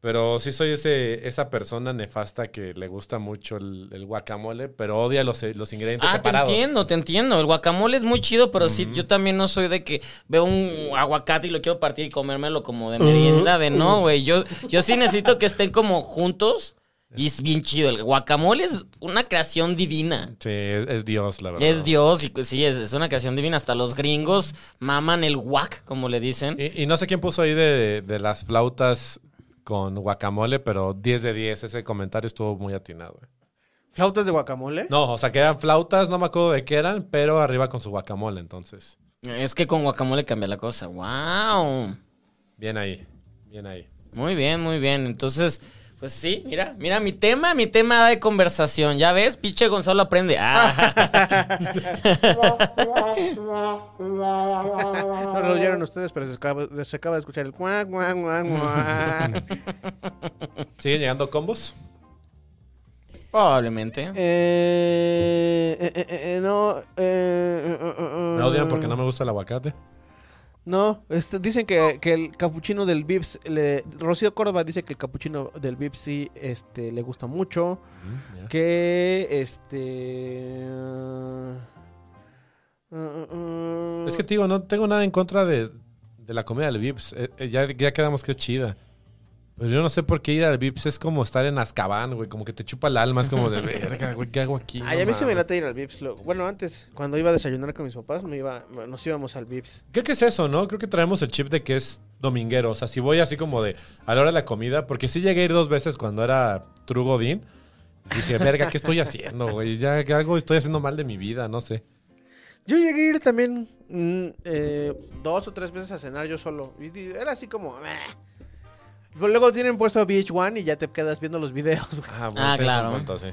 Speaker 3: Pero sí soy ese, esa persona nefasta que le gusta mucho el, el guacamole, pero odia los, los ingredientes
Speaker 1: Ah, te
Speaker 3: separados.
Speaker 1: entiendo, te entiendo. El guacamole es muy chido, pero sí, yo también no soy de que veo un aguacate y lo quiero partir y comérmelo como de merienda, de no, güey. Yo, yo sí necesito que estén como juntos y es bien chido. El guacamole es una creación divina.
Speaker 3: Sí, es, es Dios, la verdad.
Speaker 1: Es Dios y pues, sí, es, es una creación divina. Hasta los gringos maman el guac, como le dicen.
Speaker 3: Y, y no sé quién puso ahí de, de las flautas con guacamole, pero 10 de 10. Ese comentario estuvo muy atinado. eh.
Speaker 2: ¿Flautas de guacamole?
Speaker 3: No, o sea, que eran flautas, no me acuerdo de qué eran, pero arriba con su guacamole, entonces.
Speaker 1: Es que con guacamole cambia la cosa. ¡Wow!
Speaker 3: Bien ahí, bien ahí.
Speaker 1: Muy bien, muy bien. Entonces, pues sí, mira, mira, mi tema, mi tema de conversación. Ya ves, pinche Gonzalo aprende.
Speaker 3: *laughs*
Speaker 1: Ah.
Speaker 2: No lo oyeron ustedes, pero se acaba, se acaba de escuchar el cuac, cuac, cuac, cuac.
Speaker 3: ¿Siguen llegando combos?
Speaker 1: Probablemente.
Speaker 2: *laughs* Eh, eh, eh, eh, no. eh, eh, eh, eh,
Speaker 3: Me odian porque no me gusta el aguacate.
Speaker 2: No, este, dicen que, que el capuchino del Vips. le- Rocío Córdoba dice que el capuchino del Vips sí este, le gusta mucho.
Speaker 3: Mm, mira.
Speaker 2: Que este. eh, eh, eh,
Speaker 3: Es que, te digo, no tengo nada en contra de, de la comida del Vips. Eh, eh, ya, ya quedamos que es chida. Pero yo no sé por qué ir al Vips es como estar en Azkaban, güey. Como que te chupa el alma. Es *laughs* como de, verga, güey, ¿qué hago aquí?
Speaker 2: Ay,
Speaker 3: No
Speaker 2: a mí se me
Speaker 3: mames".
Speaker 2: late ir al Vips. lo- Bueno, antes, cuando iba a desayunar con mis papás, me iba, nos íbamos al Vips.
Speaker 3: Creo que es eso, ¿no? Creo que traemos el chip de que es dominguero. O sea, si voy así como de a la hora de la comida, porque sí llegué a ir dos veces cuando era Trugodín. Dije, verga, ¿qué estoy haciendo, güey? Ya algo estoy haciendo mal de mi vida, no sé.
Speaker 2: Yo llegué a ir también mm, eh, dos o tres veces a cenar yo solo. Y di- era así como. "Meh". Pero Luego tienen puesto VH1 y ya te quedas viendo los videos. güey.
Speaker 3: muy
Speaker 1: Ah,
Speaker 3: tenso
Speaker 1: claro.
Speaker 3: punto, sí.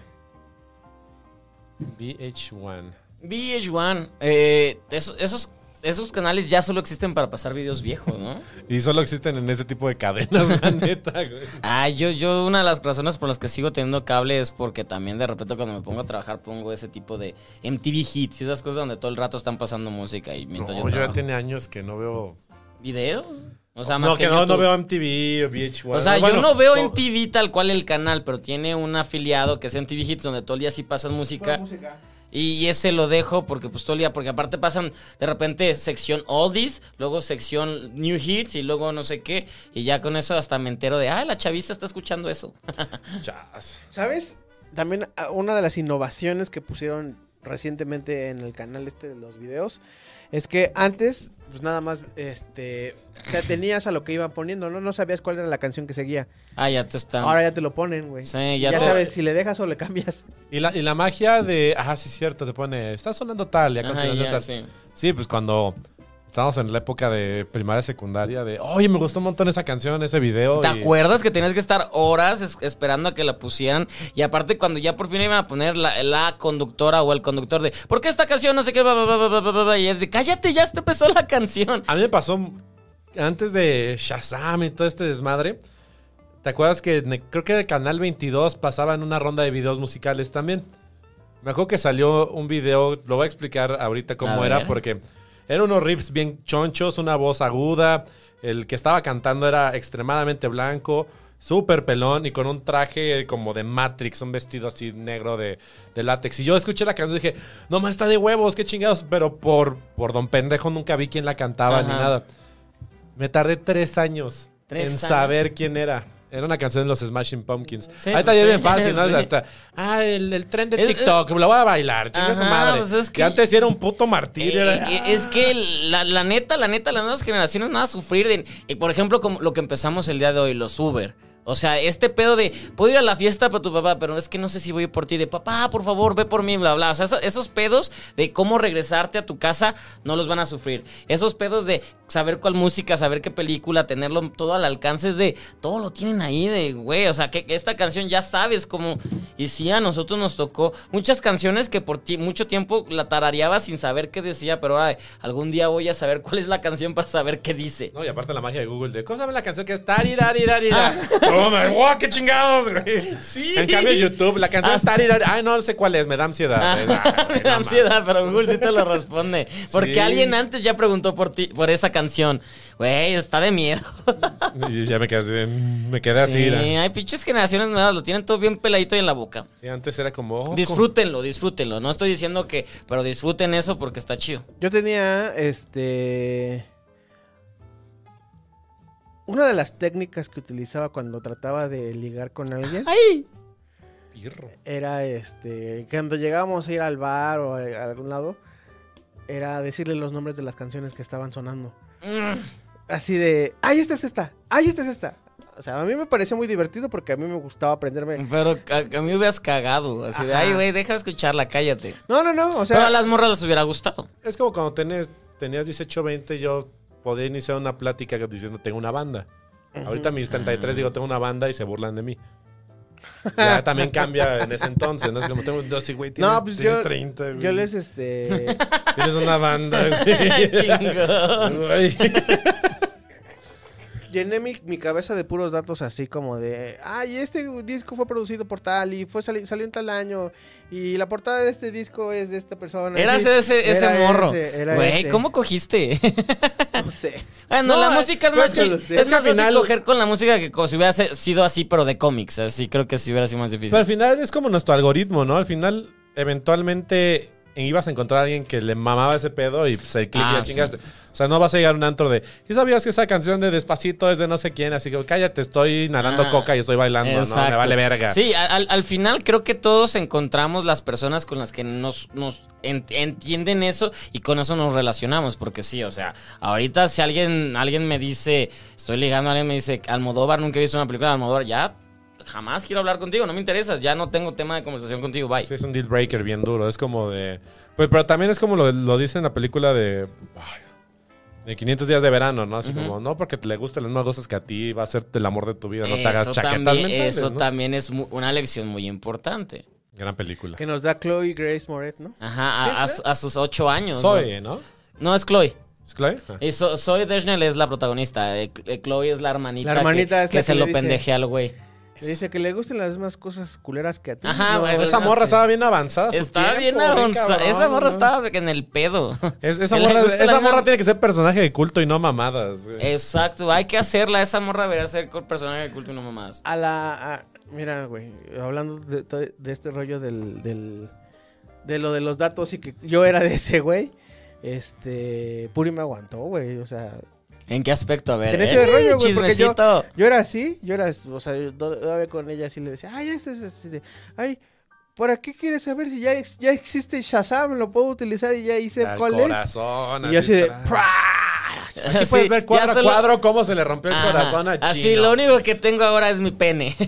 Speaker 3: VH1.
Speaker 1: VH1, eh, esos, esos, esos canales ya solo existen para pasar videos viejos,
Speaker 3: *laughs*
Speaker 1: ¿no?
Speaker 3: Y solo existen en ese tipo de cadenas, *laughs* la neta, güey.
Speaker 1: Ah, yo, yo una de las razones por las que sigo teniendo cable es porque también de repente cuando me pongo a trabajar pongo ese tipo de MTV hits y esas cosas donde todo el rato están pasando música y
Speaker 3: No,
Speaker 1: mientras
Speaker 3: yo, ya
Speaker 1: trabajo.
Speaker 3: tenía años que no veo.
Speaker 1: videos. O sea, más
Speaker 3: no, que, no,
Speaker 1: YouTube.
Speaker 3: no veo MTV o VH1.
Speaker 1: O sea, yo
Speaker 3: Bueno,
Speaker 1: no veo
Speaker 3: no,
Speaker 1: en TV tal cual el canal, pero tiene un afiliado que es en TV Hits donde todo el día sí pasan música. Y ese lo dejo porque pues todo el día, porque aparte pasan de repente sección oldies, luego sección new hits y luego no sé qué. Y ya con eso hasta me entero de, ah, la chaviza está escuchando eso. *laughs*
Speaker 3: chas.
Speaker 2: ¿Sabes? También ah, una de las innovaciones que pusieron recientemente en el canal este de los videos es que antes, pues nada más, este, te atenías a lo que iban poniendo, ¿no? No sabías cuál era la canción que seguía.
Speaker 1: Ah, ya te están.
Speaker 2: Ahora ya te lo ponen, güey.
Speaker 1: Sí,
Speaker 2: ya
Speaker 1: ya te-
Speaker 2: sabes si le dejas o le cambias.
Speaker 3: Y la, y la magia de. Ah, sí, cierto, te pone. Está sonando tal y a
Speaker 1: Ajá,
Speaker 3: continuación
Speaker 1: ya,
Speaker 3: tal.
Speaker 1: sí.
Speaker 3: Sí, pues cuando estábamos en la época de primaria, secundaria, de, oye, me gustó un montón esa canción, ese video.
Speaker 1: ¿Te
Speaker 3: y-
Speaker 1: acuerdas que tenías que estar horas es- esperando a que la pusieran? Y aparte, cuando ya por fin iban a poner la, la conductora o el conductor de ¿Por qué esta canción? No sé qué, bla, bla, bla, bla, bla, bla, bla", y es de cállate, ya hasta empezó la canción.
Speaker 3: A mí me pasó m- antes de Shazam y todo este desmadre. ¿Te acuerdas que ne- creo que de Canal 22 pasaban una ronda de videos musicales también? Me acuerdo que salió un video, lo voy a explicar ahorita cómo
Speaker 1: A
Speaker 3: era,
Speaker 1: ver.
Speaker 3: porque eran unos riffs bien chonchos, una voz aguda, el que estaba cantando era extremadamente blanco, súper pelón y con un traje como de Matrix, un vestido así negro de, de látex. Y yo escuché la canción y dije, no más está de huevos, qué chingados, pero por, por don pendejo nunca vi quién la cantaba ni
Speaker 1: Ajá.
Speaker 3: nada. Me tardé tres años
Speaker 1: Tres
Speaker 3: en
Speaker 1: años.
Speaker 3: saber quién era. Era una canción de los Smashing Pumpkins.
Speaker 1: Sí,
Speaker 3: Ahí está
Speaker 1: pues,
Speaker 3: bien
Speaker 1: sí,
Speaker 3: fácil, ¿no?
Speaker 1: *laughs* sí.
Speaker 3: Hasta, ah, el, el tren de
Speaker 1: Es-
Speaker 3: TikTok, lo voy a bailar, chinga su
Speaker 1: Ajá,
Speaker 3: madre.
Speaker 1: pues es
Speaker 3: que...
Speaker 1: que-
Speaker 3: antes era un puto martirio.
Speaker 1: Eh,
Speaker 3: era-
Speaker 1: eh, es que la, la eh, neta, la neta, las nuevas generaciones no van a sufrir. de- y por ejemplo, como lo que empezamos el día de hoy, los Uber. O sea, este pedo de, puedo ir a la fiesta para tu papá, pero es que no sé si voy por ti, de papá, por favor, ve por mí, bla, bla. O sea, eso- esos pedos de cómo regresarte a tu casa no los van a sufrir. Esos pedos de saber cuál música, saber qué película, tenerlo todo al alcance, es de, todo lo tienen ahí, de, güey, o sea, que que esta canción ya sabes cómo... Y sí, a nosotros nos tocó muchas canciones que por ti, mucho tiempo la tarareaba sin saber qué decía, pero ahora algún día voy a saber cuál es la canción para saber qué dice.
Speaker 3: No, y aparte la magia de Google de, ¿cómo se llama la canción que es? Tarirariririra. *laughs* Toma, Oh ¡guau, qué chingados, güey!
Speaker 1: Ah. Sí.
Speaker 3: En cambio, YouTube, la canción
Speaker 1: Ah.
Speaker 3: es Tarirar. Ay, no sé cuál es, me da ansiedad. Ay,
Speaker 1: *laughs*
Speaker 3: no,
Speaker 1: Me
Speaker 3: güey, no
Speaker 1: da
Speaker 3: mames.
Speaker 1: ansiedad, pero Google sí te lo responde. Porque
Speaker 3: Sí.
Speaker 1: alguien antes ya preguntó por ti, por esa canción. Güey, está de miedo.
Speaker 3: Y ya me quedé así, mm, me quedé así.
Speaker 1: Sí,
Speaker 3: era.
Speaker 1: hay pinches generaciones nuevas, lo tienen todo bien peladito en la boca.
Speaker 3: Sí, antes era como... oh,
Speaker 1: Disfrútenlo, disfrútenlo. No estoy diciendo que, pero disfruten eso porque está chido.
Speaker 2: Yo tenía, este... Una de las técnicas que utilizaba cuando trataba de ligar con alguien
Speaker 1: ¡Ay!
Speaker 3: como pirro.
Speaker 2: era, este... Cuando llegábamos a ir al bar o a, a algún lado, era decirle los nombres de las canciones que estaban sonando.
Speaker 1: Mm.
Speaker 2: Así de, ¡ay, esta es esta! ¡ay, esta es esta! O sea, a mí me parecía muy divertido porque a mí me gustaba aprenderme...
Speaker 1: Pero a, a mí me hubieras cagado. Así de,
Speaker 2: Ajá.
Speaker 1: ay, güey, deja de escucharla, cállate.
Speaker 2: No, no, no, o
Speaker 1: pero a
Speaker 2: sea...
Speaker 1: las morras les hubiera gustado.
Speaker 3: Es como cuando tenés- tenías 18, 20, yo podía iniciar una plática diciendo, tengo una banda. Ahorita a mis 33 digo, tengo una banda y se
Speaker 1: *laughs*
Speaker 3: burlan de mí. Ya también cambia en ese entonces, ¿no? Es como tengo dos y güey, tienes,
Speaker 2: No, pues
Speaker 3: tienes
Speaker 2: yo,
Speaker 3: 30, güey.
Speaker 2: yo les, este... *laughs*
Speaker 3: Tienes
Speaker 1: *laughs*
Speaker 3: una banda, güey.
Speaker 1: Chingón.
Speaker 3: Güey.
Speaker 2: llené mi, mi cabeza de puros datos así como de, ay, este disco fue producido por tal y fue sali- salió en tal año y la portada de este disco es de esta persona.
Speaker 1: Eras
Speaker 2: pues Sí,
Speaker 1: ese, ese
Speaker 2: era
Speaker 1: morro.
Speaker 2: ese, era
Speaker 1: Güey,
Speaker 2: ese.
Speaker 1: ¿cómo cogiste?
Speaker 2: *laughs*
Speaker 1: *laughs*
Speaker 2: No sé.
Speaker 1: Bueno,
Speaker 2: No,
Speaker 1: la
Speaker 2: es-
Speaker 1: música es
Speaker 2: pues
Speaker 1: más
Speaker 2: que
Speaker 1: chi-
Speaker 2: lo sé.
Speaker 1: Es
Speaker 2: Es que
Speaker 1: más
Speaker 2: al
Speaker 1: fácil
Speaker 2: final-
Speaker 1: coger con la música que como si hubiera se- sido así, pero de cómics. Así creo que si hubiera sido más
Speaker 3: Pero
Speaker 1: difícil.
Speaker 3: Pues al final es como nuestro algoritmo, ¿no? Al final, eventualmente ibas a encontrar a alguien que le mamaba ese pedo y pues, el click
Speaker 1: Ah,
Speaker 3: ya chingaste. O sea, no vas a llegar a un antro de. ¿Y sabías que esa canción de Despacito es de no sé quién? Así que cállate, estoy narrando
Speaker 1: Ah,
Speaker 3: coca y estoy bailando, ¿no? Me
Speaker 1: Exacto.
Speaker 3: vale verga.
Speaker 1: Sí, a- al, al final creo que todos encontramos las personas con las que nos, nos en- entienden eso y con eso nos relacionamos. Porque sí, o sea, ahorita si alguien, alguien me dice, estoy ligando, alguien me dice, Almodóvar, nunca he visto una película de Almodóvar, ya jamás quiero hablar contigo, no me interesas, ya no tengo tema de conversación contigo, bye.
Speaker 3: Sí, es un deal breaker bien duro. Es como de. Pues, pero también es como lo, lo dice en la película de. ay, de 500 días de verano, ¿no? Así como, no porque te le gusten las mismas cosas que a ti, va a ser el amor de tu vida, no te hagas
Speaker 1: Eso
Speaker 3: chaquetas
Speaker 1: también,
Speaker 3: mentales,
Speaker 1: eso
Speaker 3: ¿no?
Speaker 1: también es mu- una lección muy importante.
Speaker 3: Gran película.
Speaker 2: Que nos da Chloe Grace Moret, ¿no?
Speaker 1: Ajá, a- a, su- a sus ocho años. ¿no?
Speaker 3: Soy, ¿eh? ¿no?
Speaker 1: No, es Chloe.
Speaker 3: ¿Es Chloe? Ah.
Speaker 1: Y so- Zoe Deschanel es la protagonista. eh, Cl- eh, Chloe es la hermanita,
Speaker 2: La hermanita
Speaker 1: que,
Speaker 2: es
Speaker 1: que
Speaker 2: la
Speaker 1: se
Speaker 2: que
Speaker 1: lo
Speaker 2: le dice-
Speaker 1: pendejea al güey.
Speaker 2: Le dice que le gustan las mismas cosas culeras que a ti.
Speaker 1: Ajá,
Speaker 2: No,
Speaker 1: güey,
Speaker 3: Esa morra estaba bien avanzada. a su
Speaker 1: Estaba bien
Speaker 3: tiempo, güey,
Speaker 1: avanzada.
Speaker 3: cabrón,
Speaker 1: Esa morra
Speaker 3: ¿no?
Speaker 1: estaba en el pedo. *laughs*
Speaker 3: Es- esa
Speaker 1: Le
Speaker 3: morra,
Speaker 1: gusta la Eh,
Speaker 3: esa
Speaker 1: misma-
Speaker 3: morra tiene que ser personaje de culto y no mamadas. güey.
Speaker 1: Exacto, hay que hacerla. Esa morra debería ser con personaje de culto y no mamás.
Speaker 2: A la... a- mira, güey, hablando de, to- de este rollo del, del... De lo de los datos y que yo era de ese güey. Este... Puri me aguantó, güey. O sea,
Speaker 1: ¿En qué aspecto? A ver.
Speaker 2: En ese
Speaker 1: eh,
Speaker 2: rollo, güey, porque yo-
Speaker 1: chismecito.
Speaker 2: Yo era así, yo era, o sea, yo to- todavía con ella así le decía, ay, este es así de, ay, ¿para qué quieres saber si ya, ex- ya existe Shazam? Lo puedo utilizar y ya hice
Speaker 3: Al
Speaker 2: cuál es.
Speaker 3: corazón,
Speaker 2: Y yo así de,
Speaker 3: tra-
Speaker 1: *laughs*
Speaker 2: "Pra".
Speaker 3: Aquí puedes
Speaker 1: Sí,
Speaker 3: ver
Speaker 1: ya
Speaker 3: cuadro a
Speaker 1: solo-
Speaker 3: cuadro cómo se le rompió el
Speaker 1: Ajá,
Speaker 3: corazón a Chino.
Speaker 1: Así, lo único que tengo ahora es mi pene. *laughs*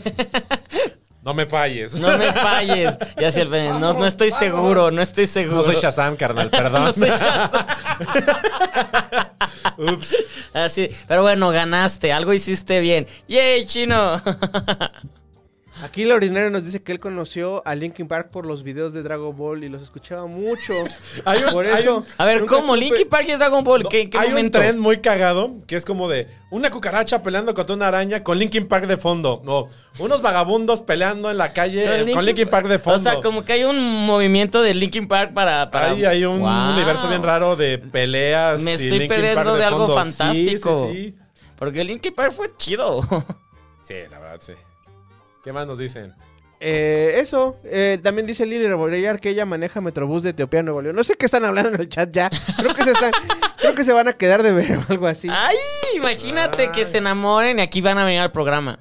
Speaker 3: No me falles.
Speaker 1: No me falles. Y así el pene. No, no estoy seguro, no estoy seguro.
Speaker 3: No soy
Speaker 1: *laughs*
Speaker 3: Shazam, carnal, perdón.
Speaker 1: No soy
Speaker 3: *laughs*
Speaker 1: Shazam.
Speaker 3: Ups.
Speaker 1: Así, Ah, pero bueno, ganaste, algo hiciste bien. ¡Yay, chino! *laughs*
Speaker 2: Aquí la ordinaria nos dice que él conoció a Linkin Park por los videos de Dragon Ball y los escuchaba mucho.
Speaker 3: *laughs* Hay un-
Speaker 2: por
Speaker 3: hay
Speaker 2: eso.
Speaker 3: un-
Speaker 1: A ver,
Speaker 2: nunca
Speaker 1: ¿cómo?
Speaker 2: supe-
Speaker 1: Linky Park y Dragon Ball, ¿qué, en qué
Speaker 3: Hay
Speaker 1: momento?
Speaker 3: un tren muy cagado que es como de una cucaracha peleando contra una araña con Linkin Park de fondo. No, unos vagabundos peleando en la calle eh, con Linkin, Park de fondo.
Speaker 1: O sea, como que hay un movimiento de Linkin Park para... para...
Speaker 3: Ahí hay un
Speaker 1: ¡Wow!
Speaker 3: universo bien raro de peleas.
Speaker 1: Me
Speaker 3: y
Speaker 1: estoy
Speaker 3: Linkin Park
Speaker 1: perdiendo de algo
Speaker 3: fondo.
Speaker 1: fantástico.
Speaker 3: Sí, sí, sí.
Speaker 1: Porque Linkin Park fue chido.
Speaker 3: Sí, la verdad, sí. ¿Qué más nos dicen?
Speaker 2: Eh, eso, eh, también dice Lili Rebollar que ella maneja Metrobús de Etiopía a Nuevo León. No sé qué están hablando en el chat ya. Creo que se están, *laughs* creo que
Speaker 1: *laughs*
Speaker 2: se
Speaker 1: Ah,
Speaker 2: van a quedar de ver o algo así.
Speaker 1: ¡Ay! Imagínate que se enamoren y aquí van a venir al programa.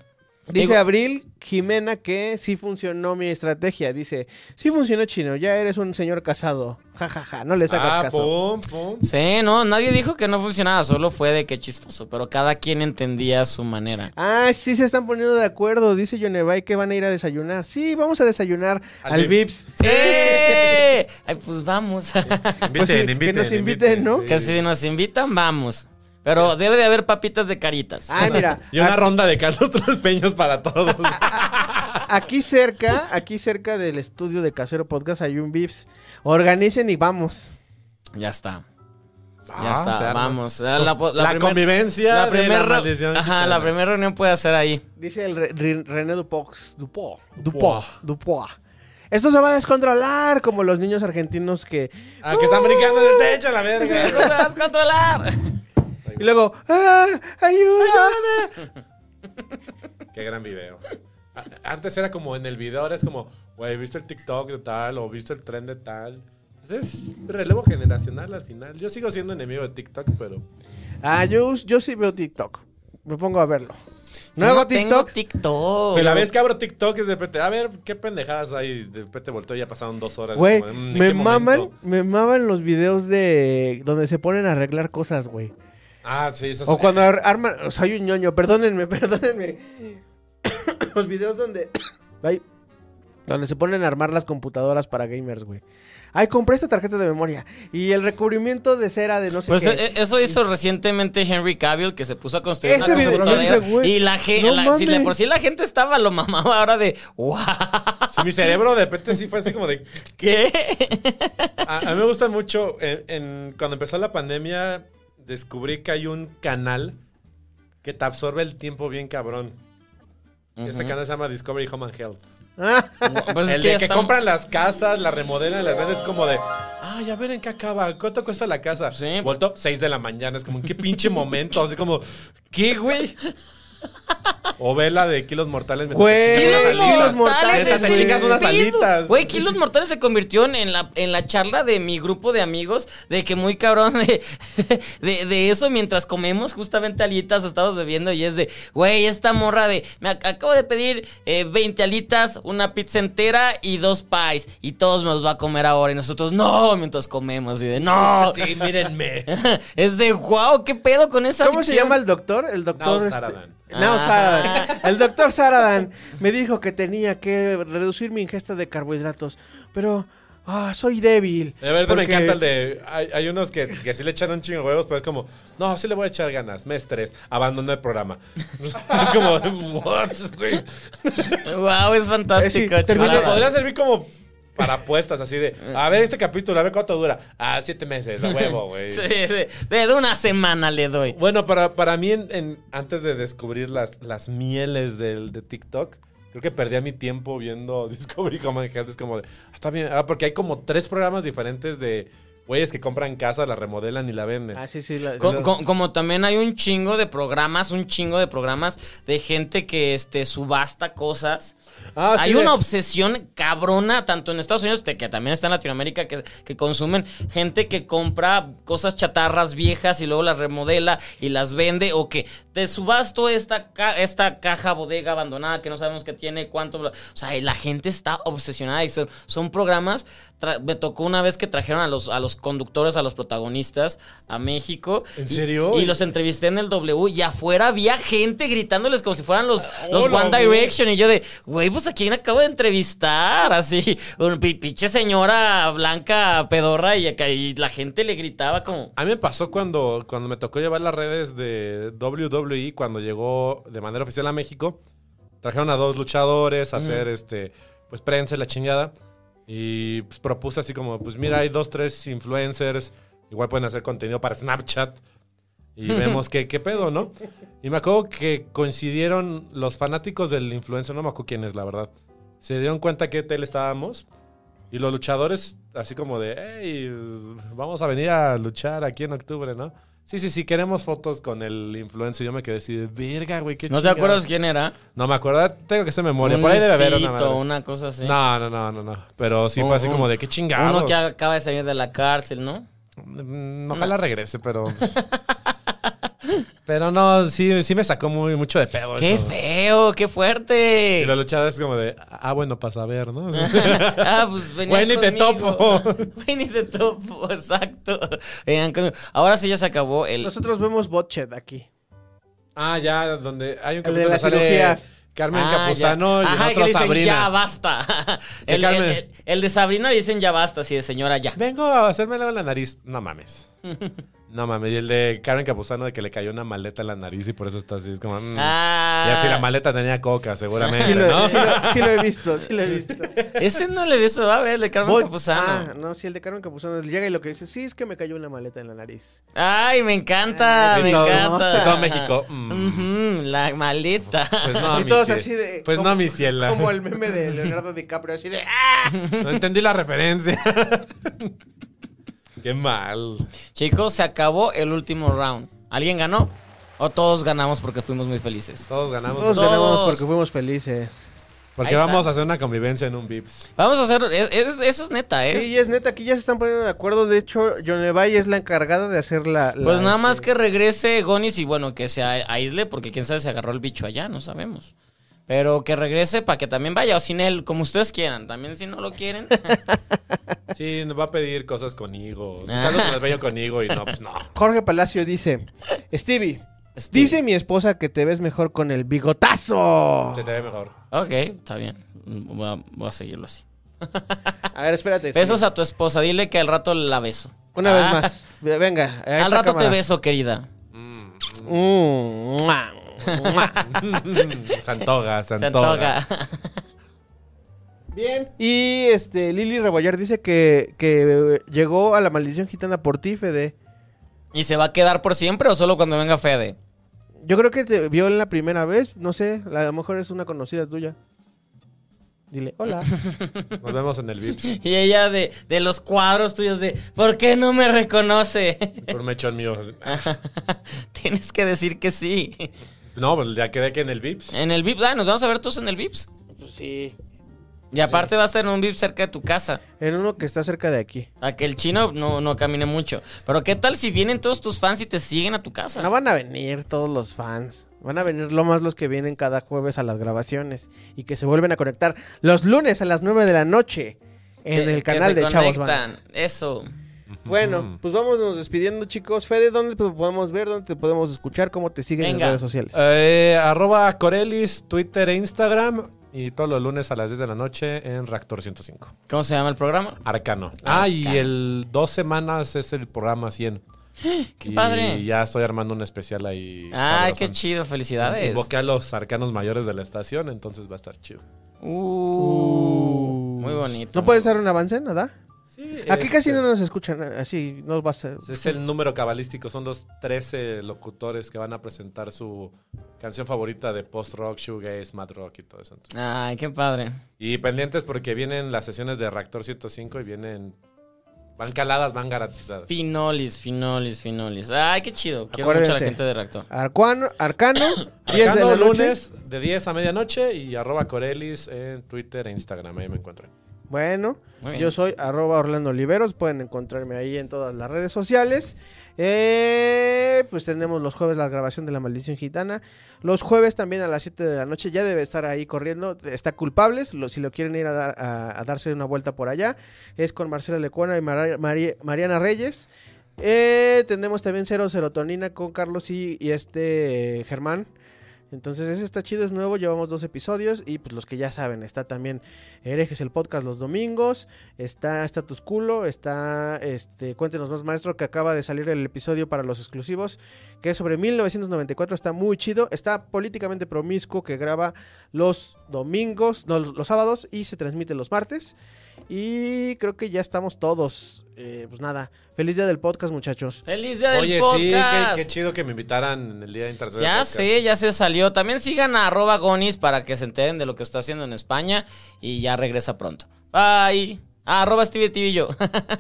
Speaker 2: Dice
Speaker 1: Digo-
Speaker 2: Abril Jimena que sí funcionó mi estrategia. Dice, sí funcionó chino, ya eres un señor casado. Ja, ja, ja, no le sacas
Speaker 3: Ah,
Speaker 2: caso. Pues
Speaker 3: pum, pum.
Speaker 1: Sí, no, nadie dijo que no funcionaba, solo fue de qué chistoso, pero cada quien entendía a su manera.
Speaker 2: Ah, sí se están poniendo de acuerdo, dice Yonevay que van a ir a desayunar. Sí, vamos a desayunar
Speaker 3: Al
Speaker 2: al, Vips.
Speaker 3: Vips.
Speaker 1: ¡Sí! *laughs* Ay, pues vamos.
Speaker 3: Inviten,
Speaker 2: sí, que
Speaker 3: inviten,
Speaker 2: nos inviten, ¿no?
Speaker 1: *laughs*
Speaker 3: sí.
Speaker 1: que si nos invitan, vamos. Pero debe de haber papitas de caritas.
Speaker 3: Ah.
Speaker 2: Ay, Ah,
Speaker 3: *laughs*
Speaker 2: mira,
Speaker 3: Y una
Speaker 2: a-
Speaker 3: ronda de Carlos *laughs* Tres Peños para todos.
Speaker 2: aquí cerca, aquí cerca del estudio de Casero Podcast hay un Vips. Organicen y vamos.
Speaker 1: Ya está. Ya
Speaker 3: Ah,
Speaker 1: está,
Speaker 3: o sea,
Speaker 1: vamos. La, la- la
Speaker 3: La
Speaker 1: primer-
Speaker 3: convivencia
Speaker 1: la
Speaker 3: de
Speaker 1: primer
Speaker 3: la
Speaker 1: reu-
Speaker 3: maldición
Speaker 1: Ajá, la
Speaker 3: gitana.
Speaker 1: primera reunión puede ser
Speaker 3: *laughs*
Speaker 1: ahí.
Speaker 2: Dice el Re- Re- René Dupox. Dupont. Dupont.
Speaker 3: Dupont.
Speaker 2: Dupont. Esto se va a descontrolar como los niños argentinos que...
Speaker 3: Ah, que están brincando en el techo, la
Speaker 1: ¡No te
Speaker 3: verga.
Speaker 1: vas a controlar!
Speaker 2: ¡Uh! Y luego, ¡ah! ¡Ayuda!
Speaker 3: Qué gran video. A- Antes era como en el video, ahora es como, güey, ¿viste el TikTok de tal? ¿O viste el tren de tal? Pues es relevo generacional al final. Yo sigo siendo enemigo de TikTok, pero...
Speaker 2: Ah, yo, yo sí veo TikTok. Me pongo a verlo. No
Speaker 1: Yo
Speaker 2: hago
Speaker 1: tengo
Speaker 2: TikTok.
Speaker 1: TikTok.
Speaker 3: Pero Pues la vez que abro TikTok es de repente, a ver, qué pendejadas hay. De repente volteo y ya pasaron dos horas.
Speaker 2: Güey,
Speaker 3: como de, mm, ¿en
Speaker 2: me
Speaker 3: qué momento?
Speaker 2: maman, me maman los videos de donde se ponen a arreglar cosas, güey.
Speaker 3: Ah, sí, eso
Speaker 2: O cuando ar- arman, o soy un ñoño, perdónenme, *laughs* perdónenme. *coughs* los videos donde *coughs* ay, donde se ponen a armar las computadoras para gamers, güey. Ay, compré esta tarjeta de memoria y el recubrimiento de cera de no sé
Speaker 1: Pues
Speaker 2: qué.
Speaker 1: eh, eso hizo recientemente Henry Cavill, que se puso a construir
Speaker 2: Ese
Speaker 1: una
Speaker 2: video,
Speaker 1: computadora.
Speaker 2: ese güey.
Speaker 1: Y la gente,
Speaker 2: No
Speaker 1: si de
Speaker 2: mames.
Speaker 1: por sí la gente estaba, lo mamaba ahora de, wow,
Speaker 3: Sí, mi cerebro de repente sí fue así como de...
Speaker 1: ¿qué?
Speaker 3: A, a mí me gusta mucho, en- en- cuando empezó la pandemia, descubrí que hay un canal que te absorbe el tiempo bien cabrón. Ese canal se llama Discovery Home and Health.
Speaker 2: Ah,
Speaker 1: *laughs* Pues es
Speaker 3: el de
Speaker 1: ya
Speaker 3: que
Speaker 1: estamos-
Speaker 3: compran las casas, las remodelan, las venden, es como de, ay, a ver en qué acaba, ¿cuánto cuesta la casa?
Speaker 1: Sí.
Speaker 3: Volto, 6 de la mañana, es como, ¿en qué pinche momento? Así como, ¿qué, güey? O vela de kilos mortales. mientras
Speaker 2: Güey.
Speaker 3: te chingas
Speaker 1: Kilos
Speaker 2: Kilos
Speaker 3: unas alitas.
Speaker 1: mortales,
Speaker 2: mortales,
Speaker 1: es
Speaker 2: te
Speaker 1: un
Speaker 2: chingas
Speaker 3: unas
Speaker 1: pedo.
Speaker 3: alitas.
Speaker 1: Güey, kilos mortales se convirtió en, en la, en la charla de mi grupo de amigos de que muy cabrón de, *laughs* de, de eso mientras comemos justamente alitas o estamos bebiendo y es de, güey, esta morra de, me ac- acabo de pedir eh, 20 alitas, una pizza entera y dos pies y todos me los va a comer ahora y nosotros no, mientras comemos y de no.
Speaker 3: *laughs* Sí, mírenme.
Speaker 1: *laughs* Es de, wow, qué pedo con esa
Speaker 2: ¿Cómo se
Speaker 1: adicción? *laughs*
Speaker 2: llama el doctor? El doctor
Speaker 3: Nao
Speaker 2: este-
Speaker 3: Saradan.
Speaker 2: Nao
Speaker 1: Ah.
Speaker 2: Saradan. *laughs* El doctor Saradan me dijo que tenía que reducir mi ingesta de carbohidratos, pero ah, soy débil.
Speaker 3: De verdad este me
Speaker 2: porque-
Speaker 3: encanta el de. Hay, hay unos que, que sí le echan un chingo de huevos, pero es como, no, sí le voy a echar ganas, mes 3, abandono el programa. *laughs* es como, what, güey.
Speaker 1: Wow, es fantástico,
Speaker 2: Eh, Sí, termina-
Speaker 3: Ahora,
Speaker 1: chulada.
Speaker 3: podría servir como para apuestas, así de, a ver este capítulo, a ver cuánto dura. Ah, siete meses, a huevo, güey.
Speaker 1: Sí, sí. De, de una semana le doy.
Speaker 3: Bueno, para, para mí, en- en- antes de descubrir las, las mieles del, de TikTok, creo que perdía mi tiempo viendo *laughs* Discovery Home and Health. Es como, de, "Ah, está bien, ah, porque hay como tres programas diferentes de güeyes que compran casa, la remodelan y la venden.
Speaker 2: Ah, sí, sí. la-
Speaker 1: Co-
Speaker 2: la-
Speaker 1: co- como también hay un chingo de programas, un chingo de programas de gente que este, subasta cosas.
Speaker 3: Ah, sí,
Speaker 1: hay
Speaker 3: de-
Speaker 1: una obsesión cabrona, tanto en Estados Unidos, te- que también está en Latinoamérica, que, que consumen gente que compra cosas chatarras viejas y luego las remodela y las vende, o que te subasto esta, ca- esta caja bodega abandonada que no sabemos qué tiene, cuánto. bla- O sea, y la gente está obsesionada. y son, son programas. tra- me tocó una vez que trajeron a los, a los conductores, a los protagonistas a México.
Speaker 3: ¿En
Speaker 1: y-
Speaker 3: serio?
Speaker 1: Y los entrevisté en el W y afuera había gente gritándoles como si fueran los, los
Speaker 3: hola,
Speaker 1: One
Speaker 3: güey.
Speaker 1: Direction. Action, Y yo de, güey, pues a quién acabo de entrevistar. Así, un pi- pinche señora blanca pedorra y, acá- y la gente le gritaba como.
Speaker 3: A mí me pasó cuando, cuando me tocó llevar las redes de WWE, cuando llegó de manera oficial a México. Trajeron a dos luchadores a hacer este, pues prensa y la chingada. Y pues, propuse así como: pues mira, hay dos, tres influencers. Igual pueden hacer contenido para Snapchat.
Speaker 1: *laughs*
Speaker 3: Y vemos qué, qué pedo, ¿no? Y me acuerdo que coincidieron los fanáticos del influencer, no me acuerdo quién es, la verdad. Se dieron cuenta que hotel estábamos. Y los luchadores, así como de, hey, vamos a venir a luchar aquí en octubre, ¿no? Sí, sí, sí, queremos fotos con el influencer. Yo me quedé así de, verga, güey, qué
Speaker 1: ¿No te
Speaker 3: chingados".
Speaker 1: acuerdas quién era?
Speaker 3: No me acuerdo, tengo que hacer memoria. Por ahí debe haber una.
Speaker 1: lisito,
Speaker 3: madre.
Speaker 1: una cosa así.
Speaker 3: No, no, no, no, no. Pero sí fue así
Speaker 1: Un-
Speaker 3: como de, qué chingados.
Speaker 1: Uno que acaba de salir de la cárcel, ¿no? *laughs*
Speaker 3: Mm, Ojalá regrese, pero. pues, Pero no, sí, sí me sacó muy, mucho de pedo.
Speaker 1: ¡Qué
Speaker 3: eso.
Speaker 1: feo! ¡Qué *laughs*
Speaker 3: Y la
Speaker 1: fuerte!
Speaker 3: luchada es como de, ah, bueno, para saber, ¿no?
Speaker 1: ah, pues venía
Speaker 3: Güey, ni te
Speaker 1: conmigo.
Speaker 3: topo.
Speaker 1: *laughs* Güey, ni te topo, *laughs* exacto. Venían conmigo. Ahora sí ya se acabó el...
Speaker 2: Nosotros vemos Botched
Speaker 3: *laughs*
Speaker 2: aquí.
Speaker 3: *laughs* ah, ya, donde hay un
Speaker 2: El de
Speaker 3: capítulo que
Speaker 2: las
Speaker 3: sale
Speaker 2: cirugías.
Speaker 3: Carmen
Speaker 1: Ah, ya.
Speaker 3: Capuzano y
Speaker 1: Ajá,
Speaker 3: el otro
Speaker 1: que dicen,
Speaker 3: Sabrina.
Speaker 1: ya
Speaker 3: *laughs*
Speaker 1: basta.
Speaker 3: De
Speaker 1: El, el-
Speaker 3: Carmen. Mm.
Speaker 1: el- el de Sabrina le dicen ya basta, así de señora ya.
Speaker 3: Vengo a hacerme algo en la nariz. No
Speaker 1: *laughs*
Speaker 3: mames. No mames. Y el de Carmen Capuzano de que le cayó una maleta en la nariz y por eso está así. Es como. mm.
Speaker 1: Ah.
Speaker 3: Y así la maleta tenía coca, seguramente.
Speaker 2: Sí lo,
Speaker 3: ¿no?
Speaker 2: sí lo- sí lo he visto, sí lo he
Speaker 3: *laughs*
Speaker 2: visto.
Speaker 1: Ese no le ves, va a ver, el de Carmen
Speaker 2: Bot- Ah,
Speaker 1: Capuzano.
Speaker 2: no, sí, el de Carmen Capuzano llega y lo que dice, sí, es que me cayó una maleta en la nariz.
Speaker 1: Ay, me encanta,
Speaker 2: Ay,
Speaker 1: me
Speaker 3: Y Ah. todo-
Speaker 1: encanta.
Speaker 3: y todo México. mm.
Speaker 1: Ujú, la maleta.
Speaker 3: Pues no,
Speaker 2: Y
Speaker 3: mi
Speaker 2: todos
Speaker 3: cielo.
Speaker 2: así de-
Speaker 3: Pues
Speaker 2: como-
Speaker 3: no, mi cielo.
Speaker 2: Como el meme de Leonardo DiCaprio, así de... ¡Ah!
Speaker 3: No entendí la referencia. Qué mal.
Speaker 1: Chicos, se acabó el último round. ¿Alguien ganó? ¿O todos ganamos porque fuimos muy felices?
Speaker 3: Pues Todos ganamos.
Speaker 2: Todos
Speaker 1: Todos.
Speaker 2: ganamos porque fuimos felices.
Speaker 3: Porque
Speaker 1: Ahí está.
Speaker 3: vamos a hacer una convivencia en un Vips.
Speaker 1: Vamos a hacer... es- es- eso es neta, ¿eh?
Speaker 2: Sí, y es neta, aquí ya se están poniendo de acuerdo. De hecho, Yonevay es la encargada de hacer la... la- este
Speaker 1: Pues nada más que regrese Gonis y bueno, que se a- aísle, porque quién sabe si agarró el bicho allá, no sabemos. Pero que regrese para que también vaya, o sin él, como ustedes quieran. También si no lo quieren. *laughs*
Speaker 3: Sí, nos va a pedir cosas con higo. En
Speaker 2: Ah.
Speaker 3: caso que nos veo con higo y no, pues no.
Speaker 2: Jorge Palacio dice, Stevie,
Speaker 1: este,
Speaker 2: dice mi esposa que te ves mejor con el bigotazo.
Speaker 3: Se te
Speaker 2: *laughs*
Speaker 3: ve mejor.
Speaker 1: Ok, está bien. Voy a, voy a seguirlo así.
Speaker 2: A ver, espérate.
Speaker 1: Besos
Speaker 2: Stevie.
Speaker 1: a tu esposa, dile que al rato la beso.
Speaker 2: Una
Speaker 1: Ah,
Speaker 2: vez más. Venga.
Speaker 1: *laughs*
Speaker 2: a
Speaker 1: Al
Speaker 2: esta
Speaker 1: rato te
Speaker 2: cámara.
Speaker 1: beso, querida.
Speaker 2: Mm, mua,
Speaker 1: *laughs*
Speaker 2: mua.
Speaker 3: Santoga, Santoga.
Speaker 1: Se antoja. *laughs*
Speaker 2: Bien. Y este Lili Rebollar dice que, que llegó a la maldición gitana por ti, Fede.
Speaker 1: ¿Y se va a quedar por siempre o solo cuando venga Fede?
Speaker 2: Yo creo que te vio en la primera vez, no sé, a lo mejor es una conocida tuya. Dile,
Speaker 1: *laughs*
Speaker 2: hola.
Speaker 3: Nos vemos en el Vips.
Speaker 1: Y ella de, de los cuadros tuyos de ¿Por qué no me reconoce? *laughs*
Speaker 3: Por mechón mío.
Speaker 1: Tienes que decir que sí.
Speaker 3: No, pues ya quedé que en el Vips.
Speaker 1: En el VIPS, ah, nos vamos a ver todos en el VIPS.
Speaker 3: Pues
Speaker 2: sí.
Speaker 1: Y aparte va a ser en un VIP cerca de tu casa.
Speaker 2: En uno que está cerca de aquí.
Speaker 1: A que el chino no, no camine mucho. Pero qué tal si vienen todos tus fans y te siguen a tu casa.
Speaker 2: No van a venir todos los fans. Van a venir lo más los que vienen cada jueves a las grabaciones y que se vuelven a conectar los lunes a las 9 de la noche en
Speaker 1: Que-
Speaker 2: el
Speaker 1: que
Speaker 2: canal
Speaker 1: se
Speaker 2: de Chavos Banda.
Speaker 1: conectan. Eso.
Speaker 2: Bueno, pues vámonos despidiendo, chicos. Fede, ¿dónde te podemos ver? ¿Dónde te podemos escuchar? ¿Cómo te siguen en
Speaker 1: Venga.
Speaker 2: las redes sociales?
Speaker 3: Eh, arroba Corelis, Twitter e Instagram. Y todos los lunes a las 10 de la noche en Reactor 105.
Speaker 1: ¿Cómo se llama el programa?
Speaker 3: Arcano. Ah, y el dos semanas es el programa 100.
Speaker 1: *gasps* ¡Qué padre!
Speaker 3: Y ya estoy armando un especial ahí.
Speaker 1: Ay,
Speaker 3: sabrosón.
Speaker 1: qué chido. Felicidades.
Speaker 3: Invoqué a los arcanos mayores de la estación, entonces va a estar chido.
Speaker 1: Uh, muy
Speaker 3: Eh,
Speaker 1: bonito.
Speaker 2: ¿No puedes dar un avance, nada?
Speaker 3: Sí,
Speaker 2: Aquí
Speaker 1: Este.
Speaker 2: casi no nos escuchan, eh, así no va a ser.
Speaker 3: Es el número cabalístico, son los 13 locutores que van a presentar su canción favorita de post-rock, shoegaze, mad rock y todo eso. Entonces,
Speaker 1: Ay, qué padre.
Speaker 3: Y pendientes porque vienen las sesiones de Reactor 105 y vienen... Van caladas, van garantizadas.
Speaker 1: Finolis, finolis, finolis. Ay, qué chido. Quiero mucho a
Speaker 2: Acuérdense.
Speaker 1: la gente de Reactor.
Speaker 2: Arcuano,
Speaker 3: *coughs*
Speaker 2: Arcano, 10 de
Speaker 3: Arcano,
Speaker 2: la noche.
Speaker 3: lunes de 10 a medianoche y arroba Corelis en Twitter e Instagram, ahí me encuentran.
Speaker 2: Bueno,
Speaker 1: Muy bien.
Speaker 2: yo soy arroba Orlando Oliveros, pueden encontrarme ahí en todas las redes sociales. Eh, pues tenemos los jueves la grabación de La Maldición Gitana. Los jueves también a las 7 de la noche ya debe estar ahí corriendo. Está culpables, lo- si lo quieren ir a, dar- a- a darse una vuelta por allá. Es con Marcela Lecuona y Mara- Mari- Mariana Reyes. Eh, tenemos también Cero Serotonina con Carlos y, y este eh, Germán. Entonces ese está chido, es nuevo, llevamos dos episodios y pues los que ya saben, está también Herejes el podcast los domingos, está Status Culo, está este Cuéntenos más maestro que acaba de salir el episodio para los exclusivos, que es sobre 1994, está muy chido, está políticamente promiscuo que graba los domingos, no, los, los sábados y se transmite los martes y creo que ya estamos todos, Eh, pues nada, feliz día del
Speaker 1: *laughs*
Speaker 2: podcast muchachos.
Speaker 1: ¡Feliz día del
Speaker 3: Oye, sí,
Speaker 1: podcast!
Speaker 3: qué, qué chido que me invitaran en el Día Internacional.
Speaker 1: Ya
Speaker 3: del Podcast.
Speaker 1: sé, ya se salió. También sigan a arroba gonis para que se enteren de lo que está haciendo en España y ya regresa pronto. Bye. Ah, arroba Stevie TV y yo.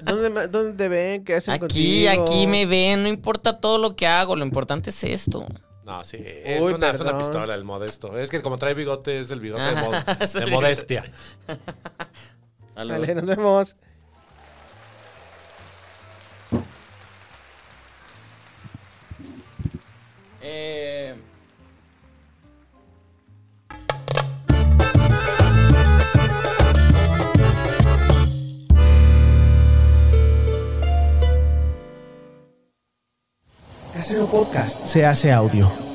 Speaker 2: ¿Dónde, me- dónde te ven? ¿Qué hacen
Speaker 1: Aquí,
Speaker 2: contigo?
Speaker 1: aquí me ven, no importa todo lo que hago, lo importante es esto.
Speaker 3: No, sí, es,
Speaker 2: Uy,
Speaker 3: una, es una
Speaker 2: perdón.
Speaker 3: pistola el modesto. Es que como trae bigote, es el bigote de,
Speaker 1: Ajá, *laughs*
Speaker 3: mod-
Speaker 1: es el
Speaker 3: de
Speaker 1: bigote.
Speaker 3: modestia.
Speaker 1: Saludos.
Speaker 2: Vale, nos vemos.
Speaker 1: Eh,
Speaker 5: Casero Podcast se hace audio.